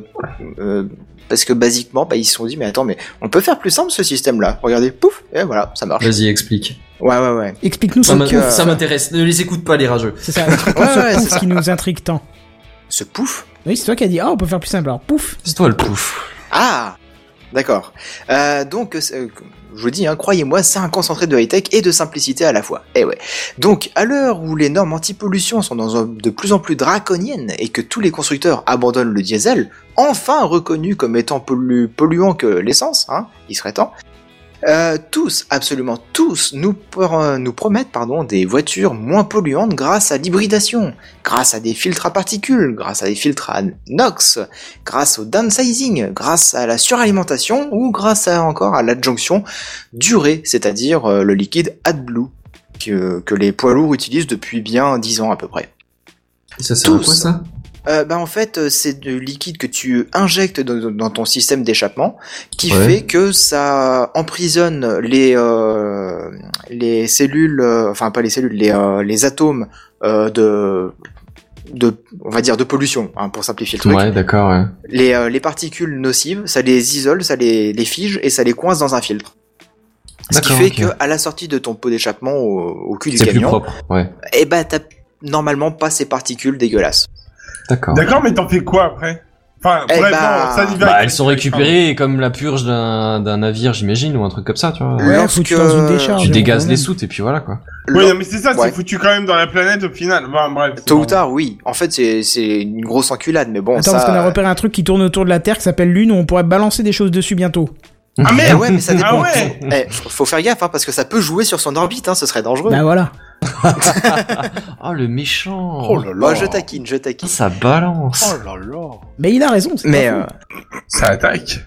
euh, parce que basiquement, bah, ils se sont dit, mais attends, mais on peut faire plus simple ce système-là. Regardez, pouf, et voilà, ça marche.
Vas-y, explique.
Ouais, ouais, ouais.
Explique-nous
Ça
ce
Donc,
m'int-
pouf.
euh,
ça m'intéresse. Ne les écoute pas les rageux.
C'est ça, explique-nous
Ouais,
ce
ouais, c'est
pouf
ça.
qui nous intrigue tant.
Ce pouf.
Oui, c'est toi qui as dit, ah, on peut faire plus simple. Alors, pouf.
C'est toi le pouf.
Ah D'accord. Euh, donc, c'est- euh, je vous dis, hein, croyez-moi, c'est un concentré de high-tech et de simplicité à la fois. Eh ouais. Donc, à l'heure où les normes anti-pollution sont dans un- de plus en plus draconiennes et que tous les constructeurs abandonnent le diesel, enfin reconnu comme étant plus polluant que l'essence, hein, il serait temps, euh, tous, absolument tous, nous, por- euh, nous promettent pardon, des voitures moins polluantes grâce à l'hybridation, grâce à des filtres à particules, grâce à des filtres à NOx, grâce au downsizing, grâce à la suralimentation ou grâce à, encore à l'adjonction durée, c'est-à-dire euh, le liquide AdBlue que, que les poids lourds utilisent depuis bien 10 ans à peu près.
Ça sert à
Tous.
quoi ça
Euh, bah, en fait, euh, c'est du liquide que tu injectes dans, dans ton système d'échappement qui
Ouais.
fait que ça emprisonne les, euh, les cellules, euh, enfin pas les cellules, les, euh, les atomes euh, de, de, on va dire de pollution, hein, pour simplifier le truc.
Ouais, d'accord. ouais.
Les, euh, les particules nocives, ça les isole, ça les, les fige et ça les coince dans un filtre. Ce qui
D'accord,
fait
ok.
que à la sortie de ton pot d'échappement au, au cul du
C'est plus
camion,
propre. Ouais,
et bah t'as normalement pas ces particules dégueulasses.
d'accord.
D'accord, mais t'en fais quoi après Enfin,
Eh
bref,
bah-
non, ça n'y va.
Bah, elles sont récupérées comme la purge d'un d'un navire, j'imagine, ou un truc comme ça, tu vois.
Ouais,
Ouais, foutu dans
parce
une
que
décharge.
Tu
hein,
dégages
quand
les
même.
soutes et puis voilà quoi.
Oui,
Le-
non, mais c'est ça,
Ouais.
c'est foutu quand même dans la planète au final. Enfin, bref. c'est
Tôt ou
normal.
tard, oui. En fait, c'est c'est une grosse enculade, mais bon,
Attends,
ça.
parce qu'on a repéré un truc qui tourne autour de la Terre qui s'appelle Lune, où on pourrait balancer des choses dessus bientôt.
Ah
Eh
merde
ouais, mais ça
Ah
dépend.
ouais
Eh, faut faire gaffe, hein, parce que ça peut jouer sur son orbite, hein, ce serait dangereux.
Bah voilà.
Oh, le méchant.
Oh là là.
Moi, Bah, je taquine, je taquine.
Ça balance.
Oh là là.
Mais il a raison, c'est
Mais
pas faux.
euh,
Ça attaque.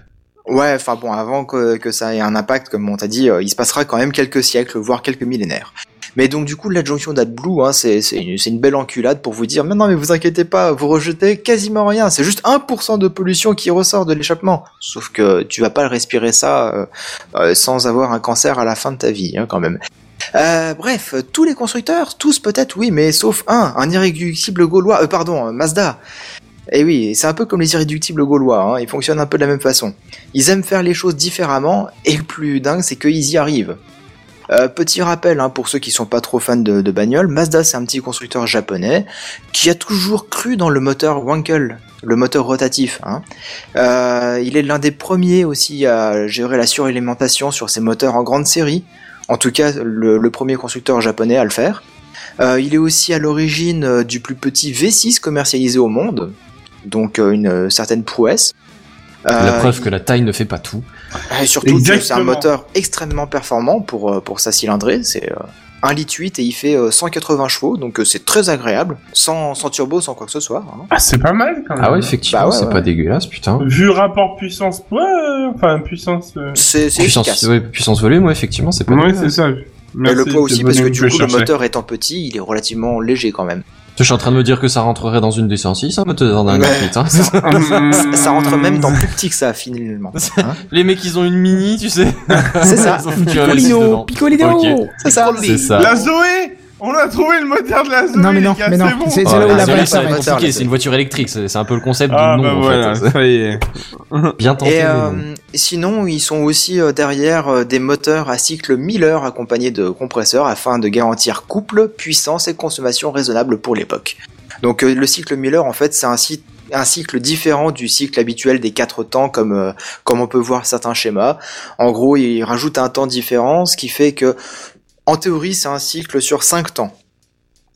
ouais, enfin bon, avant que, que ça ait un impact, comme on t'a dit, euh, il se passera quand même quelques siècles, voire quelques millénaires. Mais donc du coup, l'adjonction d'AdBlue, hein, c'est c'est une, c'est une belle enculade pour vous dire, mais non, mais vous inquiétez pas, vous rejetez quasiment rien, c'est juste 1% de pollution qui ressort de l'échappement. Sauf que tu vas pas respirer ça euh, euh, sans avoir un cancer à la fin de ta vie, hein, quand même. Euh, bref, tous les constructeurs, tous peut-être, oui, mais sauf un, un irréductible gaulois, euh, pardon, euh, Mazda. Et oui, c'est un peu comme les irréductibles gaulois, hein, ils fonctionnent un peu de la même façon. Ils aiment faire les choses différemment, et le plus dingue, c'est qu'ils y arrivent. Euh, petit rappel, hein, pour ceux qui sont pas trop fans de, de bagnoles, Mazda c'est un petit constructeur japonais qui a toujours cru dans le moteur Wankel, le moteur rotatif. hein. Euh, il est l'un des premiers aussi à gérer la suralimentation sur ses moteurs en grande série, en tout cas le, le premier constructeur japonais à le faire. Euh, il est aussi à l'origine euh, du plus petit V6 commercialisé au monde, donc euh, une euh, certaine prouesse.
La
Euh,
preuve que la taille ne fait pas tout.
Ah et surtout, que c'est un
Exactement.
moteur extrêmement performant pour, euh, pour sa cylindrée. C'est euh, 1,8 litre et il fait euh, 180 chevaux, donc euh, c'est très agréable, sans, sans turbo, sans quoi que ce soit. hein.
Ah, c'est pas mal quand même.
Ah ouais, effectivement,
Bah ouais,
c'est
ouais.
pas dégueulasse, putain.
Vu rapport puissance-poids, euh, enfin puissance. euh,
C'est c'est
Puissance,
efficace.
ouais, puissance volume, ouais, effectivement, c'est pas
Ouais,
dégueulasse.
c'est ça.
Et
Merci,
le poids aussi,
c'est
parce que
volume
du
je
coup, le
cherchais.
moteur étant petit, il est relativement léger quand même.
Je suis en train de me dire que ça rentrerait dans une des 106, un moteur dans un
Ouais.
48, hein.
Ça-
Mmh.
Ça rentre même dans plus petit que ça, finalement. hein.
Les mecs, ils ont une mini, tu sais.
C'est ça.
Ils ont foutu un M6
Picolino,
dedans.
Picolino
Ok.
C'est ça.
C'est ça.
La Zoé On a trouvé le moteur de la Zoé
Non, mais non,
les gars,
mais non,
c'est bon.
c'est-
Ah,
là où
la
la
Zoé,
vraie
ça va être
s'arrête.
compliqué, c'est une voiture électrique, c'est c'est un peu le concept
Ah
du nom
bah
en
voilà,
fait.
ça y est.
Bien
Et
tenté. mais
euh,
non.
sinon, ils sont aussi euh, derrière euh, des moteurs à cycle Miller accompagnés de compresseurs afin de garantir couple, puissance et consommation raisonnable pour l'époque. Donc euh, le cycle Miller, en fait, c'est un, cy- un cycle différent du cycle habituel des quatre temps comme, euh, comme on peut voir certains schémas. En gros, ils rajoutent un temps différent, ce qui fait que, en théorie, c'est un cycle sur cinq temps.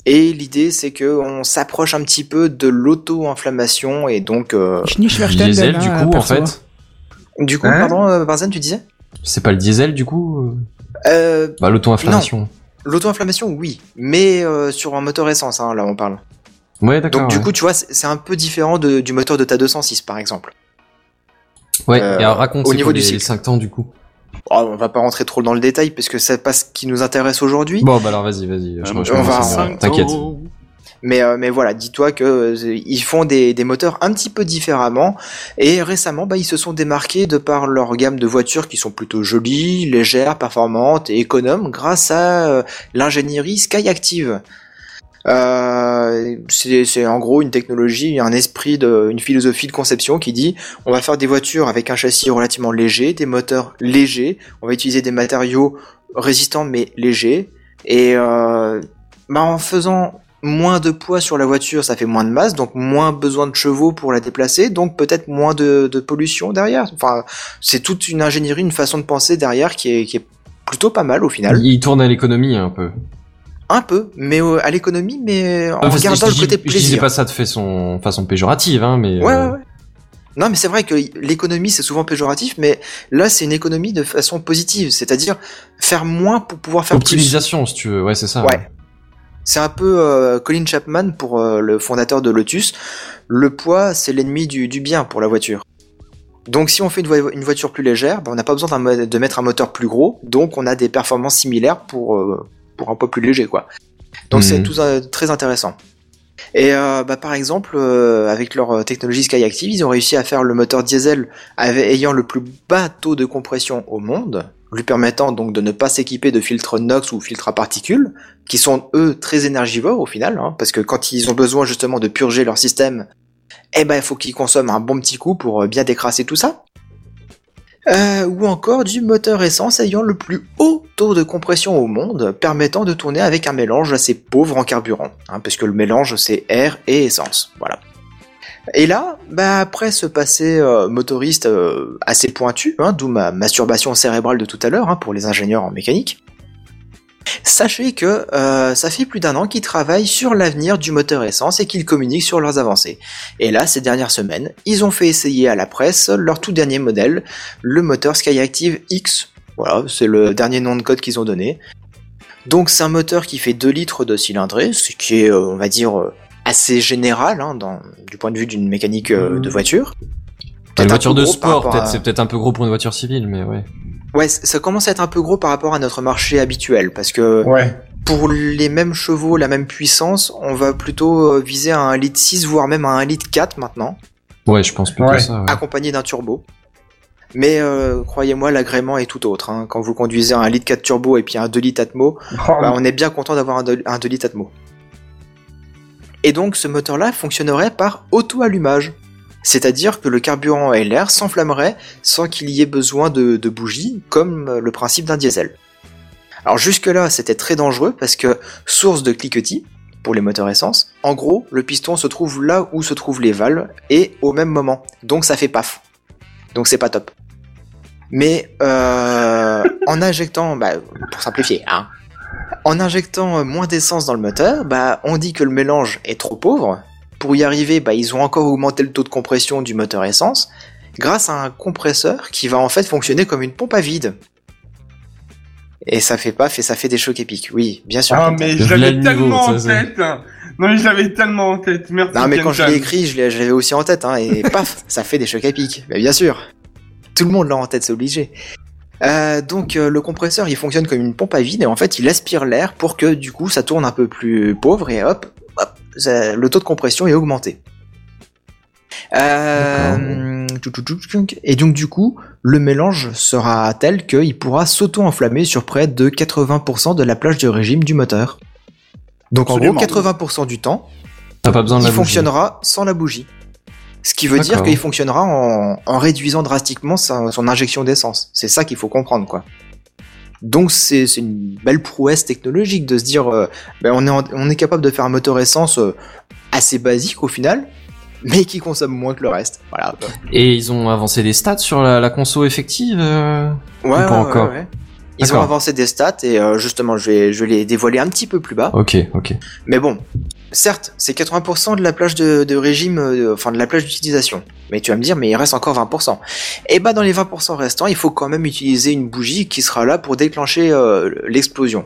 Et l'idée, c'est que on s'approche un petit peu de l'auto-inflammation et donc, euh,
Schnisch Verstappen,
Diesel,
hein,
du coup, en
perso.
fait.
du coup,
Hein
pardon, euh, Barzane, tu disais
C'est pas le diesel, du coup euh,
euh,
Bah, l'auto-inflammation.
L'auto-inflammation, oui, mais euh, sur un moteur essence, hein, là on parle.
Ouais,
Donc
d'accord.
du
Ah ouais.
coup, tu vois, c'est c'est un peu différent de- du moteur de ta 206 par exemple.
Ouais,
euh,
et alors raconte,
au
c'est
niveau
quoi
du
les,
cycle.
5 temps, du coup.
Oh, on va pas rentrer trop dans le détail parce que c'est pas ce qui nous intéresse aujourd'hui.
Bon, bah alors vas-y, vas-y.
Ah,
je-
moi,
je
on
pense
va-
que c'est bon, T'inquiète.
Mais, euh, mais voilà, dis-toi que euh, ils font des, des moteurs un petit peu différemment. Et récemment, bah, ils se sont démarqués de par leur gamme de voitures qui sont plutôt jolies, légères, performantes et économes grâce à euh, l'ingénierie Skyactiv. Euh, c'est c'est en gros une technologie, un esprit, de, une philosophie de conception qui dit on va faire des voitures avec un châssis relativement léger, des moteurs légers, on va utiliser des matériaux résistants mais légers. Et euh, bah, en faisant moins de poids sur la voiture, ça fait moins de masse, donc moins besoin de chevaux pour la déplacer, donc peut-être moins de, de pollution derrière. Enfin, c'est toute une ingénierie, une façon de penser derrière qui est, qui est plutôt pas mal au final.
Il il tourne à l'économie hein, un peu.
Un peu, mais au- à l'économie, mais en
Enfin, c'est-
gardant
je
le
dis-
côté
Je disais
plaisir.
pas ça de façon, façon péjorative, hein, mais.
Ouais,
euh,
ouais, ouais. Non, mais c'est vrai que l'économie, c'est souvent péjoratif, mais là, c'est une économie de façon positive, c'est-à-dire faire moins pour pouvoir faire plus.
Optimisation, si tu veux. Ouais, c'est ça.
Ouais. C'est un peu euh, Colin Chapman pour euh, le fondateur de Lotus. Le poids, c'est l'ennemi du, du bien pour la voiture. Donc si on fait une, voi- une voiture plus légère, ben, on n'a pas besoin d'un mo- de mettre un moteur plus gros, donc on a des performances similaires pour, euh, pour un poids plus léger. quoi. Donc c'est
Mhm.
tout euh, très intéressant. Et euh, bah, par exemple, euh, avec leur euh, technologie Skyactiv, ils ont réussi à faire le moteur diesel avec- ayant le plus bas taux de compression au monde, lui permettant donc de ne pas s'équiper de filtres NOx ou filtres à particules qui sont eux très énergivores au final, hein, parce que quand ils ont besoin justement de purger leur système, eh ben il faut qu'ils consomment un bon petit coup pour euh, bien décrasser tout ça. Euh, ou encore du moteur essence ayant le plus haut taux de compression au monde, permettant de tourner avec un mélange assez pauvre en carburant, hein, parce que le mélange c'est air et essence, voilà. Et là, bah après ce passé euh, motoriste euh, assez pointu, hein, d'où ma masturbation cérébrale de tout à l'heure hein, pour les ingénieurs en mécanique, Sachez que euh, ça fait plus d'un an qu'ils travaillent sur l'avenir du moteur essence et qu'ils communiquent sur leurs avancées. Et là, ces dernières semaines, ils ont fait essayer à la presse leur tout dernier modèle, le moteur Skyactiv X. Voilà, c'est le dernier nom de code qu'ils ont donné. Donc c'est un moteur qui fait 2 litres de cylindrée, ce qui est, euh, on va dire, euh, assez général hein, dans, du point de vue d'une mécanique euh, de voiture.
Une
Peut-être un
voiture
peu
de
gros par
sport,
rapport
peut-être,
à-
c'est peut-être un peu gros pour une voiture civile, mais ouais.
Ouais, c- ça commence à être un peu gros par rapport à notre marché habituel, parce que
Ouais.
pour les mêmes chevaux, la même puissance, on va plutôt euh, viser à un litre 6, voire même à un litre 4 maintenant,
Ouais, je pense plutôt
Ouais.
ça. ouais.
accompagné d'un turbo. Mais euh, croyez-moi, l'agrément est tout autre. hein. Quand vous conduisez un litre 4 turbo et puis un 2 litres Atmo,
Oh,
bah, on est bien content d'avoir un, de- un 2 litres Atmo. Et donc ce moteur-là fonctionnerait par auto-allumage. C'est-à-dire que le carburant et l'air s'enflammeraient sans qu'il y ait besoin de, de bougies, comme euh, le principe d'un diesel. Alors jusque-là, c'était très dangereux parce que source de cliquetis pour les moteurs essence, en gros, le piston se trouve là où se trouvent les valves et au même moment. Donc ça fait paf. Donc c'est pas top. Mais euh, en injectant, bah, pour simplifier, hein, en injectant euh, moins d'essence dans le moteur, bah, on dit que le mélange est trop pauvre. Pour y arriver, bah, ils ont encore augmenté le taux de compression du moteur essence grâce à un compresseur qui va en fait fonctionner comme une pompe à vide. Et ça fait paf et ça fait des chocs épiques. Oui, bien sûr.
Ah,
Quentin.
mais
De
je l'avais
plein niveau,
tellement
ça,
en
c'est-
tête. hein. Non, mais je l'avais tellement en tête. Merci.
Non, mais quand je
Kenton.
l'ai écrit, je l'ai- je l'avais aussi en tête, hein, et paf, ça fait des chocs à pic. Mais bien sûr. Tout le monde l'a en tête, c'est obligé. Euh, donc euh, le compresseur il fonctionne comme une pompe à vide et en fait il aspire l'air pour que du coup ça tourne un peu plus pauvre et hop, hop ça- le taux de compression est augmenté. Euh, tchou, tchou, tchou, tchou, tchou. et donc du coup le mélange sera tel qu'il pourra s'auto-enflammer sur près de 80% de la plage de régime du moteur. Donc
Absolument.
en gros 80% du temps
T'as pas besoin de
il
la bougie.
fonctionnera sans la bougie. Ce qui veut dire
D'accord.
qu'il fonctionnera en, en réduisant drastiquement sa- son injection d'essence. C'est ça qu'il faut comprendre, quoi. Donc c'est c'est une belle prouesse technologique de se dire, euh, ben, on, est en- on est capable de faire un moteur essence euh, assez basique au final, mais qui consomme moins que le reste. Voilà.
Et ils ont avancé des stats sur la, la conso effective euh,
Ouais,
Pas
ouais,
encore.
ouais, ouais. Ils ont
D'accord.
avancé des stats et euh, justement, je vais, je vais les dévoiler un petit peu plus bas.
Ok, ok.
Mais bon, certes, c'est 80% de la plage de, de régime, euh, enfin de la plage d'utilisation. Mais tu vas me dire, mais il reste encore 20%. Et bah dans les 20% restants, il faut quand même utiliser une bougie qui sera là pour déclencher euh, l'explosion.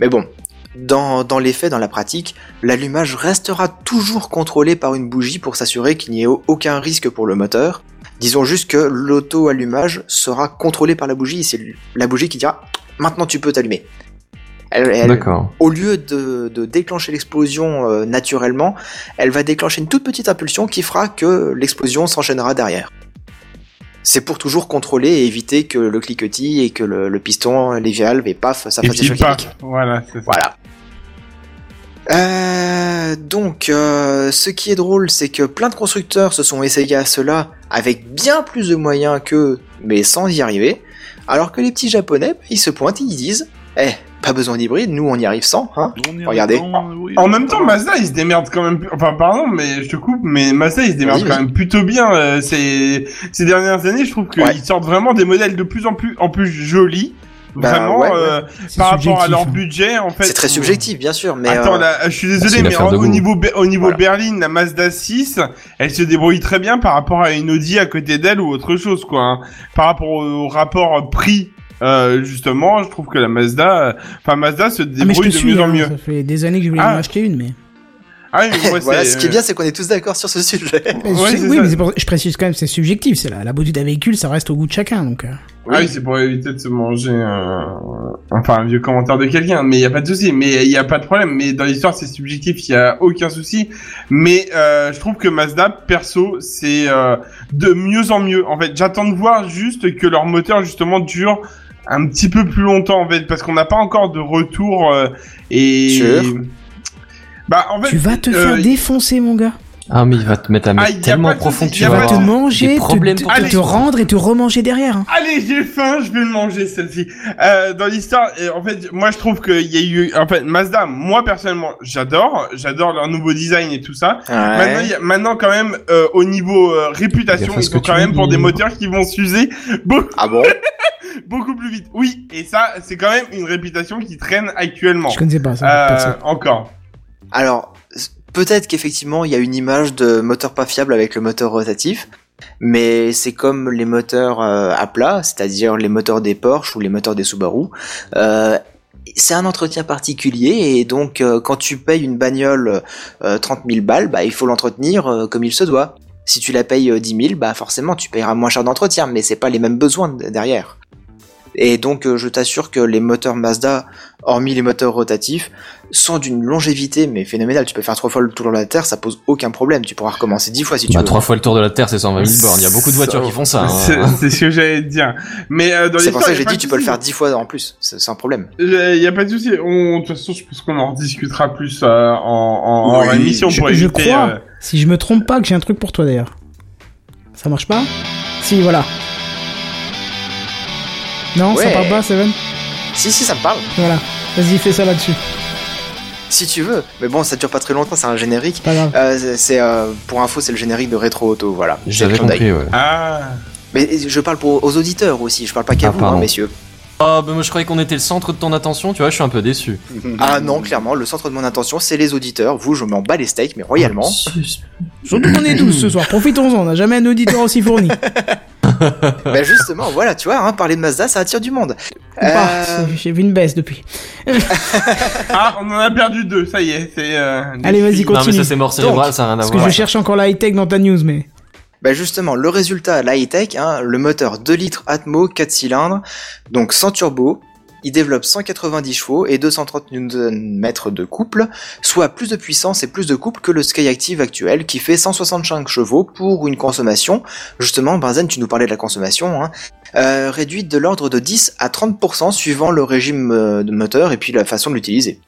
Mais bon, dans, dans les faits, dans la pratique, l'allumage restera toujours contrôlé par une bougie pour s'assurer qu'il n'y ait au- aucun risque pour le moteur. Disons juste que l'auto-allumage sera contrôlé par la bougie et c'est la bougie qui dira maintenant tu peux t'allumer. Elle- elle-
D'accord.
au lieu de, de déclencher l'explosion euh, naturellement, elle va déclencher une toute petite impulsion qui fera que l'explosion s'enchaînera derrière. C'est pour toujours contrôler et éviter que le cliquetis et que le, le piston, les valves et paf, ça
Et
fasse des
puis
chocs
pas.
électriques.
Voilà, c'est ça.
Voilà. Euh, donc, euh, ce qui est drôle, c'est que plein de constructeurs se sont essayés à cela avec bien plus de moyens qu'eux, mais sans y arriver. Alors que les petits japonais, bah, ils se pointent et ils disent Eh, pas besoin d'hybride, nous on y arrive sans, hein
On est
Regardez.
dedans, oui,
En
oui,
même
ça
temps,
va.
Mazda, il se démerde quand même. Enfin, pardon, mais je te coupe, mais Mazda, il se démerde
Vas-y,
quand
vas-y.
même plutôt bien. euh, ces, ces dernières années, je trouve qu'ils
Ouais.
sortent vraiment des modèles de plus en plus, en plus jolis.
Bah,
vraiment,
ouais, ouais.
euh,
C'est
par rapport à
subjectif,
leur
hein.
budget, en fait.
C'est très
on-
subjectif, bien sûr, mais.
Attends,
euh,
la- je suis
c'est
désolé,
une
mais
affaire
en-
de
au
goût.
niveau, Be- au niveau
Voilà.
berline, la Mazda 6, elle se débrouille très bien par rapport à une Audi à côté d'elle ou autre chose, quoi. hein. Par rapport au, au rapport prix, euh, justement, je trouve que la Mazda, euh, enfin Mazda se
Ah, mais je
débrouille
te
de
suis,
mieux en
hein,
mieux.
ça fait des années que je voulais
Ah.
en acheter une, mais...
Ah oui, mais moi,
voilà,
c'est-
ce qui est bien, c'est qu'on est tous d'accord sur ce sujet.
Mais
Ouais,
c'est-
c'est
oui,
ça.
mais c'est pour- je précise quand même, c'est subjectif. C'est la, la beauté d'un véhicule, ça reste au goût de chacun. Donc, euh.
Ah oui, c'est pour éviter de se manger euh, enfin un vieux commentaire de quelqu'un, mais il y a pas de souci, mais il y a pas de problème, mais dans l'histoire c'est subjectif, il y a aucun souci, mais euh, je trouve que Mazda perso c'est euh, de mieux en mieux. En fait, j'attends de voir juste que leur moteur justement dure un petit peu plus longtemps en fait parce qu'on n'a pas encore de retour euh, et
Sûr.
bah en fait
tu vas te
euh,
faire défoncer, mon gars.
Ah mais il va te mettre à
Ah, y a
mettre
pas
tellement
de
profond que
souci,
tu
y a
Tu
vas
vas
pas
te
de-
avoir
manger,
des problèmes
te,
pour
te-
toi.
te rendre et te remanger derrière. hein.
Allez, j'ai faim, je vais le manger celle-ci. Euh, dans l'histoire, euh, en fait, moi je trouve qu'il y a eu, en fait, Mazda, moi personnellement, j'adore, j'adore leur nouveau design et tout ça. Maintenant, il y a- maintenant, quand même, euh, au niveau euh,
Fais
réputation,
gaffe à
ils
ce que
sont quand
tu
même pour
dis.
des moteurs qui vont s'user beaucoup,
Ah bon
beaucoup plus vite. Oui, et ça, c'est quand même une réputation qui traîne actuellement.
Je connaissais pas ça.
Euh,
perso.
encore.
Alors, s- peut-être qu'effectivement, il y a une image de moteur pas fiable avec le moteur rotatif, mais c'est comme les moteurs euh, à plat, c'est-à-dire les moteurs des Porsche ou les moteurs des Subaru. Euh, c'est un entretien particulier et donc euh, quand tu payes une bagnole euh, 30 000 balles, bah, il faut l'entretenir euh, comme il se doit. Si tu la payes euh, 10 000, bah, forcément tu payeras moins cher d'entretien, mais c'est pas les mêmes besoins de- derrière. Et donc euh, je t'assure que les moteurs Mazda, hormis les moteurs rotatifs, sont d'une longévité mais phénoménale. Tu peux faire trois fois le tour de la Terre, ça pose aucun problème. Tu pourras recommencer dix fois si tu
Bah,
veux.
trois fois le tour de la Terre, c'est 120 000 bornes. Il y a beaucoup de voitures qui font ça.
C'est
hein.
c'est ce que j'allais te dire. Mais euh, dans
C'est pour
l'histoire,
ça que
y a
j'ai
pas
dit
de
tu peux le
souci.
faire dix fois en plus, c'est c'est un problème.
Il n'y a pas de souci. On- De toute façon, je pense qu'on en rediscutera plus euh, en, en,
Oui,
en émission
je-
pour
je
éviter.
crois.
euh,
Si je me trompe pas, que j'ai un truc pour toi d'ailleurs. Ça marche pas Si, voilà. Non, ça
Ouais.
part pas, Seven
Si si ça me parle,
Voilà. Vas-y, fais ça là-dessus.
si tu veux. Mais bon ça dure pas très longtemps, c'est un générique.
Pas grave.
Euh, c'est- c'est euh, pour info, c'est le générique de Retro Auto, voilà. C'est
J'avais
le clin d'œil.
compris, ouais.
Ah.
Mais je parle pour aux auditeurs aussi, je parle pas qu'à
Ah,
vous,
pardon.
hein, messieurs.
Ah, bah, moi, je croyais qu'on était le centre de ton attention, tu vois, je suis un peu déçu.
Ah non, clairement, le centre de mon attention, c'est les auditeurs. Vous, je m'en bats les steaks, mais royalement.
Surtout qu'on est 12 ce soir, profitons-en, on n'a jamais un auditeur aussi fourni.
bah justement, voilà, tu vois, hein, parler de Mazda, ça attire du monde.
Ou
Bah,
pas,
Euh,
j'ai vu une baisse depuis.
Ah, on en a perdu deux, ça y est. c'est, euh,
Allez, vas-y,
Non, mais
continue.
ça, c'est mort cérébral, ça n'a rien à
Parce que
voir.
je cherche encore la high-tech dans ta news, mais.
Bah justement, le résultat, la high-tech, hein, le moteur 2 litres Atmo 4 cylindres, donc sans turbo, il développe 190 chevaux et 230 Nm de couple, soit plus de puissance et plus de couple que le Skyactiv actuel qui fait 165 chevaux pour une consommation, justement Benzen tu nous parlais de la consommation, hein, euh, réduite de l'ordre de 10 à 30% suivant le régime euh, de moteur et puis la façon de l'utiliser.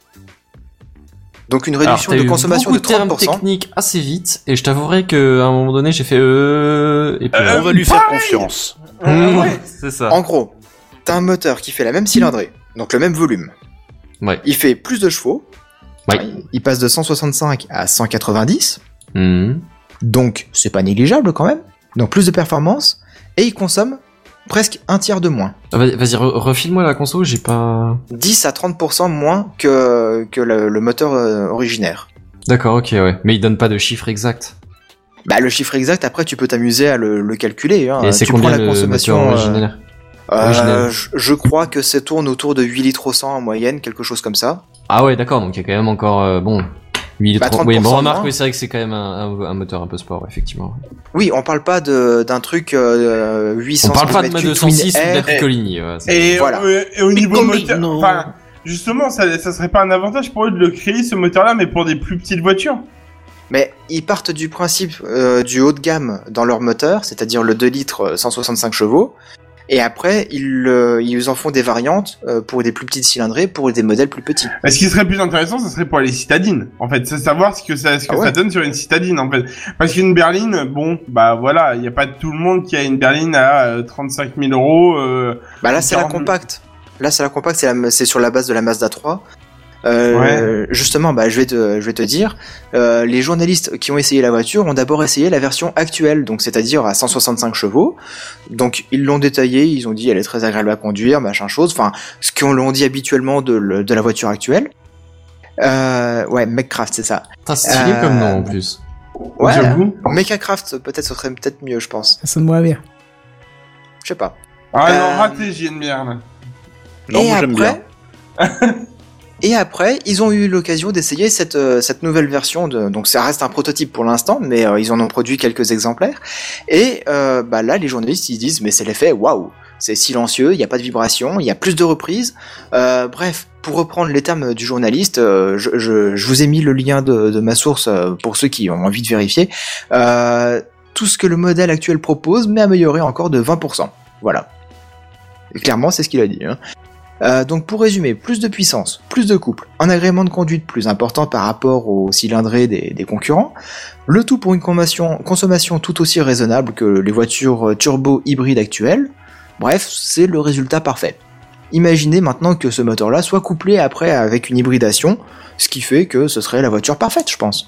Donc une
Alors,
réduction
t'as
de
eu
consommation
beaucoup
de
de termes
30%.
techniques assez vite, et je t'avouerai qu'à un moment donné, j'ai fait euh, et puis Hmm.
Euh,
On va lui faire confiance.
voilà.
Ah ouais.
c'est ça.
En gros, t'as un moteur qui fait la même cylindrée, donc le même volume.
Ouais.
Il fait plus de chevaux.
Ouais.
Il- Il passe de 165 à 190,
Mhm.
donc c'est pas négligeable quand même. Donc plus de performance et il consomme presque un tiers de moins.
Ah, vas- Vas-y, re- refile-moi la conso, j'ai pas.
10 à 30% moins que, que le, le moteur euh, originaire.
D'accord, ok, ouais. Mais il donne pas de chiffre exact.
Bah, le chiffre exact, après, tu peux t'amuser à le, le calculer. Hein.
et c'est
tu prends
combien
la
le
consommation.
moteur
euh,
originaire
euh,
originel
je, je crois que ça tourne autour de 8 litres au 100 en moyenne, quelque chose comme ça.
Ah ouais, d'accord, donc il y a quand même encore euh, bon. Oui, il est
Bah,
trop- oui,
30%
bon, remarque,
moins.
oui, c'est vrai que c'est quand même un, un- un moteur un peu sport, effectivement.
Oui, on parle pas de- d'un truc euh, 800
On parle pas de ma
centimètres
206 ou
cubes Eh,
de la
twin air.
Piccolini. ouais, c'est-
Et,
Voilà.
euh, et au niveau
comment
moteur,
non
enfin, justement, ça, ça serait pas un avantage pour eux de le créer ce moteur-là, mais pour des plus petites voitures.
Mais ils partent du principe euh, du haut de gamme dans leur moteur, c'est-à-dire le 2 litres euh, 165 chevaux. Et après, ils, euh, ils en font des variantes euh, pour des plus petites cylindrées, pour des modèles plus petits.
Mais ce qui serait plus intéressant, ça serait pour les citadines. En fait, c'est savoir ce que ça, ce que
Ah ouais.
ça donne sur une citadine. En fait, parce qu'une berline, bon, bah voilà, il y a pas tout le monde qui a une berline à euh, 35 000 euros. euh,
Bah là, c'est la
40.
compacte. Là, c'est la compacte, c'est la- c'est sur la base de la Mazda 3. Euh, Justement, bah, je vais te, je vais te dire, euh, les journalistes qui ont essayé la voiture ont d'abord essayé la version actuelle, donc c'est-à-dire à 165 chevaux. Donc ils l'ont détaillée, ils ont dit elle est très agréable à conduire, machin chose. Enfin, ce qu'on l'on dit habituellement de, le- de la voiture actuelle. Euh, ouais, Mechcraft, c'est ça.
Putain, c'est stylé
Euh,
comme nom en plus.
Ouais.
J'avoue.
Mechacraft, peut-être, ce serait peut-être mieux, je pense.
Ça sonne moins bien.
Je sais pas.
Ah
Euh,
non, raté, JNBR. là.
Non,
et
moi
après,
j'aime bien.
et après, ils ont eu l'occasion d'essayer cette, euh, cette nouvelle version. De, donc ça reste un prototype pour l'instant, mais euh, ils en ont produit quelques exemplaires. Et euh, bah là, les journalistes, ils disent, mais c'est l'effet waouh. C'est silencieux, il n'y a pas de vibration, il y a plus de reprises. Euh, bref, pour reprendre les termes du journaliste, euh, je, je- je vous ai mis le lien de, de ma source euh, pour ceux qui ont envie de vérifier. Euh, tout ce que le modèle actuel propose, mais amélioré encore de 20%. Voilà. Et clairement, c'est ce qu'il a dit. hein. Euh, donc pour résumer, plus de puissance, plus de couple, un agrément de conduite plus important par rapport aux cylindrés des, des concurrents, le tout pour une consommation, consommation tout aussi raisonnable que les voitures euh, turbo hybrides actuelles. Bref, c'est le résultat parfait. Imaginez maintenant que ce moteur-là soit couplé après avec une hybridation, ce qui fait que ce serait la voiture parfaite, je pense.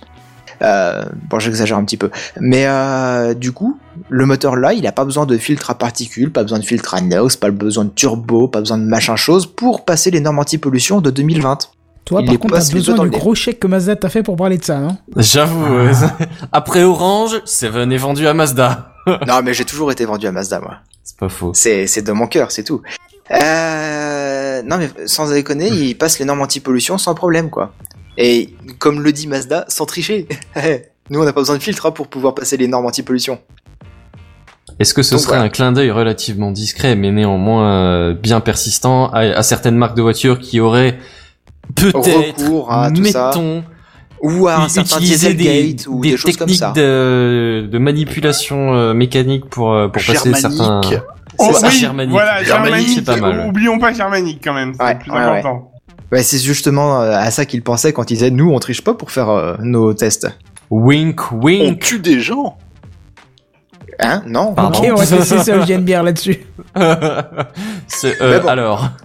Euh, bon, j'exagère un petit peu. Mais euh, du coup, le moteur là, il n'a pas besoin de filtre à particules, pas besoin de filtre à NOx, pas besoin de turbo, pas besoin de machin chose pour passer les normes anti-pollution de 2020.
Toi,
Il
par
est
contre,
pas
t'as
si besoin
besoin
dans
du
le nez.
gros chèque que Mazda t'a fait pour parler de ça, hein. non
J'avoue. euh,
Ah.
Après Orange, Seven est vendu à Mazda.
non, mais j'ai toujours été vendu à Mazda, moi.
C'est pas faux.
C'est c'est de mon cœur, c'est tout. Euh, non mais sans déconner, ils passent les normes anti-pollution sans problème quoi. Et comme le dit Mazda, sans tricher. Nous on n'a pas besoin de filtre hein, pour pouvoir passer les normes anti-pollution.
Est-ce que ce
Donc,
serait
voilà.
un clin d'œil relativement discret, mais néanmoins euh, bien persistant, à, à certaines marques de voitures qui auraient peut-être,
Recours à tout ça.
mettons,
Ou à un certain
utilisé des,
Dieselgate ou
des
des, choses comme
techniques
ça.
de, de manipulation euh, mécanique pour, euh, pour passer
Germanique.
certains...
Oh,
ça,
oui,
Germanique.
Voilà,
Germanique,
Germanique,
c'est pas mal.
Oublions pas Germanique quand même, c'est
Ouais,
le plus
ouais, ouais.
important.
Ouais, c'est justement euh, à ça qu'ils pensaient quand ils disaient nous on triche pas pour faire euh, nos tests.
Wink,
On
wink.
tue des gens
Hein Non.
Pardon.
Ok, on va te laisser ça, Eugène Bière, là-dessus.
C'est, euh,
Mais bon.
Alors,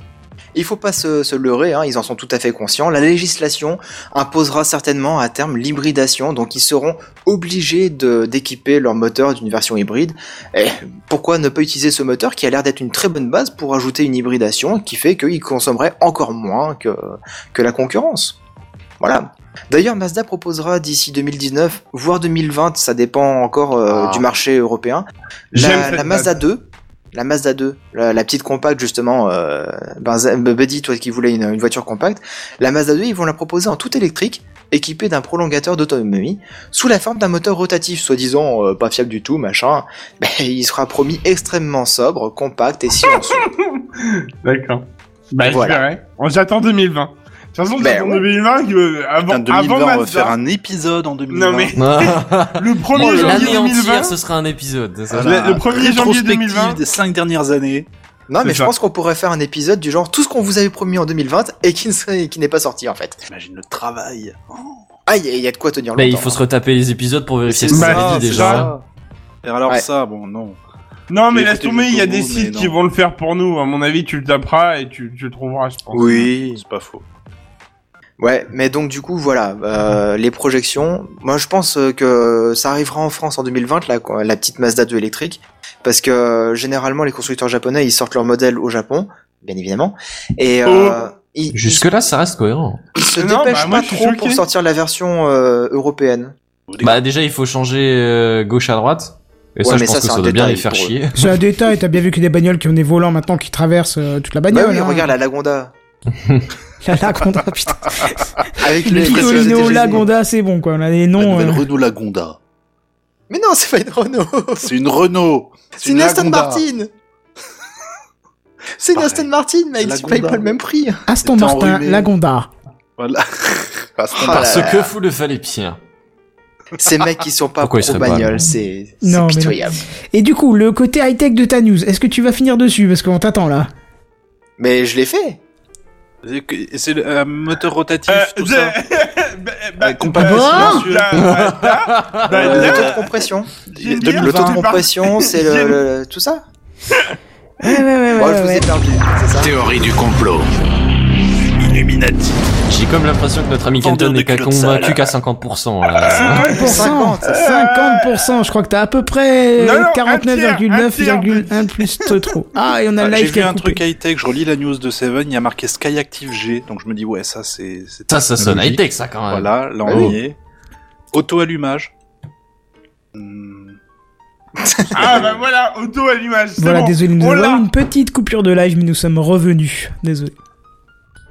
Il faut pas se, se leurrer, hein, ils en sont tout à fait conscients. La législation imposera certainement à terme l'hybridation, donc ils seront obligés de- d'équiper leur moteur d'une version hybride. Et pourquoi ne pas utiliser ce moteur qui a l'air d'être une très bonne base pour ajouter une hybridation qui fait qu'ils consommeraient encore moins que, que la concurrence Voilà. D'ailleurs, Mazda proposera d'ici 2019, voire 2020, ça dépend encore euh,
Ah.
du marché européen,
J'aime
la,
cette
la
date.
Mazda 2, la Mazda 2, la, la petite compacte justement, euh, Benza- Buddy, toi qui voulais une, une voiture compacte, la Mazda 2, ils vont la proposer en tout électrique, équipée d'un prolongateur d'autonomie, sous la forme d'un moteur rotatif, soi-disant euh, pas fiable du tout, machin. Mais il sera promis extrêmement sobre, compact et silencieux.
D'accord. Bah,
Voilà.
je verrai. Oh, J'attends 2020. De toute façon,
Ben
j'attends
ouais.
2020. que- euh, avant,
Putain, 2020,
avant
on va
Mazda.
faire un épisode en 2020.
Non, mais-
l'année
Le 1er janvier
entière,
2020.
ce sera un épisode. c'est ça.
Voilà,
Le- le 1er janvier
rétrospective
2020.
des 5 dernières années.
Non, mais
C'est
je
ça.
pense qu'on pourrait faire un épisode du genre tout ce qu'on vous avait promis en 2020 et qui ne serait- qui n'est pas sorti en fait.
T'imagines le travail.
Ah, il y, a- il y a de quoi tenir longtemps. hein.
Mais il faut se retaper les épisodes pour vérifier ce
ça,
qu'on avait dit
c'est
déjà. hein.
ça.
Et alors
Ouais.
ça, bon, non.
Non, mais
J'ai
laisse
écouté
tomber, il y a
jusqu'au
des
bout, mais
sites
non.
qui vont le faire pour nous. À mon avis, tu le taperas et tu, tu le trouveras, je pense.
Oui,
C'est pas faux.
Ouais, mais donc du coup, voilà, euh, les projections. Moi, je pense euh, que ça arrivera en France en 2020, la, la petite Mazda 2 électrique, parce que euh, généralement, les constructeurs japonais, ils sortent leur modèle au Japon, bien évidemment, et euh, ils, ils-
Jusque-là, ça reste cohérent.
ils se
Oh. Non, bah,
dépêchent
moi,
pas
je suis
trop pour
choqué.
sortir la version euh, européenne.
Bah déjà, il faut changer euh, gauche à droite. Et ça,
Ouais,
je
mais
pense
ça,
que
c'est
ça
un
doit bien
détail
les faire
pour eux.
chier.
C'est un détail, t'as bien vu que des bagnoles qui ont des volants maintenant qui traversent euh, toute la
Bah
bagnole.
oui,
hein.
regarde la Lagonda
La Lagonda, putain.
avec
Le
les précieuses
Piccolino,
TGV.
Lagonda, c'est bon, quoi. On a les
La
noms.
nouvelle
euh,
Renault Lagonda.
Mais non, c'est pas une Renault,
C'est une Renault.
c'est une Aston
Lagonda.
Martin. C'est une
Pareil.
Aston Martin, mec,
La
tu payes
Gonda.
pas le même prix.
Aston
T'es
Martin,
enrhumé.
Lagonda.
Voilà. Aston Martin.
Ah,
Parce que vous le fallait pire.
Ces mecs qui sont pas
Pourquoi ils
pro
seraient pas
bagnole,
allemands
c'est c'est
Non, mais-
pitoyable.
Et du coup, le côté high-tech de ta news, est-ce que tu vas finir dessus Parce qu'on t'attend là.
Mais, je l'ai fait.
C'est que- C'est le- un moteur rotatif,
Euh,
tout
je-
ça.
bah, bah,
Ouais, compact
Ah
bah,
Hein
silencieux.
la- la- la- la-
le
la-
taux de compression.
j'ai
le-
bien-
Le taux de
j'ai pas-
compression, Euh, c'est
j'ai-
le, le- tout ça.
Ouais, ouais, ouais,
Bon,
ouais,
je vous
ouais.
ai perdu, c'est ça.
Théorie du complot. Illuminati.
J'ai comme l'impression que notre ami
Vendeur
Kenton
de
n'est qu'à
culottes sales.
convaincu qu'à 50%. là.
50%,
50.
50%, je crois que t'as à peu près euh,
Non, non, un tiers, un tiers.
49,9,1 plus de trop. Ah, et on a
Ah,
le
J'ai
live qui
vu
a
un truc
coupé.
high-tech, je relis la news de Seven, il y a marqué Sky Active G, donc je me dis ouais ça c'est... c'est
Ça, ça sonne
technologique.
high-tech, ça, quand même.
Voilà, là
Oh.
on y est. Auto-allumage. Hmm.
Ah, bah voilà, auto-allumage. c'est
Voilà,
bon. Oh
désolé, nous
On
avons
l'a.
une petite coupure de live, mais nous sommes revenus. Désolé.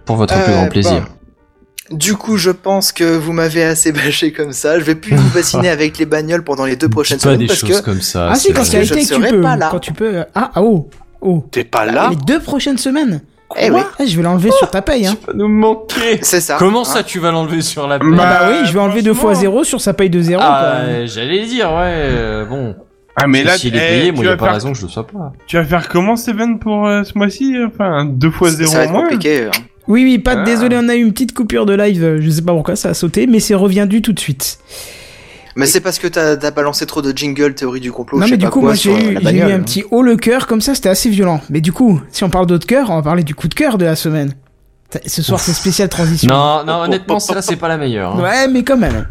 Pour votre plus
Euh,
grand plaisir.
bon. Du coup, je pense que vous m'avez assez bâché comme ça. Je vais plus vous bassiner avec les bagnoles pendant les deux prochaines
Dites pas
semaines
des
parce
choses
que
comme ça.
Ah, si, quand
parce
c'est
que je
high-tech,
ne
tu
serai
peux.
pas là.
Quand tu peux. Ah, ah, oh, oh.
T'es pas là
Les deux prochaines semaines
Eh oui.
Ah, Je vais l'enlever sur ta paye, hein.
nous manquer.
c'est ça.
Comment
hein.
ça, tu vas l'enlever sur la
Ah
Oh.
paix
bah
Bah,
oui, je vais enlever deux fois
franchement.
zéro sur sa paye de zéro.
Ah,
hein.
quoi.
euh, j'allais dire, ouais, euh, bon.
Ah, mais là,
si il est
eh,
payé, moi, il
tu,
n'y
vas
a pas
faire,
raison que je le sois pas.
tu vas faire comment, Seven, pour euh, ce mois-ci Enfin, deux fois
Ça
zéro
va
au
être
moins
compliqué. hein.
Oui, oui, pas
Ah.
désolé, on a eu une petite coupure de live, euh, je sais pas pourquoi ça a sauté, mais c'est reviendu tout de suite.
Mais c'est parce que t'as as balancé trop de jingle théorie du complot.
non,
Oh, je sais
mais du
pas
coup,
quoi,
moi j'ai
sur
eu,
la
j'ai eu
bagnole,
un
hein.
petit haut le cœur, comme ça c'était assez violent. Mais du coup, si on parle d'autre cœur, on va parler du coup de cœur de la semaine. T'as- Ce soir, c'est spécial transition.
Non, non, honnêtement, celle-là, c'est pas la meilleure. hein.
Ouais, mais quand même.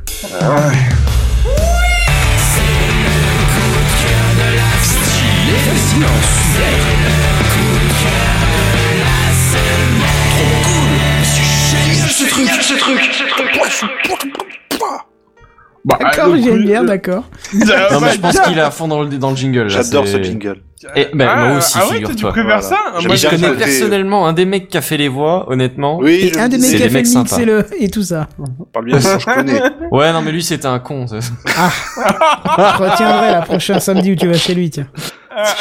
Bah,
D'accord,
le
j'aime
cru-
bien,
euh,
d'accord.
ça
Non, mais
va
je pense
bien.
qu'il est à fond dans le, dans le jingle. là,
J'adore
c'est-
ce jingle.
Eh, ben,
ah,
moi aussi,
ah ouais, toi, tu
figure-toi.
préfères
Voilà.
ça Ah,
J'aime
moi,
Je
bien
j'aime
ce
connais
côté-
personnellement un des mecs qui a fait les voix, honnêtement.
Oui,
Et un des
je
mecs
c'est
qui a
les
fait
mecs
le mix
sympas.
et le, et tout ça.
parle bien, sinon je connais.
Ouais, non, mais lui, c'était un con. ça.
Je retiendrai la prochaine samedi où tu vas chez lui, tiens.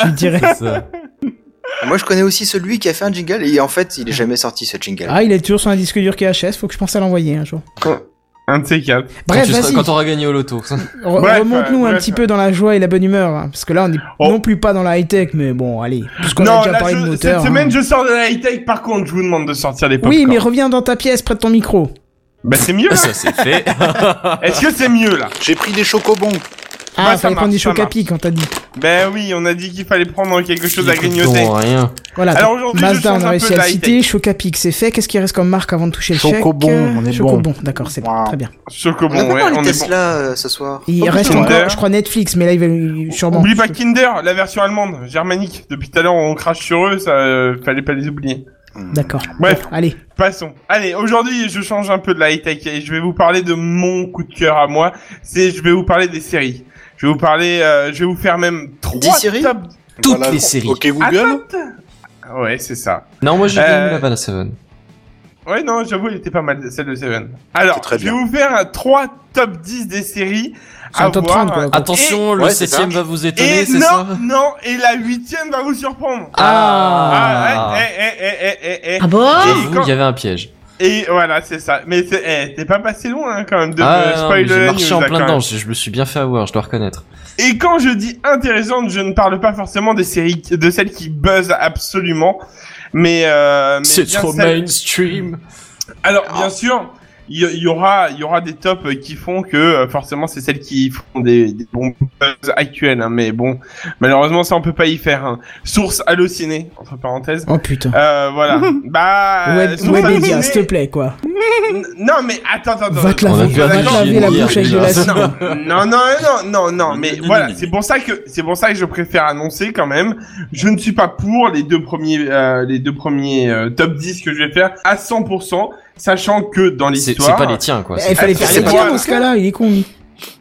Je lui dirai.
C'est ça.
Moi, je connais aussi celui qui a fait un jingle et en fait, il est jamais sorti ce jingle.
Ah, il est toujours sur un disque dur KHS, faut que je pense à l'envoyer un jour.
Un de ces quatre.
Bref,
Quand tu seras-
vas-y,
Quand on aura gagné au loto. ça.
re-
Bref,
remonte-nous un
bref.
petit peu dans la joie et la bonne humeur, hein, parce que là on est
Oh.
non plus pas dans la high-tech, mais bon, allez, parce qu'on a
Non,
déjà
là,
parlé de
je-
moteur.
cette
hein.
semaine, je sors de la high-tech. Par contre, je vous demande de sortir des popcorn.
Oui, mais reviens dans ta pièce près de ton micro.
Bah, c'est mieux,
Ça,
là.
c'est fait.
Est-ce que c'est mieux, là
J'ai pris des chocobons.
Ah,
Bah, ça
fallait prendre
marche,
des
ça
chocapies quand t'as dit.
Ben oui, on a dit qu'il fallait prendre quelque chose à
Ils font
grignoter.
rien.
Voilà,
Alors
donc,
aujourd'hui, je
Mazda,
change
on
un
a réussi
peu
à le
la
citer, Chocapic, c'est fait. Qu'est-ce qui reste comme marque avant de toucher le chèque
Chocobon, on est bon.
Chocobon, d'accord, c'est bon,
Wow.
très
hein.
bien.
On a
Chocobon,
pas
ouais,
parlé
on est bon.
Tesla euh, ce soir.
Il
Oh,
reste
putain,
encore,
ouais.
je crois, Netflix, mais là, il va sûrement.
Oublie pas Kinder, la version allemande, germanique. Depuis tout à l'heure, on crache sur eux, ça euh, fallait pas les oublier.
D'accord.
Bref.
Bon, allez.
Passons. Allez, aujourd'hui, je change un peu de la high-tech et je vais vous parler de mon coup de cœur à moi. C'est, je vais vous parler des séries. Je vais vous parler, euh, je vais vous faire même trois
séries
top...
Toutes
Voilà.
les séries.
Ok Google.
Attends. Ouais, c'est ça.
Non, moi, j'ai
Euh,
gagné la Vanna Seven.
Ouais, non, j'avoue, elle était pas mal, celle de Seven.
C'est
Alors,
très
je vais
bien.
vous faire euh, trois top 10 des séries.
C'est
à
un top
voir.
30, quoi.
Attention, le
ouais, c'est
septième
ça.
va vous étonner,
Et
c'est ça
non, non, et la huitième va vous surprendre. Ah,
Ah,
ouais, eh, eh, eh, eh, eh, eh.
Ah bon
J'avoue,
quand-
il y avait un piège.
Et voilà, c'est ça. Mais c'est- eh, t'es pas passé loin hein, quand même de me
Ah, non, mais
spoiler
j'ai
la
marché
news,
en
là,
plein
quand
dedans,
même.
je, je me suis bien fait avoir, je dois reconnaître.
Et quand je dis intéressante, je ne parle pas forcément des séries, qui- de celles qui buzzent absolument, mais, euh, mais bien celles-
mainstream
Alors bien sûr, il y, il y aura, il y aura des tops qui font que euh, forcément c'est celles qui font des, des bons buzz actuels, hein, mais bon, malheureusement ça on peut pas y faire. hein. Source hallucinée entre parenthèses.
Oh putain.
Euh, voilà.
Euh,
bah.
Web,
source
Webedia,
hallucinée-
s'il te plaît, quoi.
N- Non mais attends, attends, attends.
Va te
On a
laver,
vu un
va te
match
laver
hier,
la bouche avec de
hier.
la soupe.
non, non, non, non, non, mais
Non, non,
voilà,
non, non.
c'est pour ça que c'est pour ça que je préfère annoncer quand même. Je ne suis pas pour les deux premiers, euh, les deux premiers euh, top 10 que je vais faire à 100%, sachant que dans
C'est c'est
l'histoire,
pas les tiens, quoi.
Bah,
C'est-
Il fallait
Ah,
faire
c'est
les
bon,
tiens
alors.
dans ce cas-là, il est con, lui.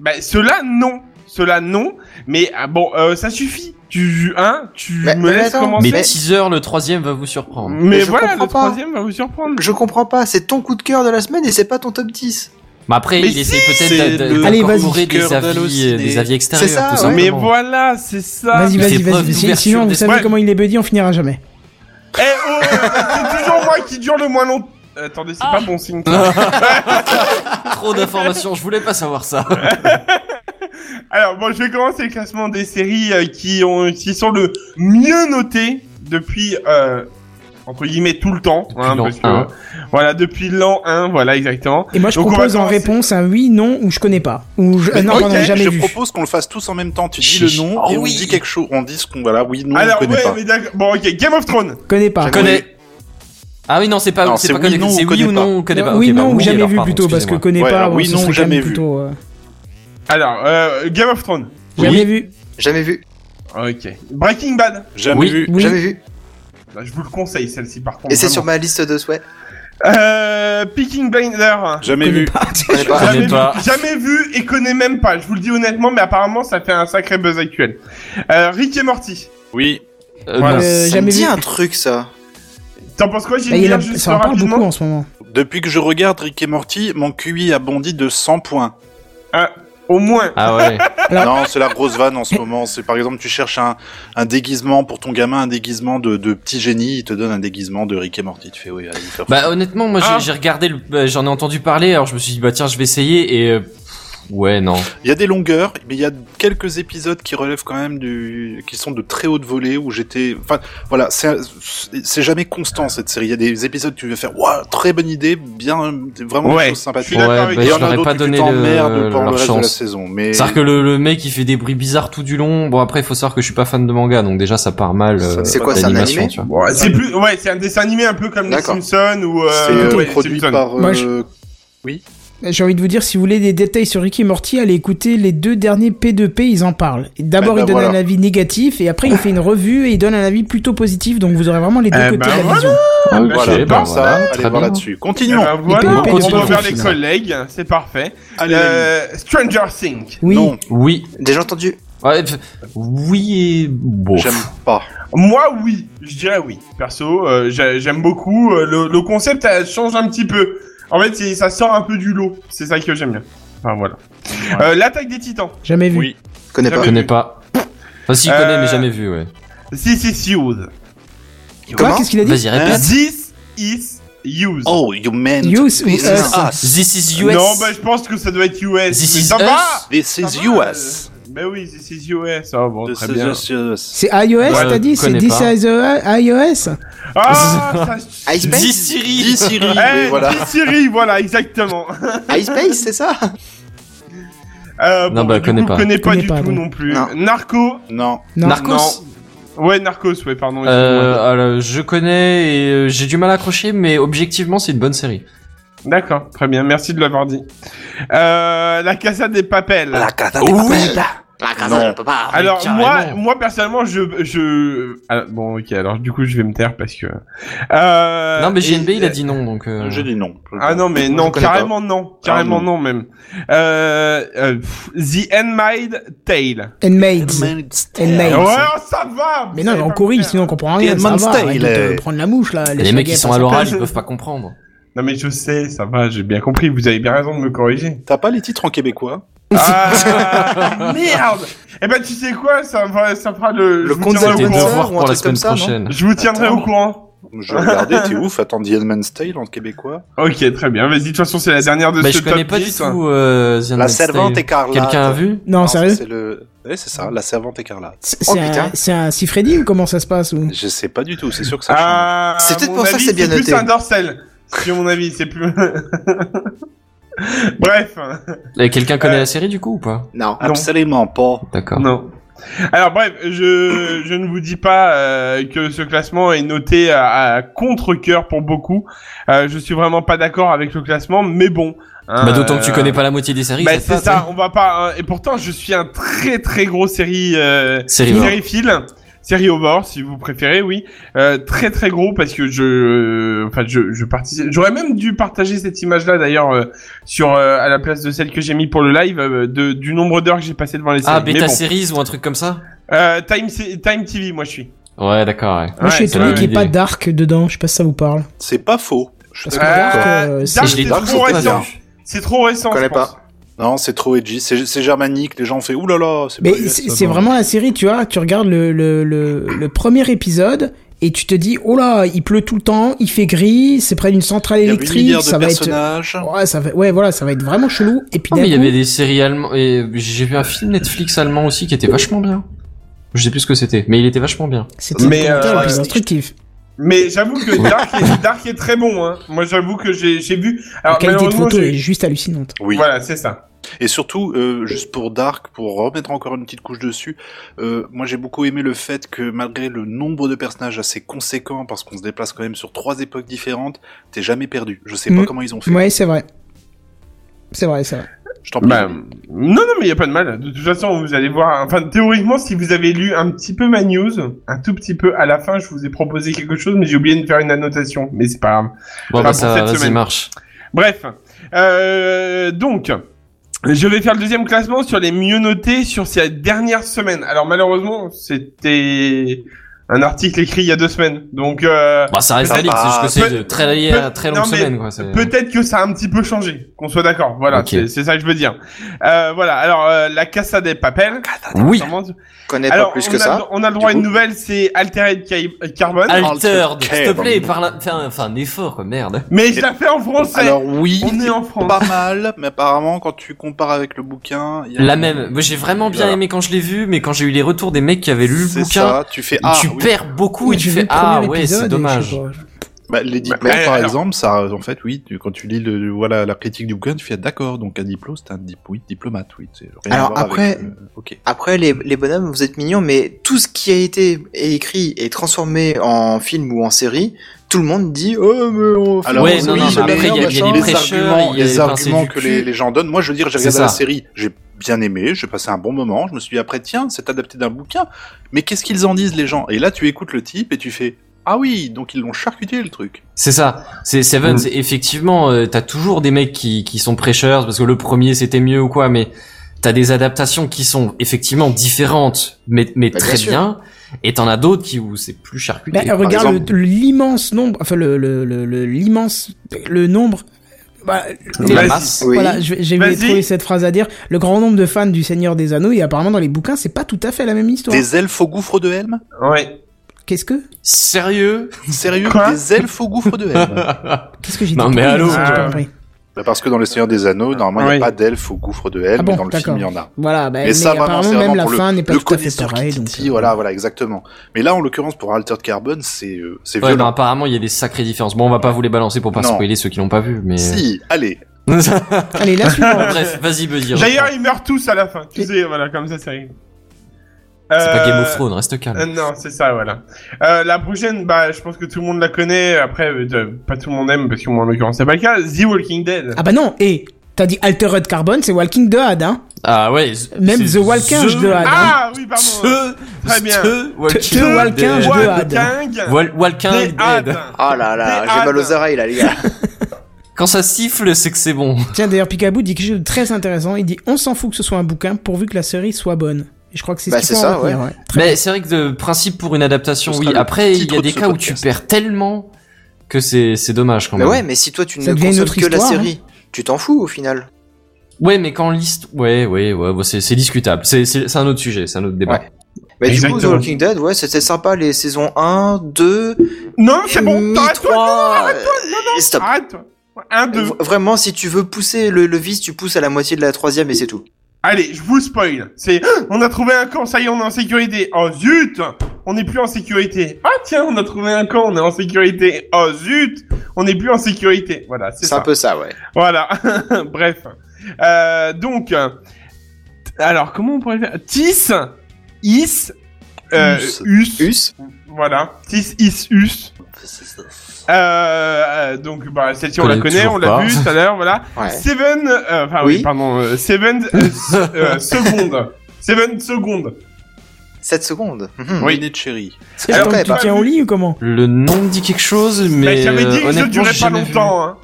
bah, ceux-là non, ceux-là non, mais ah, bon, euh, ça suffit. Tu hein, tu
Mais-
me
mais
laisses
attends,
commencer.
Mais
Mais-
teaser, le troisième va vous surprendre.
Mais
Mais je
voilà, le
comprends pas.
troisième va vous surprendre.
Je comprends pas, c'est ton coup de cœur de la semaine et c'est pas ton top 10.
Mais après,
Mais
il
si,
essaie
c'est
peut-être d'a-
le-
d'a-
Allez, vas-y.
d'incorporer
Cœur
des avis,
d'halluciné.
euh, des avis extérieurs,
C'est ça,
tout
ouais.
simplement.
Mais voilà, c'est
Ah,
ça.
Vas-y,
Il fait
vas-y,
preuve
vas-y. Si-
d'ouverture
Sinon, vous
d'esprit.
savez comment il est buddy, on finira jamais.
Eh oh, c'est toujours moi qui dure le moins longtemps. Attendez, c'est pas bon signe. ça.
Trop d'informations, je voulais pas savoir ça.
Ah,
Alors bon, je vais commencer le classement des séries euh, qui ont qui sont le mieux notées depuis euh, entre guillemets tout le temps. hein,
l'an
parce que,
un.
Voilà, depuis l'an 1, voilà exactement.
Et moi, je
Donc, on va
propose en
commencer.
réponse un oui, non ou je connais pas. Ou je, euh, non,
Ok,
pardon, jamais
je
vu.
propose qu'on le fasse tous en même temps. Tu dis le
Chiche.
nom
Oh
et
oui.
on dit quelque chose. On dit ce qu'on voilà, oui, non, on
Alors
connaît
ouais,
pas.
mais d'accord. Bon, ok, Game of Thrones.
Connais pas.
Je connais. Ah oui, non, c'est pas,
Non,
c'est
c'est
pas
oui,
connecté,
non,
c'est
on
oui
connaît
ou
pas.
non, on connaît pas.
oui,
Ok, bah,
non ou jamais
alors,
vu
pardon,
plutôt, parce que
excusez-moi.
connais
Ouais,
pas.
alors,
bon,
oui,
ce
non,
serait quand
jamais
même
vu.
plutôt, euh,
Alors euh, Game of Thrones.
Oui.
Jamais vu.
Jamais vu,
Ok. Breaking Bad.
Jamais
Oui.
vu.
Oui.
jamais vu.
Bah, je vous le conseille celle-ci par contre.
Et c'est
vraiment.
sur ma liste de souhaits.
Euh, Peaking Blinder.
Jamais
Connais
vu.
pas.
Je connais pas.
Connais
Jamais vu,
pas.
Ah, jamais vu et connais même pas. Je vous le dis honnêtement, mais apparemment ça fait un sacré buzz actuel. Euh, Rick et Morty.
Oui.
Euh,
Voilà.
non.
Euh,
ça me
jamais
dit
vu.
un truc ça.
T'en penses quoi, Gilles
Bah, il y en
Miller,
a-
juste
Ça en parle
rapidement
beaucoup en ce moment.
Depuis que je regarde Rick et Morty, mon QI a bondi de 100 points.
hein.
Au moins.
Ah ouais.
Non, c'est la grosse vanne en ce moment. C'est par exemple, tu cherches un, un déguisement pour ton gamin, un déguisement de, de petit génie, il te donne un déguisement de Rick et Morty. Tu fais oui, allez vous faire.
Bah honnêtement, moi j'ai-
Ah.
j'ai regardé, le- bah, j'en ai entendu parler, alors je me suis dit bah tiens, je vais essayer et euh, pff, ouais non.
Il y a des longueurs, mais il y a quelques épisodes qui relèvent quand même du, qui sont de très haute volée où j'étais, enfin, voilà, c'est, c'est jamais constant cette série. Il y a des épisodes que tu veux faire, waouh, très bonne idée, bien, vraiment des choses
Ouais, je suis
sympathiques.
d'accord
Ouais,
avec
bah,
toi.
il y
je
en a
leur ai
d'autres
pas
que tu
donné
t'emmerdes
le,
pendant le
leur
reste de la
chance.
saison, mais.
C'est-à-dire que le, le mec il fait des bruits bizarres tout du long. Bon après faut savoir que je suis pas fan de manga donc déjà ça part mal. euh,
C'est quoi, c'est un
l'animation,
animé
tu
Ah,
vois.
Ouais, c'est plus, ouais, c'est un dessin animé un peu comme les
D'accord.
Simpsons ou
C'est
euh,
euh,
ouais, les
produit
Simpsons.
par.
Moi,
euh,
je- J'ai envie de vous dire, si vous voulez des détails sur Ricky et Morty, allez écouter les deux derniers P2P, ils en parlent. D'abord,
Eh ben
il donne
voilà.
un avis négatif, et après, il fait une revue et il donne un avis plutôt positif, donc vous aurez vraiment les deux
Eh
côtés
ben
de la
voilà.
vision.
Ah,
bah,
ben Voilà,
c'est
par
bon,
ça,
voilà,
allez
très
voir
bien.
là-dessus.
Eh
Continuons.
ben voilà,
PPP,
on
continue,
va vers
on
les
hein.
continue.
collègues, c'est parfait.
Allez,
Euh, Stranger Things.
Oui.
Non,
Oui.
Déjà entendu
Ouais, pff, oui et bon.
j'aime pas.
Moi, oui, je dirais oui. Perso, euh, j'ai- j'aime beaucoup. Euh, le, le concept euh, change un petit peu. En fait, c'est- ça sort un peu du lot. C'est ça que j'aime bien. Enfin, voilà. Euh, L'attaque des titans.
Jamais vu.
Oui.
Connais pas.
Je connais pas. Enfin, si, je connais,
Euh,
mais jamais vu, ouais.
This is use.
Quoi
Comment
Qu'est-ce qu'il a dit
Vas-y, répète.
This is use.
Oh, you meant
Use
this
us.
is
Ah,
us.
Ah, This is US.
non, bah, je pense que ça doit être US.
This
mais
is
ça va
us.
This is
Ça va,
US.
euh, Bah oui, this is US. Ah bon,
This
très
is
bien.
us, us.
C'est iOS,
Ouais,
t'as dit
je
C'est
connais
This
pas.
is a- iOS
Ah, ça...
Ice
This
Space
Siri.
Dis Siri,
Eh,
oui, voilà.
this Siri, voilà, exactement.
Ice Space, c'est ça
Euh,
Non,
bon,
bah,
du
connais
coup,
pas.
connais pas
Connais
du
pas,
tout
non.
non plus.
Non.
Narco.
Non.
Non.
Narcos.
Ouais, Narcos, ouais, pardon. excuse-moi.
Euh, alors, je connais et euh, j'ai du mal à accrocher, mais objectivement, c'est une bonne série.
D'accord, très bien, merci de l'avoir dit. Euh, la Casa des Papels.
casa La
Non.
casa de papa.
Ah,
Alors
carrément.
moi, moi personnellement, je, je, ah, bon, ok. Alors du coup, je vais me taire parce que. Euh,
non, mais JNB,
et-
il a dit non, donc. euh,
Je dis non.
Ah non, mais
Je
non,
connais pas.
carrément non, carrément
Ah,
non. même. Euh, euh, pff, The Handmaid Tale.
And Maids. And
Ouais,
Maids.
oh, ça va. vous
Mais non,
savez
mais on
pas
corrige,
faire.
sinon on comprend rien. Ça
Edmond's
va,
Tale,
arrête de te
euh.
prendre la mouche, là.
Les
laisse
mecs,
la
ils
guerre
sont
passer.
à l'oral,
place.
ils peuvent pas comprendre.
Non mais je sais, ça va, j'ai bien compris. Vous avez bien raison de me corriger.
T'as pas les titres en québécois
Ah, merde Eh ben tu sais quoi, ça va, ça fera le...
Le
je vous
compte
tiendrai
Tes
au
Zelda. ou
courant.
un
devoirs pour la
truc comme
semaine
ça, non
prochaine.
Je vous tiendrai au courant.
Je regardais, t'es ouf, attends, The Handmaid's Tale en québécois
Ah,
Ok, très bien. Vas-y, de toute façon, c'est la dernière de
Bah,
ce
je
top
connais pas du
10.
tout euh, The
La
Handmaid's
servante
Tale.
écarlate.
Quelqu'un a vu
Non,
ça,
sérieux
C'est le... ouais, c'est ça, la servante écarlate.
C'est
Oh,
c'est un-
putain.
c'est un Sifredi ou comment ça se passe ou...
Je sais pas du tout, c'est sûr que ça change.
Ah,
C'est peut-être
mon
pour ça que
avis,
c'est bien
plus
noté.
un dorsal. C'est mon avis, c'est plus... Bref.
Et Quelqu'un connaît
Euh,
la série du coup ou pas
Non.
non.
Absolument pas.
D'accord.
Non. Alors bref, je, je ne vous dis pas euh, que ce classement est noté à, à contre-coeur pour beaucoup. Euh, je suis vraiment pas d'accord avec le classement, mais bon. hein,
Bah, d'autant que tu
euh,
connais pas la moitié des séries.
Bah,
ça te
c'est
va,
ça,
toi
on va pas. hein, et pourtant, je suis un très très gros série. Euh,
Série over.
fil. Série over, si vous préférez, oui. Euh, très très gros parce que je. Enfin, je, je participe. J'aurais même dû partager cette image-là d'ailleurs euh, sur euh, à la place de celle que j'ai mis pour le live euh, de, du nombre d'heures que j'ai passé devant les séries.
Ah,
Mais
Beta
bon.
Series ou un truc comme ça
Euh, Time, C- Time TV, moi je suis.
Ouais, d'accord, ouais.
Moi, je suis
c'est
étonné
vrai.
qu'il n'y ait
idée.
pas Dark dedans, je sais pas si ça vous parle.
C'est pas faux. Je suis
Parce que
d'accord.
Dark,
Ah,
euh, c'est-
Dark,
Je l'ai-
c'est
Dark,
trop
c'est pas
récent.
bien.
C'est trop récent.
Connais
je pense.
Non, c'est trop edgy, c'est c'est germanique, les gens ont fait oulala, là là, c'est pas
Mais
US,
c'est
Bah ça,
c'est
non.
vraiment la série, tu vois, tu regardes le, le, le, le premier épisode et tu te dis, oh là, il pleut tout le temps, il fait gris, c'est près d'une centrale
Il y a une
électrique,
milliard de
ça va être...
personnages.
Ouais, ça va... ouais, voilà, ça va être vraiment chelou. Et puis
Oh,
d'un
mais il y
coup-
avait des séries allemandes. Et j'ai vu un film Netflix allemand aussi qui était vachement bien. Je sais plus ce que c'était, mais il était vachement bien.
C'était
Mais,
mais
euh,
plus
ouais.
instructif.
Mais j'avoue que Dark est, Dark est très bon. Hein. Moi j'avoue que j'ai j'ai
La
vu.
ah,
Alors,
qualité de
malheureusement,
photo
j'ai-
est juste hallucinante.
Oui.
Voilà, c'est ça.
Et surtout, euh, juste pour Dark, pour remettre encore une petite couche dessus, euh, moi j'ai beaucoup aimé le fait que malgré le nombre de personnages assez conséquent, parce qu'on se déplace quand même sur trois époques différentes, t'es jamais perdu. Je sais
Mm.
pas comment ils ont fait.
Ouais, c'est vrai. C'est vrai, c'est vrai.
Je t'en prie.
Bah, non, non, mais il y a pas de mal. De toute façon, vous allez voir. Enfin, théoriquement, si vous avez lu un petit peu ma news, un tout petit peu, à la fin, je vous ai proposé quelque chose, mais j'ai oublié de faire une annotation. Mais c'est pas grave.
Bon,
Ah,
bah,
pour cette
ça, vas-y,
semaine.
marche.
Bref, euh, donc, je vais faire le deuxième classement sur les mieux notés sur ces dernières semaines. Alors malheureusement, c'était un article écrit il y a deux semaines, donc euh,
Bah, ça reste
Peut-être-
valide, c'est juste que c'est de
peut-
très, lié à
peut-
très
non,
longue
mais
semaine, quoi. c'est-
peut-être que ça a un petit peu changé, qu'on soit d'accord. Voilà,
Ok.
c'est- c'est ça que je veux dire. Euh, voilà, alors euh, la Casa des Papel.
Oui,
Comment-
Connais
Alors,
pas plus
on,
que
a,
ça.
on a le droit à
Du
une
coup.
nouvelle, c'est Altered Ca- Carbon.
Altered, s'il te
Altered.
plaît, parle, fais un, fais un effort, quoi, merde.
Mais je la fais en français.
Alors oui,
on est en
c'est
France.
pas mal, mais apparemment quand tu compares avec le bouquin, il y a-
La même. Moi, j'ai vraiment bien
Voilà.
aimé quand je l'ai vu, mais quand j'ai eu les retours des mecs qui avaient lu le
C'est
bouquin,
ça, tu fais ah,
tu
oui.
perds beaucoup et
J'ai
tu
vu
fais
le
ah
premier
ouais,
épisode et je
c'est
sais
dommage.
pas.
Bah, les diplômes,
mais
par
alors-
exemple, ça, en fait, oui, tu- quand tu lis le, voilà, la critique du bouquin, tu fais ah, d'accord, donc un diplôme, c'est un dip- oui, diplomate, oui. c'est
Ah,
rien à
Alors,
voir
après-
avec, euh, ok.
Après, les, les bonhommes, vous êtes mignons, mais tout ce qui a été écrit et transformé en film ou en série, tout le monde dit oh mais on fait
Alors,
ouais,
des
non,
zombies,
non, mais
c'est
après,
bien,
il y a- il y a
machin.
les
les
prêcheurs,
arguments,
il y a-
les
enfin,
arguments
c'est du
que
cul.
les, les gens donnent. Moi, je veux dire, j'ai
C'est
regardé la
ça.
série, j'ai bien aimé, j'ai passé un bon moment. Je me suis dit après, tiens, c'est adapté d'un bouquin. Mais qu'est-ce qu'ils en disent les gens Et là, tu écoutes le type et tu fais, ah oui, donc ils l'ont charcuté le truc.
C'est ça. C'est Seven.
Mm.
c'est Effectivement, euh, t'as toujours des mecs qui, qui sont prêcheurs parce que le premier c'était mieux ou quoi, mais t'as des adaptations qui sont effectivement différentes, mais, mais
Bah, bien
très
sûr.
bien. Et t'en as d'autres qui où c'est plus charcuté.
Bah, regarde
exemple-
le- le- l'immense nombre, enfin le le- le le- l'immense le nombre. bah, les-
la
Vas-y.
masse.
Oui.
Voilà, je- j'ai
Vas-y.
trouvé cette phrase à dire. Le grand nombre de fans du Seigneur des Anneaux et apparemment dans les bouquins, c'est pas tout à fait la même histoire.
Des elfes au gouffre de Helm
Ouais.
Qu'est-ce que
Sérieux
Sérieux
Quoi
Des elfes au gouffre de Helm
Qu'est-ce que j'ai dit
Non, mais
Pourquoi
allô.
j'ai dit ça J'ai pas compris.
Bah, Parce que dans Le Seigneur des Anneaux, normalement, il n'y
Oui.
a pas d'elfes au gouffre de Helm,
Ah bon,
mais dans le film, il y
d'accord.
en a.
Voilà, bah,
Mais
mais
ça, vraiment,
apparemment
c'est
même
vraiment
la
pour
fin n'est pas
le
tout à fait
connaisseur
pareille.
qui
Donc, euh,
titille, voilà, voilà, exactement. Mais là, en l'occurrence, pour Altered Carbon, c'est euh, c'est
Ouais, bah,
violent.
apparemment, il y a des sacrées différences. Bon, on va pas vous les balancer pour pas
Non.
spoiler ceux qui l'ont pas vu, mais. euh,
Si, allez.
Allez, la suivante.
Bref, vas-y, Buzzy.
D'ailleurs,
reprends.
ils meurent tous à la fin. Tu sais, voilà, comme ça, c'est réglé.
c'est
Euh,
pas Game of Thrones, reste calme.
Euh, non, c'est ça, voilà. Euh, la prochaine, bah, je pense que tout le monde la connaît. Après, euh, de- pas tout le monde aime, parce que moi, en l'occurrence, c'est pas le cas. The Walking Dead.
Ah bah non, et t'as dit Altered Carbon, c'est Walking Dead, hein
Ah ouais.
Même
c'est
The Walking
The-
de Had.
bah,
Ah, oui, pardon.
The-
Très bien.
The
The
Walking
Walking
Dead.
Dead.
Walking
Had.
Wal- Walking
Des
Dead.
Had.
Ah là là,
Des
j'ai mal
Had.
aux oreilles là les gars.
Quand ça siffle, c'est que c'est bon.
Tiens, d'ailleurs, Picaboo dit quelque chose de très intéressant. Il dit On s'en fout que ce soit un bouquin pourvu que la série soit bonne. Et je crois que c'est
Bah,
ce qu'il
c'est
faut en
ça,
retenir, ouais.
Mais c'est vrai que le principe pour une adaptation,
Ce
oui.
sera le
Après, il y
titre
a
de
des
ce
cas où
podcast.
tu perds tellement que c'est c'est dommage quand
mais
même.
Bah ouais, mais si toi tu
Ça
ne
devient une
consommes
autre
que la
histoire, hein.
série, tu t'en fous au final.
Ouais, mais quand liste, ouais, ouais, ouais, bon, c'est c'est discutable. C'est c'est c'est un autre sujet, c'est un autre débat.
Ouais. Bah du coup
Exactement.
The Walking Dead, ouais, c'était sympa les saisons 1, 2,
Non, Ah, c'est bon.
Mi-
Arrête-toi.
trois,
non, Ah, arrête-toi,
euh, stop.
Arrête-toi. Un, deux.
V- Vraiment, si tu veux pousser le, le vice, tu pousses à la moitié de la troisième et c'est tout.
Allez, je vous spoil. C'est, Ah, on a trouvé un camp, ça y est, on est en sécurité. Oh zut, on n'est plus en sécurité. Ah tiens, on a trouvé un camp, on est en sécurité. Oh zut, on n'est plus en sécurité. Voilà, c'est
C'est un
ça.
peu ça, ouais.
Voilà. Bref. Euh, donc, euh, alors comment on pourrait le faire Tis, is, euh,
Us.
us.
Us,
Voilà. Tis, is, us. Euh, euh, donc, bah, celle-ci, on
Connais
la connaît,
toujours
on l'a
pas.
vu tout à l'heure, voilà.
ouais.
Seven, euh, enfin oui.
Oui.
pardon, euh, Seven euh, s- euh, secondes. Seven secondes.
7 secondes. Mhm.
Oui. de chérie.
C'est
Alors,
genre,
après,
tu
bah,
tiens au
oui.
lit ou comment
Le nom me dit quelque chose,
Mais
mais
Bah, j'avais dit
euh,
que ça
honnêtement,
durait
j'ai
pas
jamais vu.
longtemps. Hein.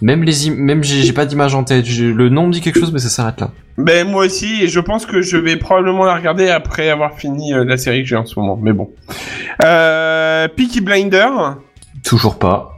Même les, im- même j'ai j'ai pas d'image en tête. J'ai- Le nom me dit quelque chose, mais ça s'arrête là.
Ben moi aussi, et je pense que je vais probablement la regarder après avoir fini euh, la série que j'ai en ce moment. Mais bon. Euh, Peaky Blinder.
Toujours pas.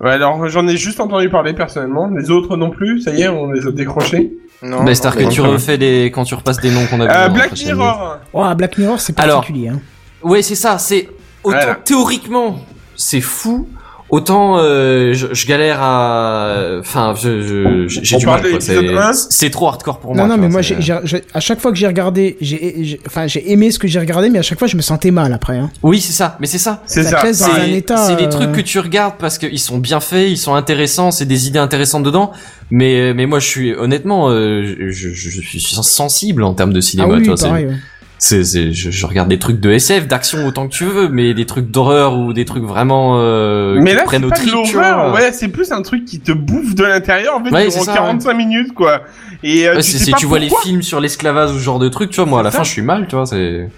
Ouais, Alors j'en ai juste entendu parler personnellement. Les autres non plus. Ça y est, on les a décrochés.
Non,
mais
non,
c'est-à-dire
mais-
que Bah, tu
non.
refais des quand tu repasses des noms qu'on a. vu
Euh,
dans
Black
la chaîne.
Mirror.
Oh, Black Mirror, c'est
Alors.
particulier. hein.
Ouais, c'est ça. C'est autant
Voilà.
théoriquement, c'est fou. Autant euh, je, je galère à, enfin, je- je- j'ai
On
du
parle
mal.
de
quoi.
l'épisode
C'est-
1.
C'est trop hardcore pour
non,
moi.
non,
tu
mais
vois,
moi, j'ai,
c'est-
j'ai- j'ai- à chaque fois que j'ai regardé, j'ai, j'ai- enfin, j'ai aimé ce que j'ai regardé, mais à chaque fois, je me sentais mal après. hein.
Oui, c'est ça. Mais c'est ça.
C'est
Ça
ça.
te laisse dans
C'est-
un état.
C'est
euh,
des trucs que tu regardes parce qu'ils sont bien faits, ils sont intéressants, c'est des idées intéressantes dedans. Mais mais moi je suis honnêtement, euh, je, je, je suis sensible en termes de
Ah
cinéma.
oui,
tu
oui,
vois, c'est-
pareil. ouais.
c'est c'est- je, je regarde des trucs de SF, d'action autant que tu veux, mais des trucs d'horreur ou des trucs vraiment euh,
Mais
qui
là, c'est
prennent au
pas de
trip, tu
l'horreur,
vois.
ouais, c'est plus un truc qui te bouffe de l'intérieur, en fait,
Ouais, c'est
durant
ça,
45 minutes, quoi. Et
Ouais,
euh, tu
c'est-
sais
c'est-
pas
tu vois les
pourquoi.
films sur l'esclavage ou ce genre de trucs, tu vois, moi à
C'est
la
ça.
fin je suis mal, tu vois, c'est...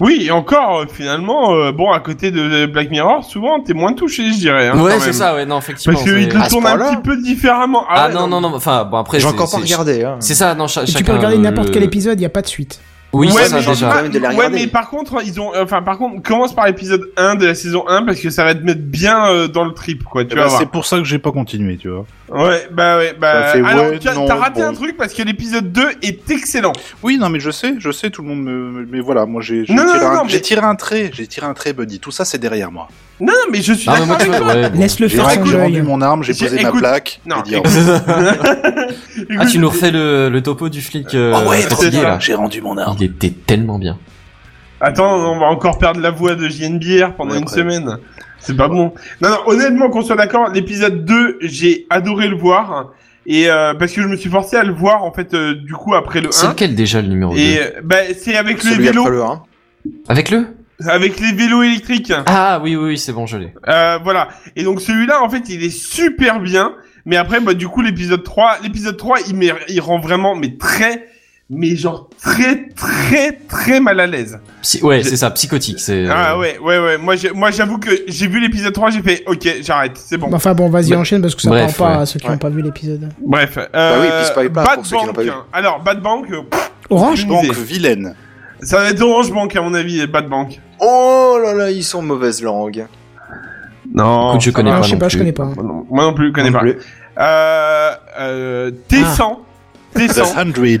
Oui, et encore, euh, finalement, euh, bon, à côté de Black Mirror, souvent, t'es moins touché, je dirais. hein,
ouais,
quand
c'est
même.
ça, ouais, non, effectivement.
Parce qu'il
c'est-
te
À ce
tourne un
point-là
petit peu différemment.
Ah non, non, non, enfin, bon après...
J'ai
c'est-
encore pas
c'est-
regardé. Hein.
C'est ça, non, cha-
Et tu peux
chacun,
regarder
euh,
n'importe
le-
quel épisode, il n'y a pas de suite.
Oui,
ouais,
c'est ça
mais
déjà.
quand même de la
ouais,
regarder.
mais par contre, ils ont, euh, enfin, par contre, commence par l'épisode 1 de la saison 1 parce que ça va te mettre bien euh, dans le trip, quoi. Tu
Eh ben,
vas voir.
c'est pour ça que j'ai pas continué, tu vois.
Ouais, bah ouais, bah.
Ça fait
Alors,
ouais,
tu as-
non,
t'as raté
bon.
un truc parce que l'épisode 2 est excellent.
Oui, non, mais je sais, je sais, tout le monde me. me- Mais voilà, moi j'ai j'ai
Non,
tiré,
non, non,
un...
mais-
j'ai tiré un trait, j'ai tiré un trait, Buddy. Tout ça, c'est derrière moi.
Non, non, mais je suis
Ah, mais
d'accord
moi, tu
avec
vois,
toi.
ouais, bon.
Laisse-le
J'ai
faire son
j'ai rendu
deuil.
mon arme, j'ai
J'ai-
posé ma
écoute,
plaque.
non,
et dit,
écoute,
Ah, tu
Écoute,
nous refais le, le topo du flic euh,
Ah ouais,
fatigué,
c'est ça.
là.
J'ai rendu mon arme.
Il était tellement bien.
Attends, on va encore perdre la voix de JNBR pendant
Ouais,
une
après.
semaine. C'est pas bon. Non, non, honnêtement, qu'on soit d'accord, l'épisode 2, j'ai adoré le voir. Et euh, parce que je me suis forcé à le voir, en fait, euh, du coup, après le
C'est
1.
lequel déjà le numéro 2
Et euh, bah, c'est avec le
Celui
vélo.
après le 1.
Avec le
avec les vélos électriques.
Ah oui, oui, oui, c'est bon, je l'ai.
Euh, voilà. Et donc celui-là, en fait, il est super bien. Mais après, bah, du coup, l'épisode 3, l'épisode 3, il, met- il rend vraiment, mais très, mais genre très, très, très mal à l'aise.
Psy- ouais, c'est ça, psychotique. C'est.
Ah ouais, ouais, ouais. Moi, j'ai- moi, j'avoue que j'ai vu l'épisode 3, j'ai fait, ok, j'arrête, c'est
Bah.
bon.
Enfin bon, vas-y,
Mais-
enchaîne parce que ça
Bref,
parle pas
ouais.
à ceux qui n'ont
Ouais.
pas vu l'épisode.
Bref. Euh,
Bah oui, puis spoil pas
Bad
pour ceux qui l'ont pas
Bank,
vu.
hein. Alors, Bad Bank, euh, pff,
Orange
Bon.
Banque
Idée.
vilaine.
ça va être Orange Bank à mon avis, et Bad Bank.
Oh là là, ils sont mauvaise langue.
Non.
Écoute, je connais
Ah,
pas
Je sais
non
pas, je
plus.
connais pas.
Moi non- moi non plus, je connais
Non
pas.
plus.
Euh, euh, T100.
The
Ah.
T100.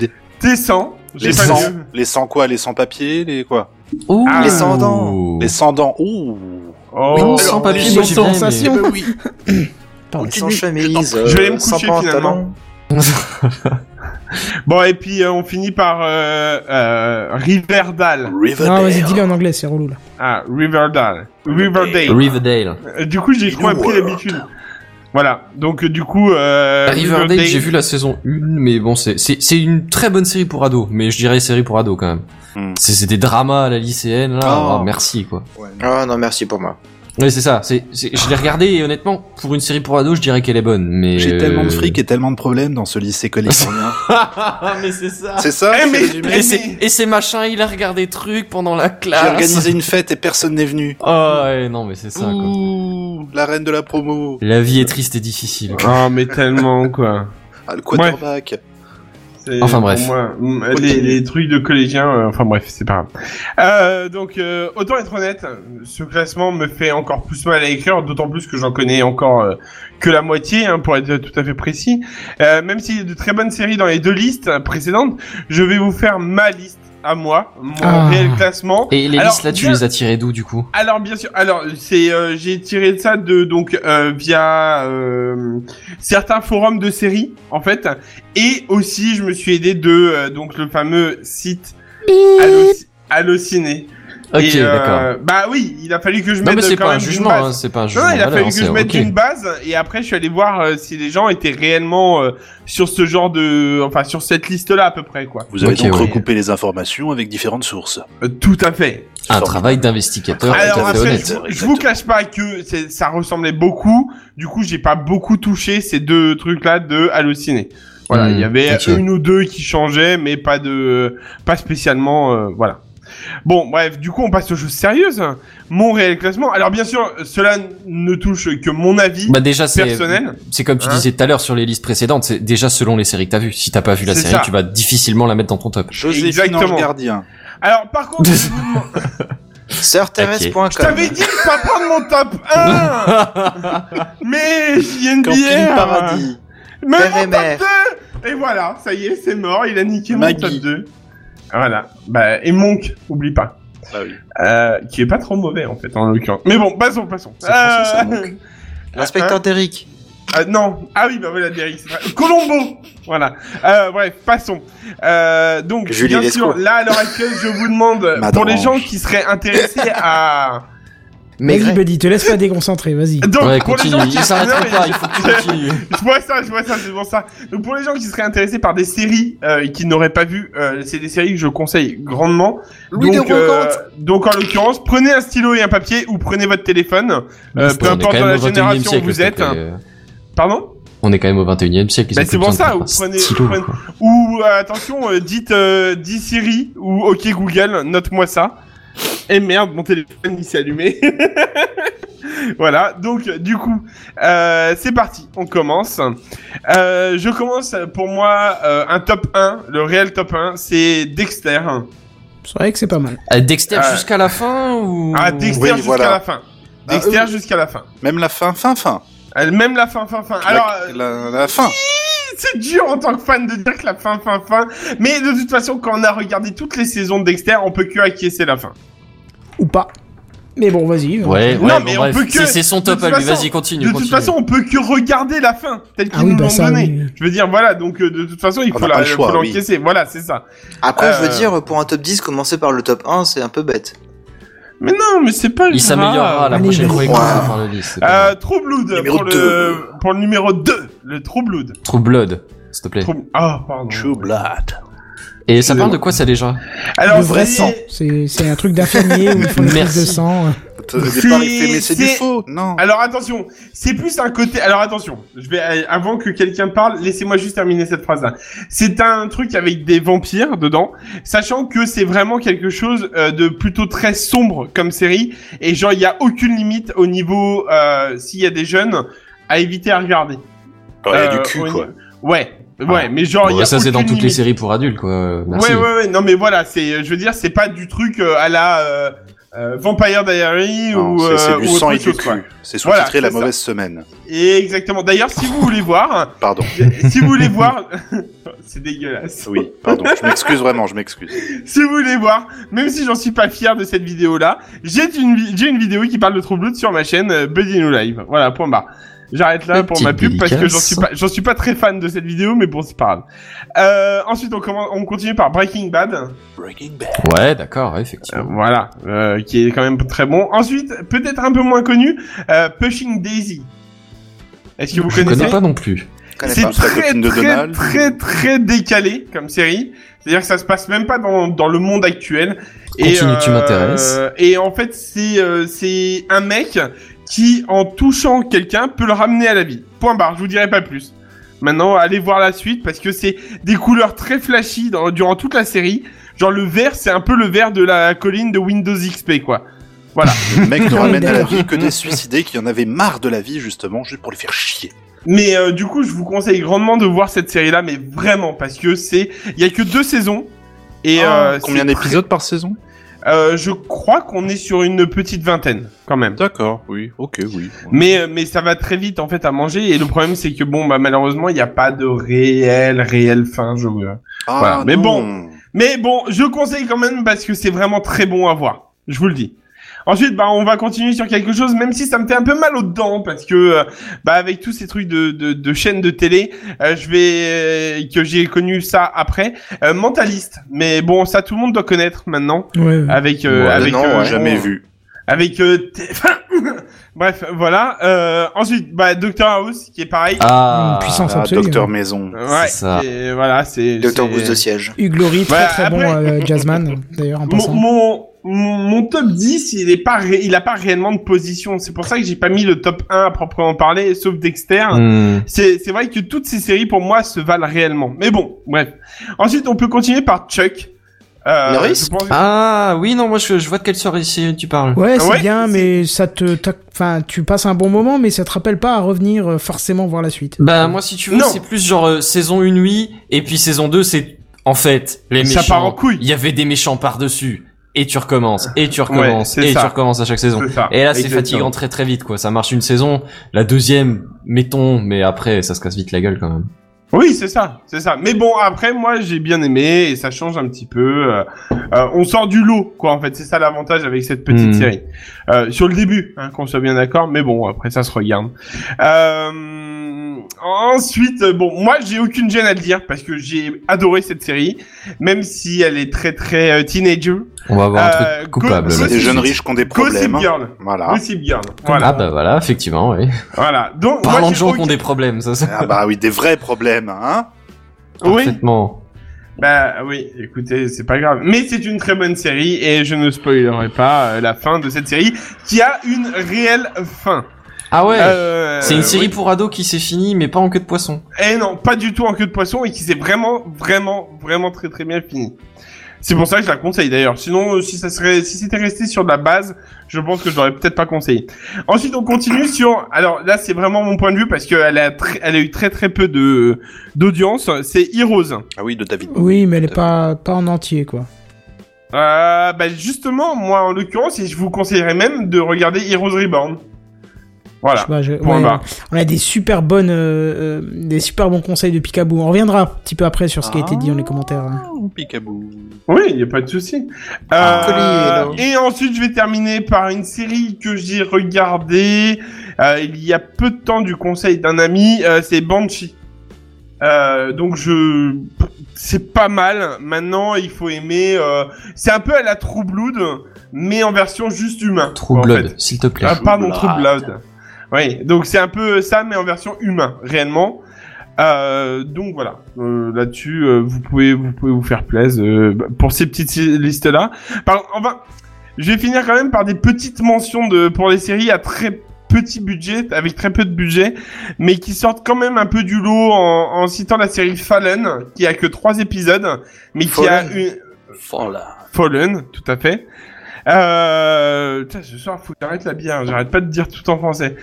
100.
T100. J'ai
Les
pas
100.
vu.
Les 100 quoi Les 100 papiers Les quoi
Ouh.
Ah. Les
sans dents.
Les 100 dents. Ouh
Oh.
Oui,
Alors,
sans papier,
les
moi, j'ai bien aimé.
sensations.
Ah bah
Eh ben oui.
Pardon.
Ils sont chemise,
Oh, Je vais
euh,
me
sans
coucher, finalement.
pantalon.
Bon, et puis euh, on finit par euh, euh, Riverdale.
Ah,
Riverdale.
vas-y, dis-le en anglais, c'est relou là.
Ah, Riverdale. Riverdale.
Riverdale.
Euh, Du coup, j'ai trop appris
Reward.
l'habitude. Voilà, donc euh, du coup... Euh,
Riverdale, j'ai vu la saison 1, mais bon, c'est c'est c'est une très bonne série pour ados, mais je dirais série pour ados quand même.
Hmm.
C'est c'est des dramas à la lycéenne, là.
Oh.
oh, merci, quoi.
Ah non, merci pour moi.
Oui, c'est ça. C'est, c'est- je l'ai regardé et honnêtement, pour une série pour ados, je dirais qu'elle est bonne. Mais
J'ai
euh,
tellement de fric et tellement de problèmes dans ce lycée californien.
mais c'est ça.
C'est ça
Eh,
c'est
mais-
résumé
Et c'est, et c'est machin, il a regardé truc pendant la classe.
J'ai organisé une fête et personne n'est venu.
Oh, ouais, non, mais c'est ça. Quoi.
Ouh, la reine de la promo.
La vie est triste et difficile. quoi.
Oh, mais tellement, quoi.
Ah, le quarterback.
C'est
Enfin,
pour
bref.
moi, mm, les, les trucs de collégiens, euh, enfin bref, c'est pas grave. Euh, donc, euh, autant être honnête, ce classement me fait encore plus mal à l'écrire, d'autant plus que j'en connais encore euh, que la moitié, hein, pour être tout à fait précis. Euh, même s'il y a de très bonnes séries dans les deux listes euh, précédentes, je vais vous faire ma liste à moi, mon
Ah.
réel classement.
Et les
Alors,
listes là, tu
bien-
les as tirées d'où du coup
alors bien sûr, alors c'est euh, j'ai tiré de ça de donc euh, via euh, certains forums de séries en fait et aussi je me suis aidé de euh, donc le fameux site Alloc- Allociné.
Ok,
Et, euh,
d'accord.
Bah oui, il a fallu que je
Non,
mette
mais c'est
quand
pas un
même une
jugement,
base.
hein, c'est pas un
Non,
jugement.
il a
de
fallu
valeur,
que je
c'est-
mette
ok.
une base et après je suis allé voir euh, si les gens étaient réellement euh, sur ce genre de enfin sur cette liste là à peu près quoi.
Vous avez
Ok,
donc
ouais.
recoupé les informations avec différentes sources.
Euh, tout à fait.
Un
Formidable.
travail d'investigateur,
Ah,
tout
Alors
à fait
après,
honnête.
je, vous-
honnête.
je vous cache pas que c'est- ça ressemblait beaucoup. Du coup, j'ai pas beaucoup touché ces deux trucs-là de halluciner. Voilà,
Hmm,
il y avait
ok.
une ou deux qui changeaient, mais pas de, pas spécialement, euh, voilà. Bon, bref, du coup, on passe aux choses sérieuses. Mon réel classement. Alors, bien sûr, cela n- ne touche que mon avis.
Bah déjà c'est
personnel.
c'est comme tu
Hein
disais tout à l'heure sur les listes précédentes, c'est déjà selon les séries que t'as vues. Si t'as pas vu la
C'est
série,
ça.
tu vas difficilement la mettre dans ton top.
Joséphine
Exactement.
Ange Gardien.
Alors, par contre, je vous demande-
Sœurthérèse.com.
je t'avais dit de pas prendre mon top 1! mais, il y a une
Camping
bière!
Paradis.
Mais
Père et
mon
mère.
top 2 Et voilà, ça y est, c'est mort, il a niqué
Maggie.
mon top 2. Voilà. Bah, et Monk, oublie pas.
Bah oui.
Euh, qui est pas trop mauvais en fait en l'occurrence. Mais bon, passons, passons.
C'est français, ça, Monk.
L'inspecteur Derrick.
Ah, non, ah oui, bah voilà, Derrick. c'est vrai. Colombo Voilà. Euh, bref, passons. Euh, donc,
Julie
bien sûr,
Lescaut.
là, à l'heure actuelle, je vous demande,
Madrange.
pour les gens qui seraient intéressés à...
Vas-y,
Maigret.
Buddy, te laisse pas déconcentrer, vas-y.
Donc,
ouais,
pour les
continue,
gens qui-
il s'arrêtera
Non, mais-
pas, il faut que tu continues.
Je vois ça, je vois ça, c'est pour ça. Donc pour les gens qui seraient intéressés par des séries euh, et qui n'auraient pas vu, euh, c'est des séries que je conseille grandement.
Louis
donc, euh,
de Rocante.
donc en l'occurrence, prenez un stylo et un papier ou prenez votre téléphone. Euh, peu
On est quand
importe
même
dans la
au 21e
génération où
siècle,
vous
s'il te
êtes.
plaît, euh.
Pardon
On est quand même au 21 e siècle. ils
Bah,
ont
c'est
plus
pour
besoin de
ça,
faire
vous
un
prenez-
stylo,
vous prenez-
quoi.
Ou euh, attention, euh, dites euh, dis Siri ou OK Google, note-moi ça. Et merde, mon téléphone il s'est allumé. voilà, donc du coup, euh, c'est parti, on commence. Euh, je commence pour moi euh, un top 1, le réel top 1, c'est Dexter.
C'est vrai que c'est pas mal.
Euh, Dexter
Ah.
jusqu'à la fin ou
Ah, Dexter
Oui,
jusqu'à
voilà.
la fin.
Bah,
Ah,
Dexter
euh,
jusqu'à la fin.
Même la fin, fin, fin.
Euh, Même la fin, fin, fin.
La-
Alors, euh,
la, la fin.
c'est dur en tant que fan de dire que la fin, fin, fin. Mais de toute façon, quand on a regardé toutes les saisons de Dexter, on peut que acquiescer la fin.
Ou pas. Mais bon, vas-y. hein. on-
Ouais, ouais,
Non,
bon,
mais on
bref,
peut que-
c'est- c'est son
de
top
toute
à lui.
façon-
Vas-y, continue.
de toute
continue.
façon, on peut que regarder la fin, telle qu'ils
Ah oui,
nous
bah
l'ont
ça,
donnée.
oui, oui.
Je veux dire, voilà, donc euh, de toute façon, il
On
faut
n'a pas
la-
le choix,
faut
oui.
l'encaisser. Voilà, c'est ça.
Après, je veux
Euh.
dire, pour un top 10, commencer par le top 1, c'est un peu bête.
Mais non, mais c'est pas
il s'améliorera la
Allez,
prochaine
je
fois.
vais
qu'il
voir.
va faire le liste, c'est pas grave.
Euh, True Blood
Numéro
pour,
deux.
le, pour le numéro 2, le True Blood.
True Blood, s'il te plaît.
True- Ah, pardon.
True Blood.
Et ça parle de quoi ça déjà
Alors,
le vrai
c'est-
sang. C'est c'est un truc d'infirmier où ils font des trucs
Merci.
de sang.
Au départ, il fait, mais c'est du
c'est-
faux. Non.
Alors attention, c'est plus un côté. Alors attention, je vais euh, avant que quelqu'un parle, laissez-moi juste terminer cette phrase-là. C'est un truc avec des vampires dedans, sachant que c'est vraiment quelque chose euh, de plutôt très sombre comme série. Et genre, il y a aucune limite au niveau euh, s'il y a des jeunes à éviter à regarder.
Ouais, il y a
Euh,
du cul,
au-
quoi. Ah.
Ouais, ouais, mais genre. il Oh, y
Bon, bah,
a
Ça c'est dans
aucune
toutes les
limite.
séries pour adultes quoi. Merci.
Ouais, ouais, ouais, non, mais voilà, c'est, je veux dire, c'est pas du truc euh, à la euh, euh, Vampire Diary
Non,
ou.
c'est- c'est
euh,
du
ou autre
sang et du
chose, quoi.
cul. C'est sous-titré
Voilà, c'est
La
ça.
mauvaise semaine.
Et exactement. D'ailleurs, si vous voulez voir,
Pardon.
si vous voulez voir, c'est dégueulasse.
Oui, pardon. Je m'excuse vraiment, je m'excuse.
Si vous voulez voir, même si j'en suis pas fier de cette vidéo là, j'ai une vi- j'ai une vidéo qui parle de True Blood sur ma chaîne euh, Buddy No Live. Voilà, point barre. J'arrête là pour
Petite
ma pub parce que j'en
dédicace.
suis pas j'en suis pas très fan de cette vidéo, mais bon, c'est pas grave. Euh, ensuite, on commence, on continue par Breaking Bad.
Breaking Bad.
Ouais, d'accord, ouais,
Euh,
effectivement.
voilà, euh, qui est quand même très bon. Ensuite, peut-être un peu moins connu, euh, Pushing Daisy. Est-ce que vous
Je
connaissez
connais pas non plus.
Je connais
C'est
pas.
très,
la
très,
copine de
très,
Donald.
très, décalé comme série. C'est-à-dire que ça se passe même pas dans, dans le monde actuel. euh,
Continue, tu m'intéresses.
Et en fait, c'est euh, c'est un mec qui, en touchant quelqu'un, peut le ramener à la vie. Point barre, je vous dirai pas plus. Maintenant, allez voir la suite parce que c'est des couleurs très flashy dans, durant toute la série. Genre le vert, c'est un peu le vert de la colline de Windows XP, quoi.
Le mec ne ramène à la vie que des suicidés qui en avaient marre de la vie, justement, juste pour les faire chier.
Mais euh, du coup, je vous conseille grandement de voir cette série-là, mais vraiment parce que c'est, il y a que deux saisons et euh,
Ah, Combien
c'est
d'épisodes par saison
Euh, je crois qu'on est sur une petite vingtaine quand même.
D'accord, oui, ok, oui.
Mais euh, mais ça va très vite en fait à manger et le problème c'est que bon bah malheureusement il n'y a pas de réelle réelle fin je
Ah,
voilà. Mais
non.
bon. Mais bon je conseille quand même parce que c'est vraiment très bon à voir. Je vous le dis. Ensuite bah on va continuer sur quelque chose même si ça me fait un peu mal aux dents parce que euh, bah avec tous ces trucs de de, de chaînes de télé euh, je vais euh, que j'ai connu ça après euh, mentaliste mais bon ça tout le monde doit connaître maintenant
Ouais.
avec euh,
Ouais,
avec
non,
euh,
ouais.
Jamais
Oh.
vu.
avec euh, t- enfin, bref voilà euh, ensuite bah Doctor House qui est pareil
Ah,
Une puissance
Ah,
absolue.
Docteur Maison.
Euh, ouais
c'est ça.
et voilà c'est
Docteur
c'est-
Gousse de Siège.
Hugues Laurie, très
Voilà,
très
après-
bon euh, jazzman, d'ailleurs, en
mon,
passant.
mon mon mon top 10 il est pas ré- il a pas réellement de position c'est pour ça que j'ai pas mis le top 1 à proprement parler sauf Dexter
Hmm.
c'est c'est vrai que toutes ces séries pour moi se valent réellement mais bon bref ensuite on peut continuer par Chuck euh,
Norris
je pense-
Ah oui, non, moi je, je vois de quelle série ici tu parles.
Ouais, c'est
Ouais,
bien,
c'est-
mais ça te, t'as- enfin, tu passes un bon moment, mais ça te rappelle pas à revenir euh, forcément voir la suite.
Bah moi si tu veux,
Non.
c'est plus genre euh, saison 1 oui et puis saison 2 c'est en fait les
Ça
méchants.
part en couille.
Il y avait des méchants par-dessus et tu recommences et tu recommences
c'est
et
ça.
tu recommences à chaque saison.
c'est ça,
Et là, c'est
exactement.
fatigant très très vite, quoi. Ça marche une saison, la deuxième, mettons, mais après, ça se casse vite la gueule quand même.
Oui, c'est ça, c'est ça. Mais bon, après, moi, j'ai bien aimé et ça change un petit peu. euh, euh, on sort du lot, quoi. En fait, c'est ça l'avantage avec cette petite
Mm.
série. Euh, sur le début, hein, qu'on soit bien d'accord. Mais bon, après, ça se regarde. Euh, ensuite, euh, bon, moi, j'ai aucune gêne à le dire parce que j'ai adoré cette série, même si elle est très très euh, teenager.
On va avoir
Euh,
un truc coupable.
go-
là.
C'est des
Gossip-
jeunes riches qui ont des
Gossip
problèmes. hein.
Girl,
Voilà.
Gossip Girl. Voilà,
hein. Ah bah voilà, effectivement, oui.
voilà. Donc, moi,
Parlant de
j'ai
gens qui
aucun-
ont des problèmes, ça, ça.
Ah bah oui, des vrais problèmes, hein
Oui.
Parfaitement.
Bah oui, écoutez, c'est pas grave. Mais c'est une très bonne série et je ne spoilerai pas euh, la fin de cette série qui a une réelle fin.
Ah ouais.
Euh,
c'est une série
oui.
pour ados qui s'est finie, mais pas en queue de poisson.
Eh non, pas du tout en queue de poisson et qui s'est vraiment, vraiment, vraiment très très bien finie. C'est pour ça que je la conseille d'ailleurs. Sinon, euh, si ça serait, si c'était resté sur de la base, je pense que je l'aurais peut-être pas conseillé. Ensuite, on continue sur. Alors là, c'est vraiment mon point de vue parce qu'elle a, tr- elle a eu très très peu de d'audience. C'est Heroes.
Ah oui, de David
Oui, mais elle est pas, pas en entier, quoi.
Euh, bah justement, moi en l'occurrence, et je vous conseillerais même de regarder Heroes Reborn.
Je
Voilà.
sais pas, je-
Bah, Point
ouais,
barre.
on a des super bonnes, euh, euh, des super bons conseils de Picaboo. On reviendra un petit peu après sur ce qui a été dit dans les commentaires. hein.
Oh, Picabou.
Oui, il n'y a pas de souci.
Ah.
Euh, et ensuite, je vais terminer par une série que j'ai regardée euh, il y a peu de temps du conseil d'un ami, euh, c'est Banshee. Euh, donc je, c'est pas mal. Maintenant, il faut aimer. euh, C'est un peu à la True Blood, mais en version juste humain.
True
en
Blood,
fait. bah,
s'il te plaît.
Ah, pardon, True
Blood.
Blood. Oui, donc c'est un peu ça, mais en version humain, réellement. Euh, donc voilà, Euh, là-dessus, euh, vous pouvez vous pouvez vous faire plaisir euh, bah, pour ces petites listes là. Par, enfin, je vais finir quand même par des petites mentions de pour les séries à très petit budget, avec très peu de budget, mais qui sortent quand même un peu du lot en, en citant la série Fallen, qui a que trois épisodes, mais qui a
Fallen.
une
Voilà.
Fallen, tout à fait. Euh, putain, ce soir, faut que j'arrête la bière. J'arrête pas de dire tout en français.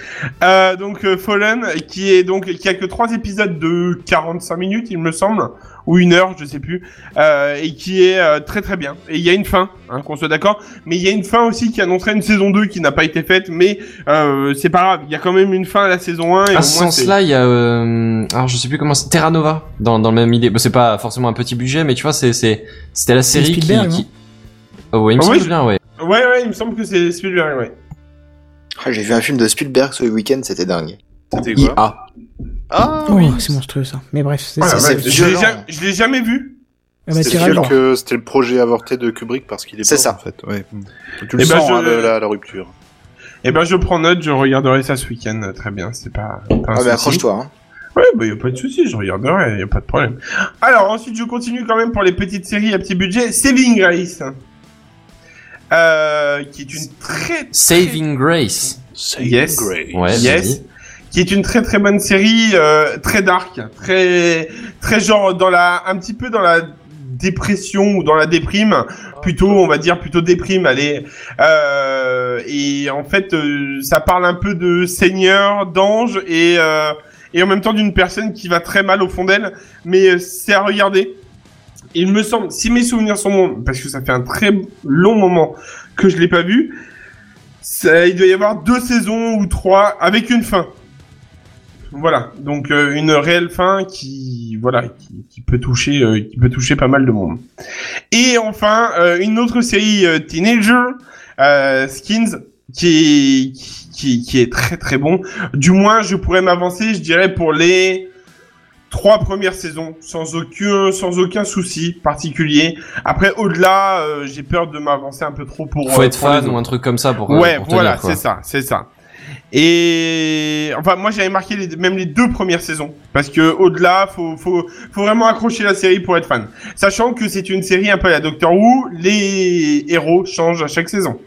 Euh, donc euh, Fallen, qui est donc qui a que trois épisodes de 45 minutes, il me semble, ou une heure, je sais plus, euh, et qui est euh, très très bien. Et il y a une fin, hein, qu'on soit d'accord. Mais il y a une fin aussi qui annoncerait une saison 2 qui n'a pas été faite, mais euh, c'est pas grave. Il y a quand même une fin à la saison 1 et
À
au
ce
moins c'est-
sens-là, il y a, euh, alors je sais plus comment, c'est Terra Nova dans dans le même idée. Bon, c'est pas forcément un petit budget, mais tu vois, c'est c'est c'était la série qui.
Spielberg,
qui... Oh, ouais, il me
Ah oui,
semble
je-
bien, ouais.
Ouais ouais, il me semble que c'est Spielberg, ouais.
Ah, J'ai vu un film de Spielberg ce week-end, c'était dingue.
C'était quoi
IA.
Ah
Oh,
oui.
c'est monstrueux ça. Mais bref, c'est
Ouais,
ça.
c'est
ouais, je l'ai
violent.
jamais- je l'ai jamais vu.
Ah bah,
C'était
c'est
le,
rageant.
fait que c'était le projet avorté de Kubrick parce qu'il est
C'est
mort,
ça.
en fait. Ouais. Tu le
Eh ben,
sens,
je-
hein, le- la, la rupture.
Eh ben, je prends note, je regarderai ça ce week-end. euh, Très bien, c'est pas. pas un
Ah,
souci.
bah accroche-toi. Hein.
Ouais, bah, y a pas de souci, je regarderai, y a pas de problème. Alors, ensuite, je continue quand même pour les petites séries à petit budget. Saving Grace. hein. Euh, qui est une très.
Saving Grace.
Yes.
Ouais.
Yes.
vas-y.
Qui est une très très bonne série, euh, très dark, très très genre dans la, un petit peu dans la dépression ou dans la déprime, plutôt on va dire plutôt déprime. Allez, euh, et en fait euh, ça parle un peu de seigneur, d'ange et euh, et en même temps d'une personne qui va très mal au fond d'elle, mais euh, c'est à regarder. Il me semble, si mes souvenirs sont bons, parce que ça fait un très long moment que je l'ai pas vu, ça, il doit y avoir deux saisons ou trois avec une fin. Voilà, donc euh, une réelle fin qui voilà qui, qui peut toucher euh, qui peut toucher pas mal de monde. Et enfin euh, une autre série euh, teenager euh, Skins qui est qui, qui- qui est très très bon. Du moins je pourrais m'avancer, je dirais pour les trois premières saisons sans aucun sans aucun souci particulier. Après au-delà euh, j'ai peur de m'avancer un peu trop pour
Faut
euh,
être
pour les
fan
autres.
ou un truc comme ça pour. euh,
Ouais,
pour tenir,
voilà,
quoi.
c'est ça, c'est ça. Et enfin, moi j'avais marqué les- même les deux premières saisons parce que au-delà, faut, faut, faut vraiment accrocher la série pour être fan. Sachant que c'est une série un peu à la Doctor Who, les héros changent à chaque saison.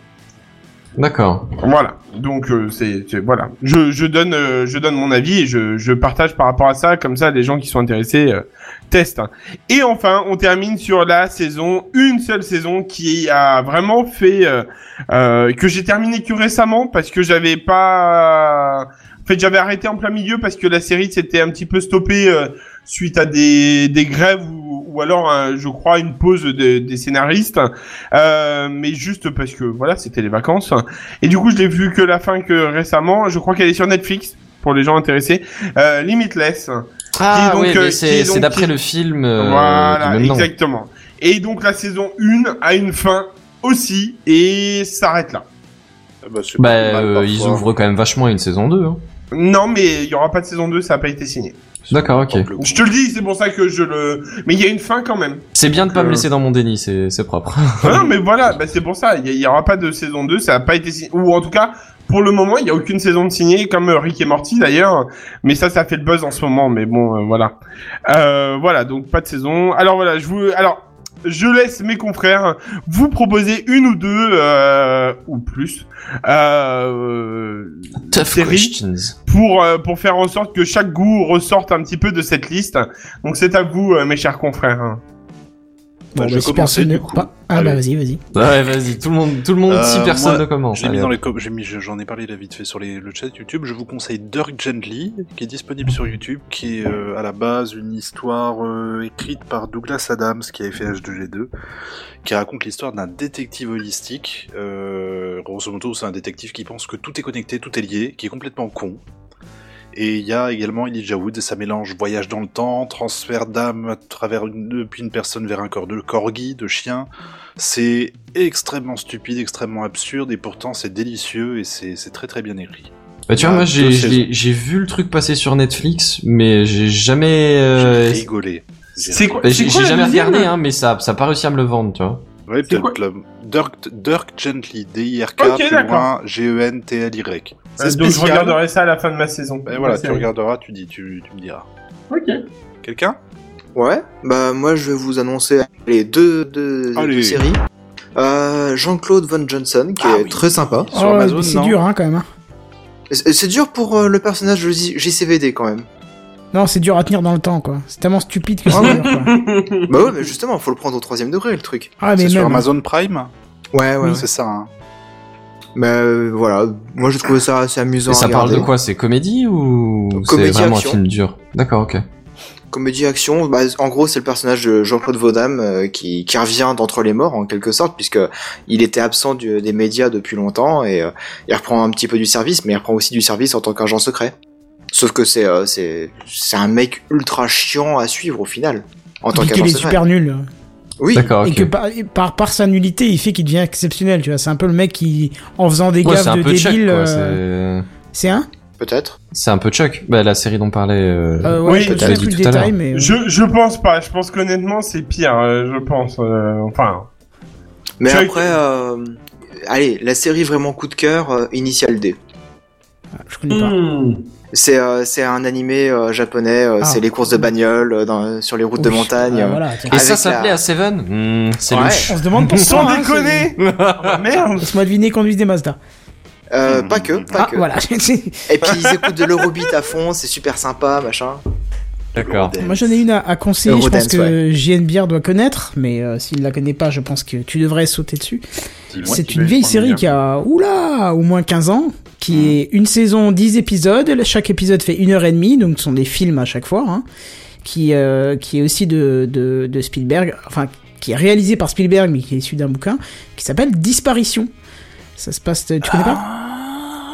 D'accord.
Voilà. Donc euh, c'est c'est- voilà. Je, je donne euh, je donne mon avis et je, je partage par rapport à ça comme ça les gens qui sont intéressés euh, testent. Et enfin, on termine sur la saison une seule saison qui a vraiment fait euh, euh, que j'ai terminé que récemment parce que j'avais pas en fait, j'avais arrêté en plein milieu parce que la série s'était un petit peu stoppée euh, suite à des, des grèves ou, ou alors, hein, je crois, une pause de- des scénaristes. Euh, mais juste parce que, voilà, c'était les vacances. Et du coup, je l'ai vu que la fin que récemment. Je crois qu'elle est sur Netflix pour les gens intéressés. Euh, Limitless.
Ah
donc,
oui, mais
euh, qui est
c'est c'est
donc-
d'après le film. euh,
voilà,
du même nom.
exactement. Et donc la saison 1 a une fin aussi et s'arrête là.
Ah Bah, c'est
Bah,
pas mal,
euh,
parfois.
ils ouvrent quand même vachement une saison 2. Hein.
Non, mais il y aura pas de saison 2, ça a pas été signé.
D'accord, ok.
Donc, le-
Je te le dis, c'est pour ça que je le. Mais il y a une fin quand même.
C'est bien de pas me
Euh.
laisser dans mon déni, c'est c'est propre.
Ah non, mais voilà, bah, c'est pour ça. Il y a- il y, aura pas de saison 2, ça a pas été signé. Ou en tout cas, pour le moment, il y a aucune saison de signée, comme euh, Rick et Morty d'ailleurs. Mais ça, ça fait le buzz en ce moment. Mais bon, euh, voilà. Euh, voilà, donc pas de saison. Alors voilà, je vous. Alors. Je laisse mes confrères vous proposer une ou deux euh, ou plus euh,
Tough
Série.
questions.
pour euh, pour faire en sorte que chaque goût ressorte un petit peu de cette liste. Donc c'est à vous, euh, mes chers confrères.
Bon,
Bah,
bah,
je vais
si
commencer,
personne
du
ne-
coup.
pas- Ah bah vas-y,
Allez.
vas-y.
Ouais, vas-y, tout le monde, tout le monde, si
Euh,
personne
moi,
ne commence.
Je l'ai mis
allez,
dans les com- j'ai mis- j'en ai parlé là vite fait sur les- le chat YouTube. Je vous conseille Dirk Gently, qui est disponible sur YouTube, qui est euh, à la base une histoire euh, écrite par Douglas Adams, qui avait fait H2G2, qui raconte l'histoire d'un détective holistique. Euh, grosso modo, c'est un détective qui pense que tout est connecté, tout est lié, qui est complètement con. Et il y a également Elijah Wood, et ça mélange voyage dans le temps, transfert d'âme à travers une, depuis une personne vers un corps de corgi, de chien. C'est extrêmement stupide, extrêmement absurde, et pourtant c'est délicieux et c'est c'est très très bien écrit.
Bah, tu vois,
Ah,
moi,
deux
j'ai-
saisons.
j'ai j'ai vu le truc passer sur Netflix, mais j'ai jamais. euh,
J'ai rigolé. J'ai
C'est
rigolé.
quoi
bah, J'ai
c'est quoi
j'ai
la
jamais
deuxième
regardé, hein, mais ça, ça a pas réussi à me le vendre, tu vois.
Ouais,
C'est
peut-être la- Dirk, Dirk Gently, D-I-R-K,
Ok,
plus
d'accord.
loin, G-E-N-T-L-Y.
Euh,
C'est
donc je
spécial.
regarderai ça à la fin de ma saison.
Ben voilà,
C'est-
tu regarderas, tu dis, tu, tu me diras.
Ok.
Quelqu'un
Ouais, bah moi je vais vous annoncer les deux, deux,
Allez.
deux séries. Euh, Jean-Claude Van Johnson, qui
Ah
est
oui.
très sympa.
Sur
Oh,
Amazon,
c'est
non
dur, hein, quand même. hein.
C'est c'est dur pour euh, le personnage de J- JCVD quand même.
Non, c'est dur à tenir dans le temps, quoi. C'est tellement stupide que c'est
Ah
dur, quoi.
bah ouais, mais justement, faut le prendre au troisième degré le truc.
Ah, mais
C'est sur
même.
Amazon Prime
Ouais, ouais. ouais.
C'est ça, hein.
Mais euh, voilà, moi j'ai trouvé ça assez amusant.
Et ça
à
parle de
regarder.
quoi C'est comédie ou c'est
Comédie
vraiment
action.
un film dur D'accord, ok.
Comédie action, bah, en gros c'est le personnage de Jean-Claude Vaudame euh, qui, qui revient d'entre les morts en quelque sorte puisque il était absent du- des médias depuis longtemps et euh, il reprend un petit peu du service mais il reprend aussi du service en tant qu'agent secret. Sauf que c'est euh, c'est c'est un mec ultra chiant à suivre au final en tant
Puis qu'il
qu'agent
est
secret.
super nul.
Oui,
D'accord,
Et
ok.
que par, par, par sa nullité, il fait qu'il devient exceptionnel, tu vois. C'est un peu le mec qui, en faisant des
Ouais,
gaffes
c'est un
de
peu
débile.
Chuck, quoi.
euh,
c'est-
C'est un
peut-être.
C'est un peu Chuck. Bah, la série dont parlait. euh,
euh,
Oui,
ouais, Je me
t'as
souviens
dit
plus le
tout à
détail,
l'heure.
mais. euh,
Je, je pense pas. Je pense qu'honnêtement, c'est pire. euh, je pense. euh, enfin.
Mais
Chuck.
après euh, allez, la série vraiment coup de cœur euh, Initial D.
Je connais
Mm.
pas.
C'est euh, c'est un animé euh, japonais, euh,
Ah.
c'est les courses de bagnole euh, dans- sur les routes de
Oui,
montagne.
Ah,
euh,
euh.
voilà, tiens.
Et ça
avec
s'appelait
la-
à Seven Hmm, C'est
Ouais.
louche.
On se demande pourquoi.
Sans
hein, c'est-
déconner. Ah, Merde.
Laisse-moi deviner, conduisent des Mazda.
Euh, Pas que, pas
Ah,
que.
voilà.
Et puis ils écoutent de l'Eurobeat à fond, c'est super sympa, machin.
D'accord.
Moi, j'en ai une à, à conseiller. Je pense
Eurodance,
que JNBR doit connaître, mais euh, s'il la connaît pas, je pense que tu devrais sauter dessus.
Dis-moi
C'est
qui
une
va y
vieille
prendre
série
bien.
qui a, oula, au moins 15 ans, qui
Hmm.
est une saison, 10 épisodes. Chaque épisode fait une heure et demie, donc ce sont des films à chaque fois, hein, qui, euh, qui est aussi de, de, de Spielberg, enfin, qui est réalisé par Spielberg, mais qui est issu d'un bouquin, qui s'appelle Disparition. Ça se passe, tu connais
Ah.
pas?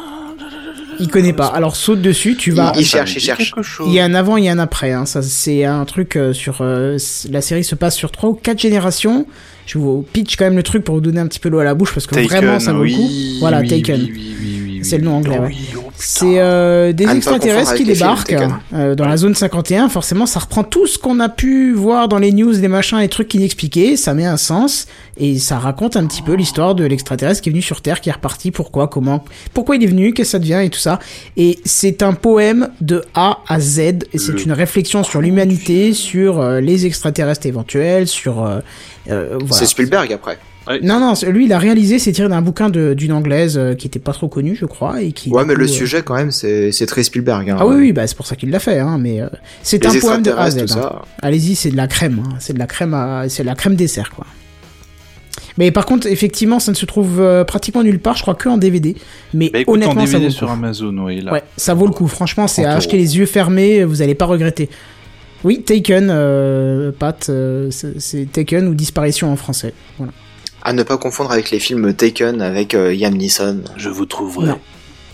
Il connaît pas. Alors saute dessus, tu vas.
Il, il
Ah, Ça me
cherche, il
dit
cherche.
quelque
Il
chose.
y a un avant, il y a un après. Hein. Ça, c'est un truc euh, sur euh, c- la série se passe sur trois ou quatre générations. Je vous pitch quand même le truc pour vous donner un petit peu l'eau à la bouche parce que
Taken,
vraiment ça vaut le coup.
oui,
Voilà,
oui,
Taken.
oui, oui, oui, oui,
C'est
oui.
le nom anglais,
Oh
ouais.
oui, oh putain.
C'est euh, des
À ne pas
extraterrestres
confondre
qui
avec les films,
débarquent
Taken.
euh, dans la zone 51. Forcément, ça reprend tout ce qu'on a pu voir dans les news, les machins, les trucs inexpliqués. Ça met un sens et ça raconte un petit peu l'histoire de l'extraterrestre qui est venu sur Terre, qui est reparti, pourquoi, comment, pourquoi il est venu, qu'est-ce que ça devient et tout ça. Et c'est un poème de A à Z et c'est une réflexion sur l'humanité, sur euh, les extraterrestres éventuels, sur euh, euh, voilà.
C'est Spielberg après.
Non, non, lui, il a réalisé, c'est tiré d'un bouquin de- d'une anglaise euh, qui était pas trop connue, je crois, et qui.
Ouais,
du
mais
coup,
le
euh,
sujet quand même, c'est c'est très Spielberg. Hein.
ah oui, oui, bah, c'est pour ça qu'il l'a fait, hein, mais euh, c'est un
Les
poème de A à Z,
extraterrestres, tout
hein.
ça.
Allez-y, c'est de la crème, hein, c'est de la crème, à- c'est de la crème dessert, quoi. Mais par contre, effectivement, ça ne se trouve euh, pratiquement nulle part, je crois que en DVD. Mais
Bah écoute, en
honnêtement, ça vaut
DVD
le
sur
coup.
Amazon, oui, là.
Ouais, ça vaut le coup. Franchement, c'est à
30
acheter
euros.
les yeux fermés, euh, vous allez pas regretter. Oui, Taken, euh, Pat, euh, c'est c'est Taken ou Disparition en français. Voilà.
À ne pas confondre avec les films Taken avec euh, Liam Neeson.
Je vous trouverai.
Non.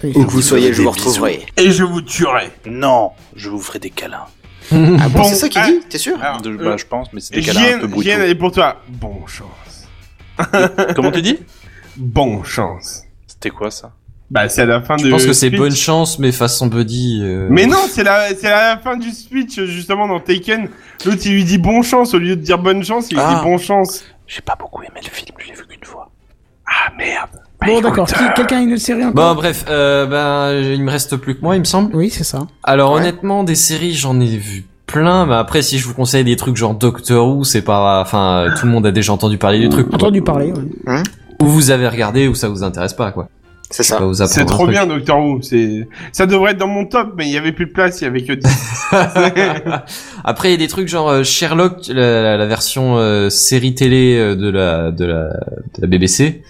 Oui,
Où que vous soyez, je
des
vous
bisous.
retrouverai.
Et je vous tuerai.
Non, je vous ferai des câlins.
Ah bon,
Bon,
c'est ça qu'il
ah.
dit, t'es sûr
Alors,
De-
euh,
bah, je pense, mais c'est des câlins un peu
Gien,
brutaux.
Gien, elle est pour toi. Bon chance.
Comment tu dis
Bon chance.
C'était quoi ça
Bah, c'est à la fin de.
Je pense que c'est
speech.
bonne chance, mais façon buddy. euh,
Mais non, c'est la, c'est la fin du speech, justement, dans Taken. L'autre, il lui dit bon chance, au lieu de dire bonne chance, il lui
Ah.
dit bon chance.
J'ai pas beaucoup aimé le film, je l'ai vu qu'une fois.
Ah merde.
Bon, d'accord. Qui- Quelqu'un a une autre série
Bon,
encore
bref, euh, ben, il me reste plus que moi, il me semble.
Oui, c'est ça.
Alors honnêtement, des séries, j'en ai vu plein, mais après si je vous conseille des trucs genre Doctor Who, c'est pas enfin euh, tout le monde a déjà entendu parler du truc.
Entendu parler. ouais.
Ou vous avez regardé ou ça vous intéresse pas quoi.
C'est
Je vais
ça.
pas vous apprendre
C'est
un
trop
truc.
bien, Doctor Who. C'est, ça devrait être dans mon top, mais il y avait plus de place, il y avait que 10.
Après il y a des trucs genre euh, Sherlock la, la- la version euh, série télé euh, de la de la de la BBC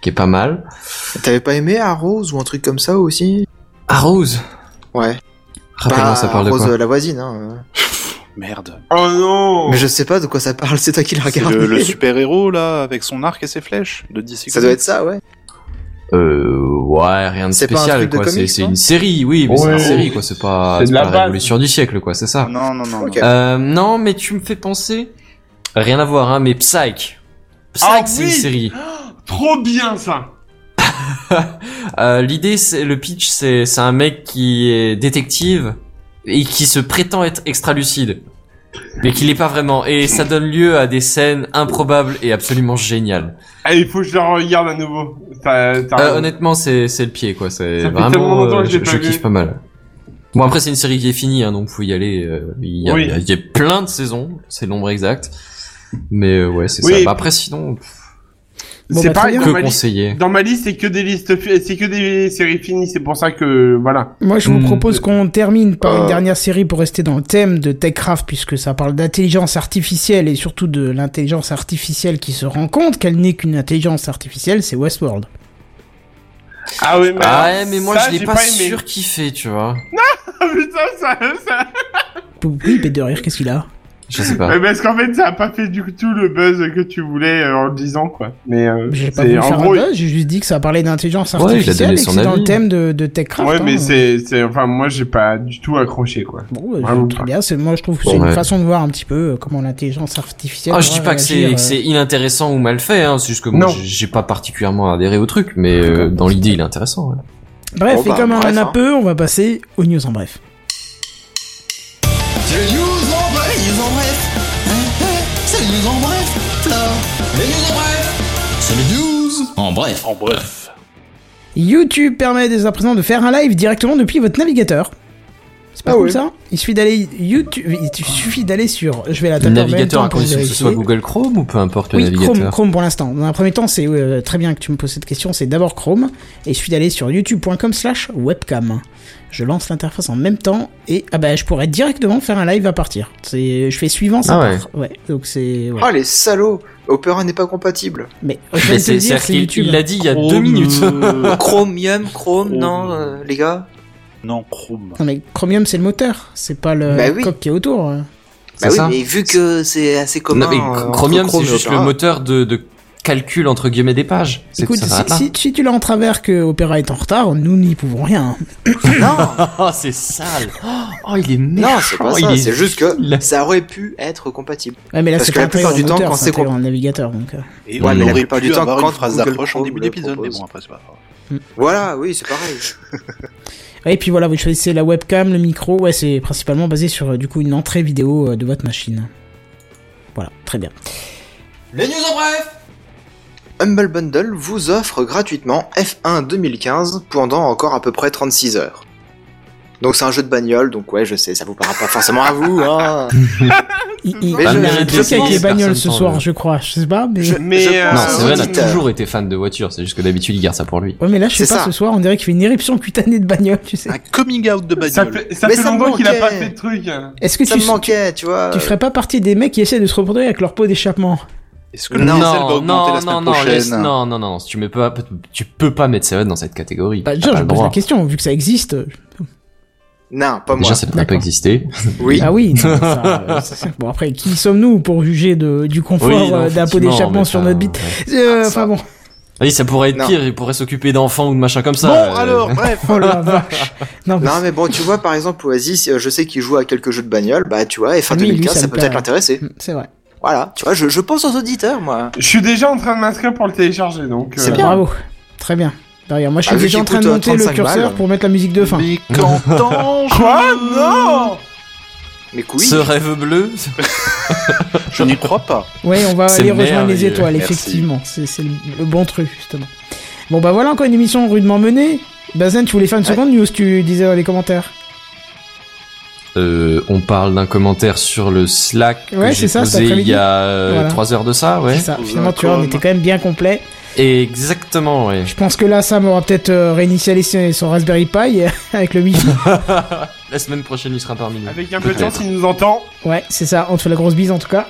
qui est pas mal.
T'avais pas aimé Arrows ou un truc comme ça aussi
Ah Rose,
Ouais.
rappelle-moi
Bah,
Ah, ça parle de
Arrows,
quoi.
euh, la voisine. Hein.
Merde.
oh non.
Mais je sais pas de quoi ça parle, c'est toi qui l'as
C'est
regardé.
le, le super-héros, là, avec son arc et ses flèches, de DC
Ça doit être ça, ouais.
Euh, ouais, rien de
C'est pas un
spécial
truc de
quoi, c'est
comics,
c'est
non
une série, oui, mais c'est
Ouais.
une série quoi, c'est pas
C'est de
c'est
la
pas la
base.
révolution du siècle quoi, c'est ça.
Non, non, non.
Ok.
non.
Euh, non, mais tu me fais penser. Rien à voir, hein, mais Psych. Psych,
Ah
c'est
oui
une série.
Trop bien, ça.
Euh, L'idée, c'est le pitch, c'est c'est un mec qui est détective et qui se prétend être extra lucide, mais qui l'est pas vraiment. Et ça donne lieu à des scènes improbables et absolument géniales.
Ah, il faut que je la regarde à nouveau. T'as, t'as
Euh,
raison.
honnêtement, c'est c'est le pied quoi. C'est
Ça fait
vraiment,
tellement longtemps
euh,
que je
je,
l'ai pas
je
vu.
kiffe pas mal. Bon après c'est une série qui est finie, hein, donc faut y aller. euh, Il y, a,
Oui.
il y a- il y a plein de saisons, c'est le nombre exact. Mais euh, ouais, c'est
Oui.
ça. Bah, après sinon, pff,
Bon,
c'est
bah,
pareil
très bien.
dans ma,
que
liste,
conseiller
dans ma liste, c'est que des listes, fi- c'est que des séries finies. C'est pour ça que voilà.
Moi, je vous
Hmm.
propose qu'on termine par une
Euh.
dernière série pour rester dans le thème de TechCraft, puisque ça parle d'intelligence artificielle et surtout de l'intelligence artificielle qui se rend compte qu'elle n'est qu'une intelligence artificielle, c'est Westworld.
Ah ouais, mais,
Ah
alors,
ouais, mais moi
ça,
je l'ai
j'ai
pas,
aimé.
surkiffé, tu vois.
Ah, putain, ça, ça...
Oui, bête de rire, qu'est-ce qu'il a
Je sais pas.
Mais parce qu'en fait, ça a pas fait du tout le buzz que tu voulais euh, en le disant quoi. Mais euh,
J'ai pas
c'est-
voulu
en
faire
gros,
un buzz, j'ai juste dit que ça parlait d'intelligence
Ouais, il a donné
artificielle et que
son
c'est dans
avis.
le thème de, de TechCraft.
Ouais, mais
hein.
c'est, c'est, enfin, moi, j'ai pas du tout accroché, quoi.
Bon, euh,
Bravo.
très bien, c'est- moi je trouve que c'est
Bon,
une
ouais.
façon de voir un petit peu euh, comment l'intelligence artificielle.
Ah, je
doit
dis pas que
réagir,
c'est
euh.
que c'est inintéressant ou mal fait, hein. c'est juste que moi
Non.
j'ai- j'ai pas particulièrement adhéré au truc, mais euh, dans l'idée il est intéressant. ouais.
Bref,
Oh
Bon,
et
bah,
comme on en
bref,
a
hein.
peu, on va passer aux news en bref.
C'est les news en bref, news en bref. Hein, hein, C'est les news en bref, Flore. Les news en bref. C'est les news en bref.
En bref.
YouTube permet dès à présent de faire un live directement depuis votre navigateur. C'est pas
Ah
cool
ouais.
ça Il suffit d'aller YouTube, il suffit d'aller sur. Je vais la
Le
taper en même
navigateur
temps
à
pour
condition que ce
vérifier.
soit Google Chrome ou peu importe le
Oui,
navigateur.
Chrome, Chrome pour l'instant. Dans un premier temps, c'est euh, très bien que tu me poses cette question. C'est d'abord Chrome et il suffit d'aller sur youtube.com/slash webcam. Je lance l'interface en même temps et ah bah je pourrais directement faire un live à partir. C'est, je fais suivant, ça
Ah ouais.
part. Ouais, donc c'est. ouais.
Oh, les salauds Opera n'est pas compatible.
Mais je
Mais
viens de te
c'est-
dire,
c'est-à-dire
c'est
qu'il-
YouTube.
il l'a dit il y a deux minutes.
euh,
Chromium, Chrome,
Chrome.
non, euh, les gars
non, Chrome.
Non mais Chromium c'est le moteur, c'est pas le
Bah oui.
coq qui est autour. hein.
C'est
Bah oui,
ça
mais vu que c'est assez commun.
Non, mais
euh, entre
Chromium
Chrome
c'est
et
juste le
Opera.
moteur de, de calcul entre guillemets des pages. C'est
Écoute,
ça
si,
s'arrête là.
si- si tu l'as en travers que Opera est en retard, nous n'y pouvons rien.
Non,
Oh, c'est sale. Oh, il est
non, c'est pas
méchant.
ça.
il
C'est juste
il
que
est-
ça aurait pu être compatible.
Ouais, mais là
Parce
c'est
que
pas
la plupart
intégré
du
dans le
temps,
moteur,
quand
c'est
c'est
intégré
qu'on-
dans le navigateur. Donc, euh.
Et
Ouais,
on
mais la
aurait
plupart
pu
du temps,
avoir
quand
une phrase
Google
d'accroche en
Chrome
début
le
d'épisode, mais
propose.
bon, après, c'est pas grave.
Voilà, oui, c'est pareil.
Ouais, Et puis voilà, vous choisissez la webcam, le micro. Ouais, c'est principalement basé sur euh, du coup une entrée vidéo euh, de votre machine. Voilà, très bien.
Les news en bref.
Humble Bundle vous offre gratuitement F1 2015 pendant encore à peu près 36 heures. Donc c'est un jeu de bagnole, donc ouais, je sais, ça vous parle pas forcément à vous, hein.
Il, il,
Mais
il
je-
y a
je
un truc avec
pense
les bagnoles
personne hein.
ce
s'en
soir,
veut.
je crois. Je sais pas, mais.
Je-
Mais,
je
euh,
pense
Non,
à
c'est
un
vrai, il a
auditeur.
toujours été fan de voitures, c'est juste que d'habitude il garde ça pour lui.
Ouais, mais là, je sais
C'est
pas,
ça. Ah,
ce soir, on dirait qu'il fait une éruption cutanée de bagnole, tu sais.
Un coming out de
Ça
bagnole.
fait, ça
Mais
fait
ça me
longtemps qu'il a
manquait.
pas fait de truc.
Est-ce que
Ça
tu,
me manquait, euh, tu vois.
tu ferais pas partie des mecs qui essaient de se reproduire avec leur peau d'échappement
Est-ce que le
Non,
diesel va augmenter la
non,
semaine
non,
prochaine
laisse- non, non, non, tu, mets pas, tu peux pas mettre Seven dans cette catégorie.
Bah,
T'as
genre,
pas
je
le
pose la
droit.
question, vu que ça existe.
Non, pas moi.
Déjà, ça devrait pas
D'accord.
exister.
Oui.
Ah oui, non, mais ça, euh, c'est- bon après, qui sommes-nous pour juger de, du confort
Oui, non,
euh, d'un pot
effectivement,
d'échappement
mais
sur
ça-
notre bite
ouais.
Euh,
Ah, ça.
Enfin bon,
Oui, ça pourrait être
Non.
pire, il pourrait s'occuper d'enfants ou de machin comme ça.
Bon,
euh,
alors, bref.
oh la vache. Non, mais
Non, mais bon, tu vois, par exemple, Oasis, euh, je sais qu'il joue à quelques jeux de bagnole, bah tu vois, F1
Lui, Ah lui,
2015,
ça
ça
me
peut peut-être
plaît.
l'intéresser.
c'est vrai.
Voilà, tu vois, je, je pense aux auditeurs, moi.
Je suis déjà en train de m'inscrire pour le télécharger, donc.
C'est
euh,
bien.
Bravo, très bien. Derrière, moi je suis
Ah, vu
déjà en train
qu'il
de
coûte, euh,
monter le
35
curseur
balles.
pour mettre la musique de fin.
Mais qu'entends-je
Quoi Non
Mais oui.
Ce rêve bleu.
Je n'y crois pas.
Ouais, on va
C'est
aller rejoindre les
merveilleux.
étoiles,
Merci.
effectivement. C'est c'est le, le bon truc, justement. Bon bah voilà encore une émission rudement menée. Bazen, tu voulais faire une
Ouais.
seconde news, tu disais dans les commentaires.
Euh, on parle d'un commentaire sur le Slack
Ouais,
que
c'est
j'ai
ça, cet
posé il
après-midi.
y a euh,
Voilà.
trois heures de ça, ouais.
C'est ça,
Vous
finalement
avez
tu vois, on
comme-
était quand même bien complet.
Et exactement, ouais.
Je pense que là, Sam aura peut-être euh, réinitialisé son Raspberry Pi avec le Wi-Fi.
La semaine prochaine, il sera parmi nous.
Avec un peu de chance, il nous entend.
Ouais, c'est ça. On te fait la grosse bise en tout cas.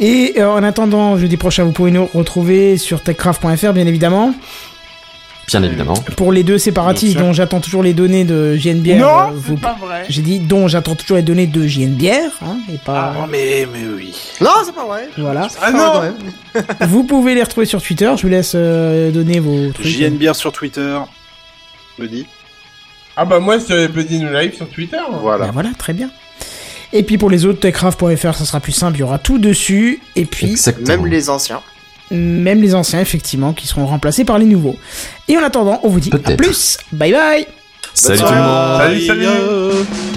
Et euh, en attendant, jeudi prochain, vous pouvez nous retrouver sur techcraft.fr, bien évidemment.
Bien évidemment.
Pour les deux séparatistes,
Bien sûr.
dont j'attends toujours les données de JNBR. euh,
non,
vous-
c'est pas vrai.
J'ai dit dont j'attends toujours les données de JNBR, hein, et pas.
Ah,
mais, mais oui.
Non, c'est pas vrai.
Voilà.
Ah
Enfin,
non
ouais.
vous pouvez les retrouver sur Twitter. Je vous laisse euh, donner vos trucs.
JNBR sur Twitter. Me dit.
Ah bah moi, c'est Buddy New Live sur Twitter.
Bah
Voilà.
voilà, très bien. Et puis pour les autres, techcraft.fr, ça sera plus simple. Il y aura tout dessus. Et puis.
Exactement.
Même les anciens.
même les anciens effectivement qui seront remplacés par les nouveaux. Et en attendant, on vous dit à
Peut-être.
plus, bye bye
Salut tout
Bonne
le
soirée.
monde.
Salut, salut.
Aïe, euh.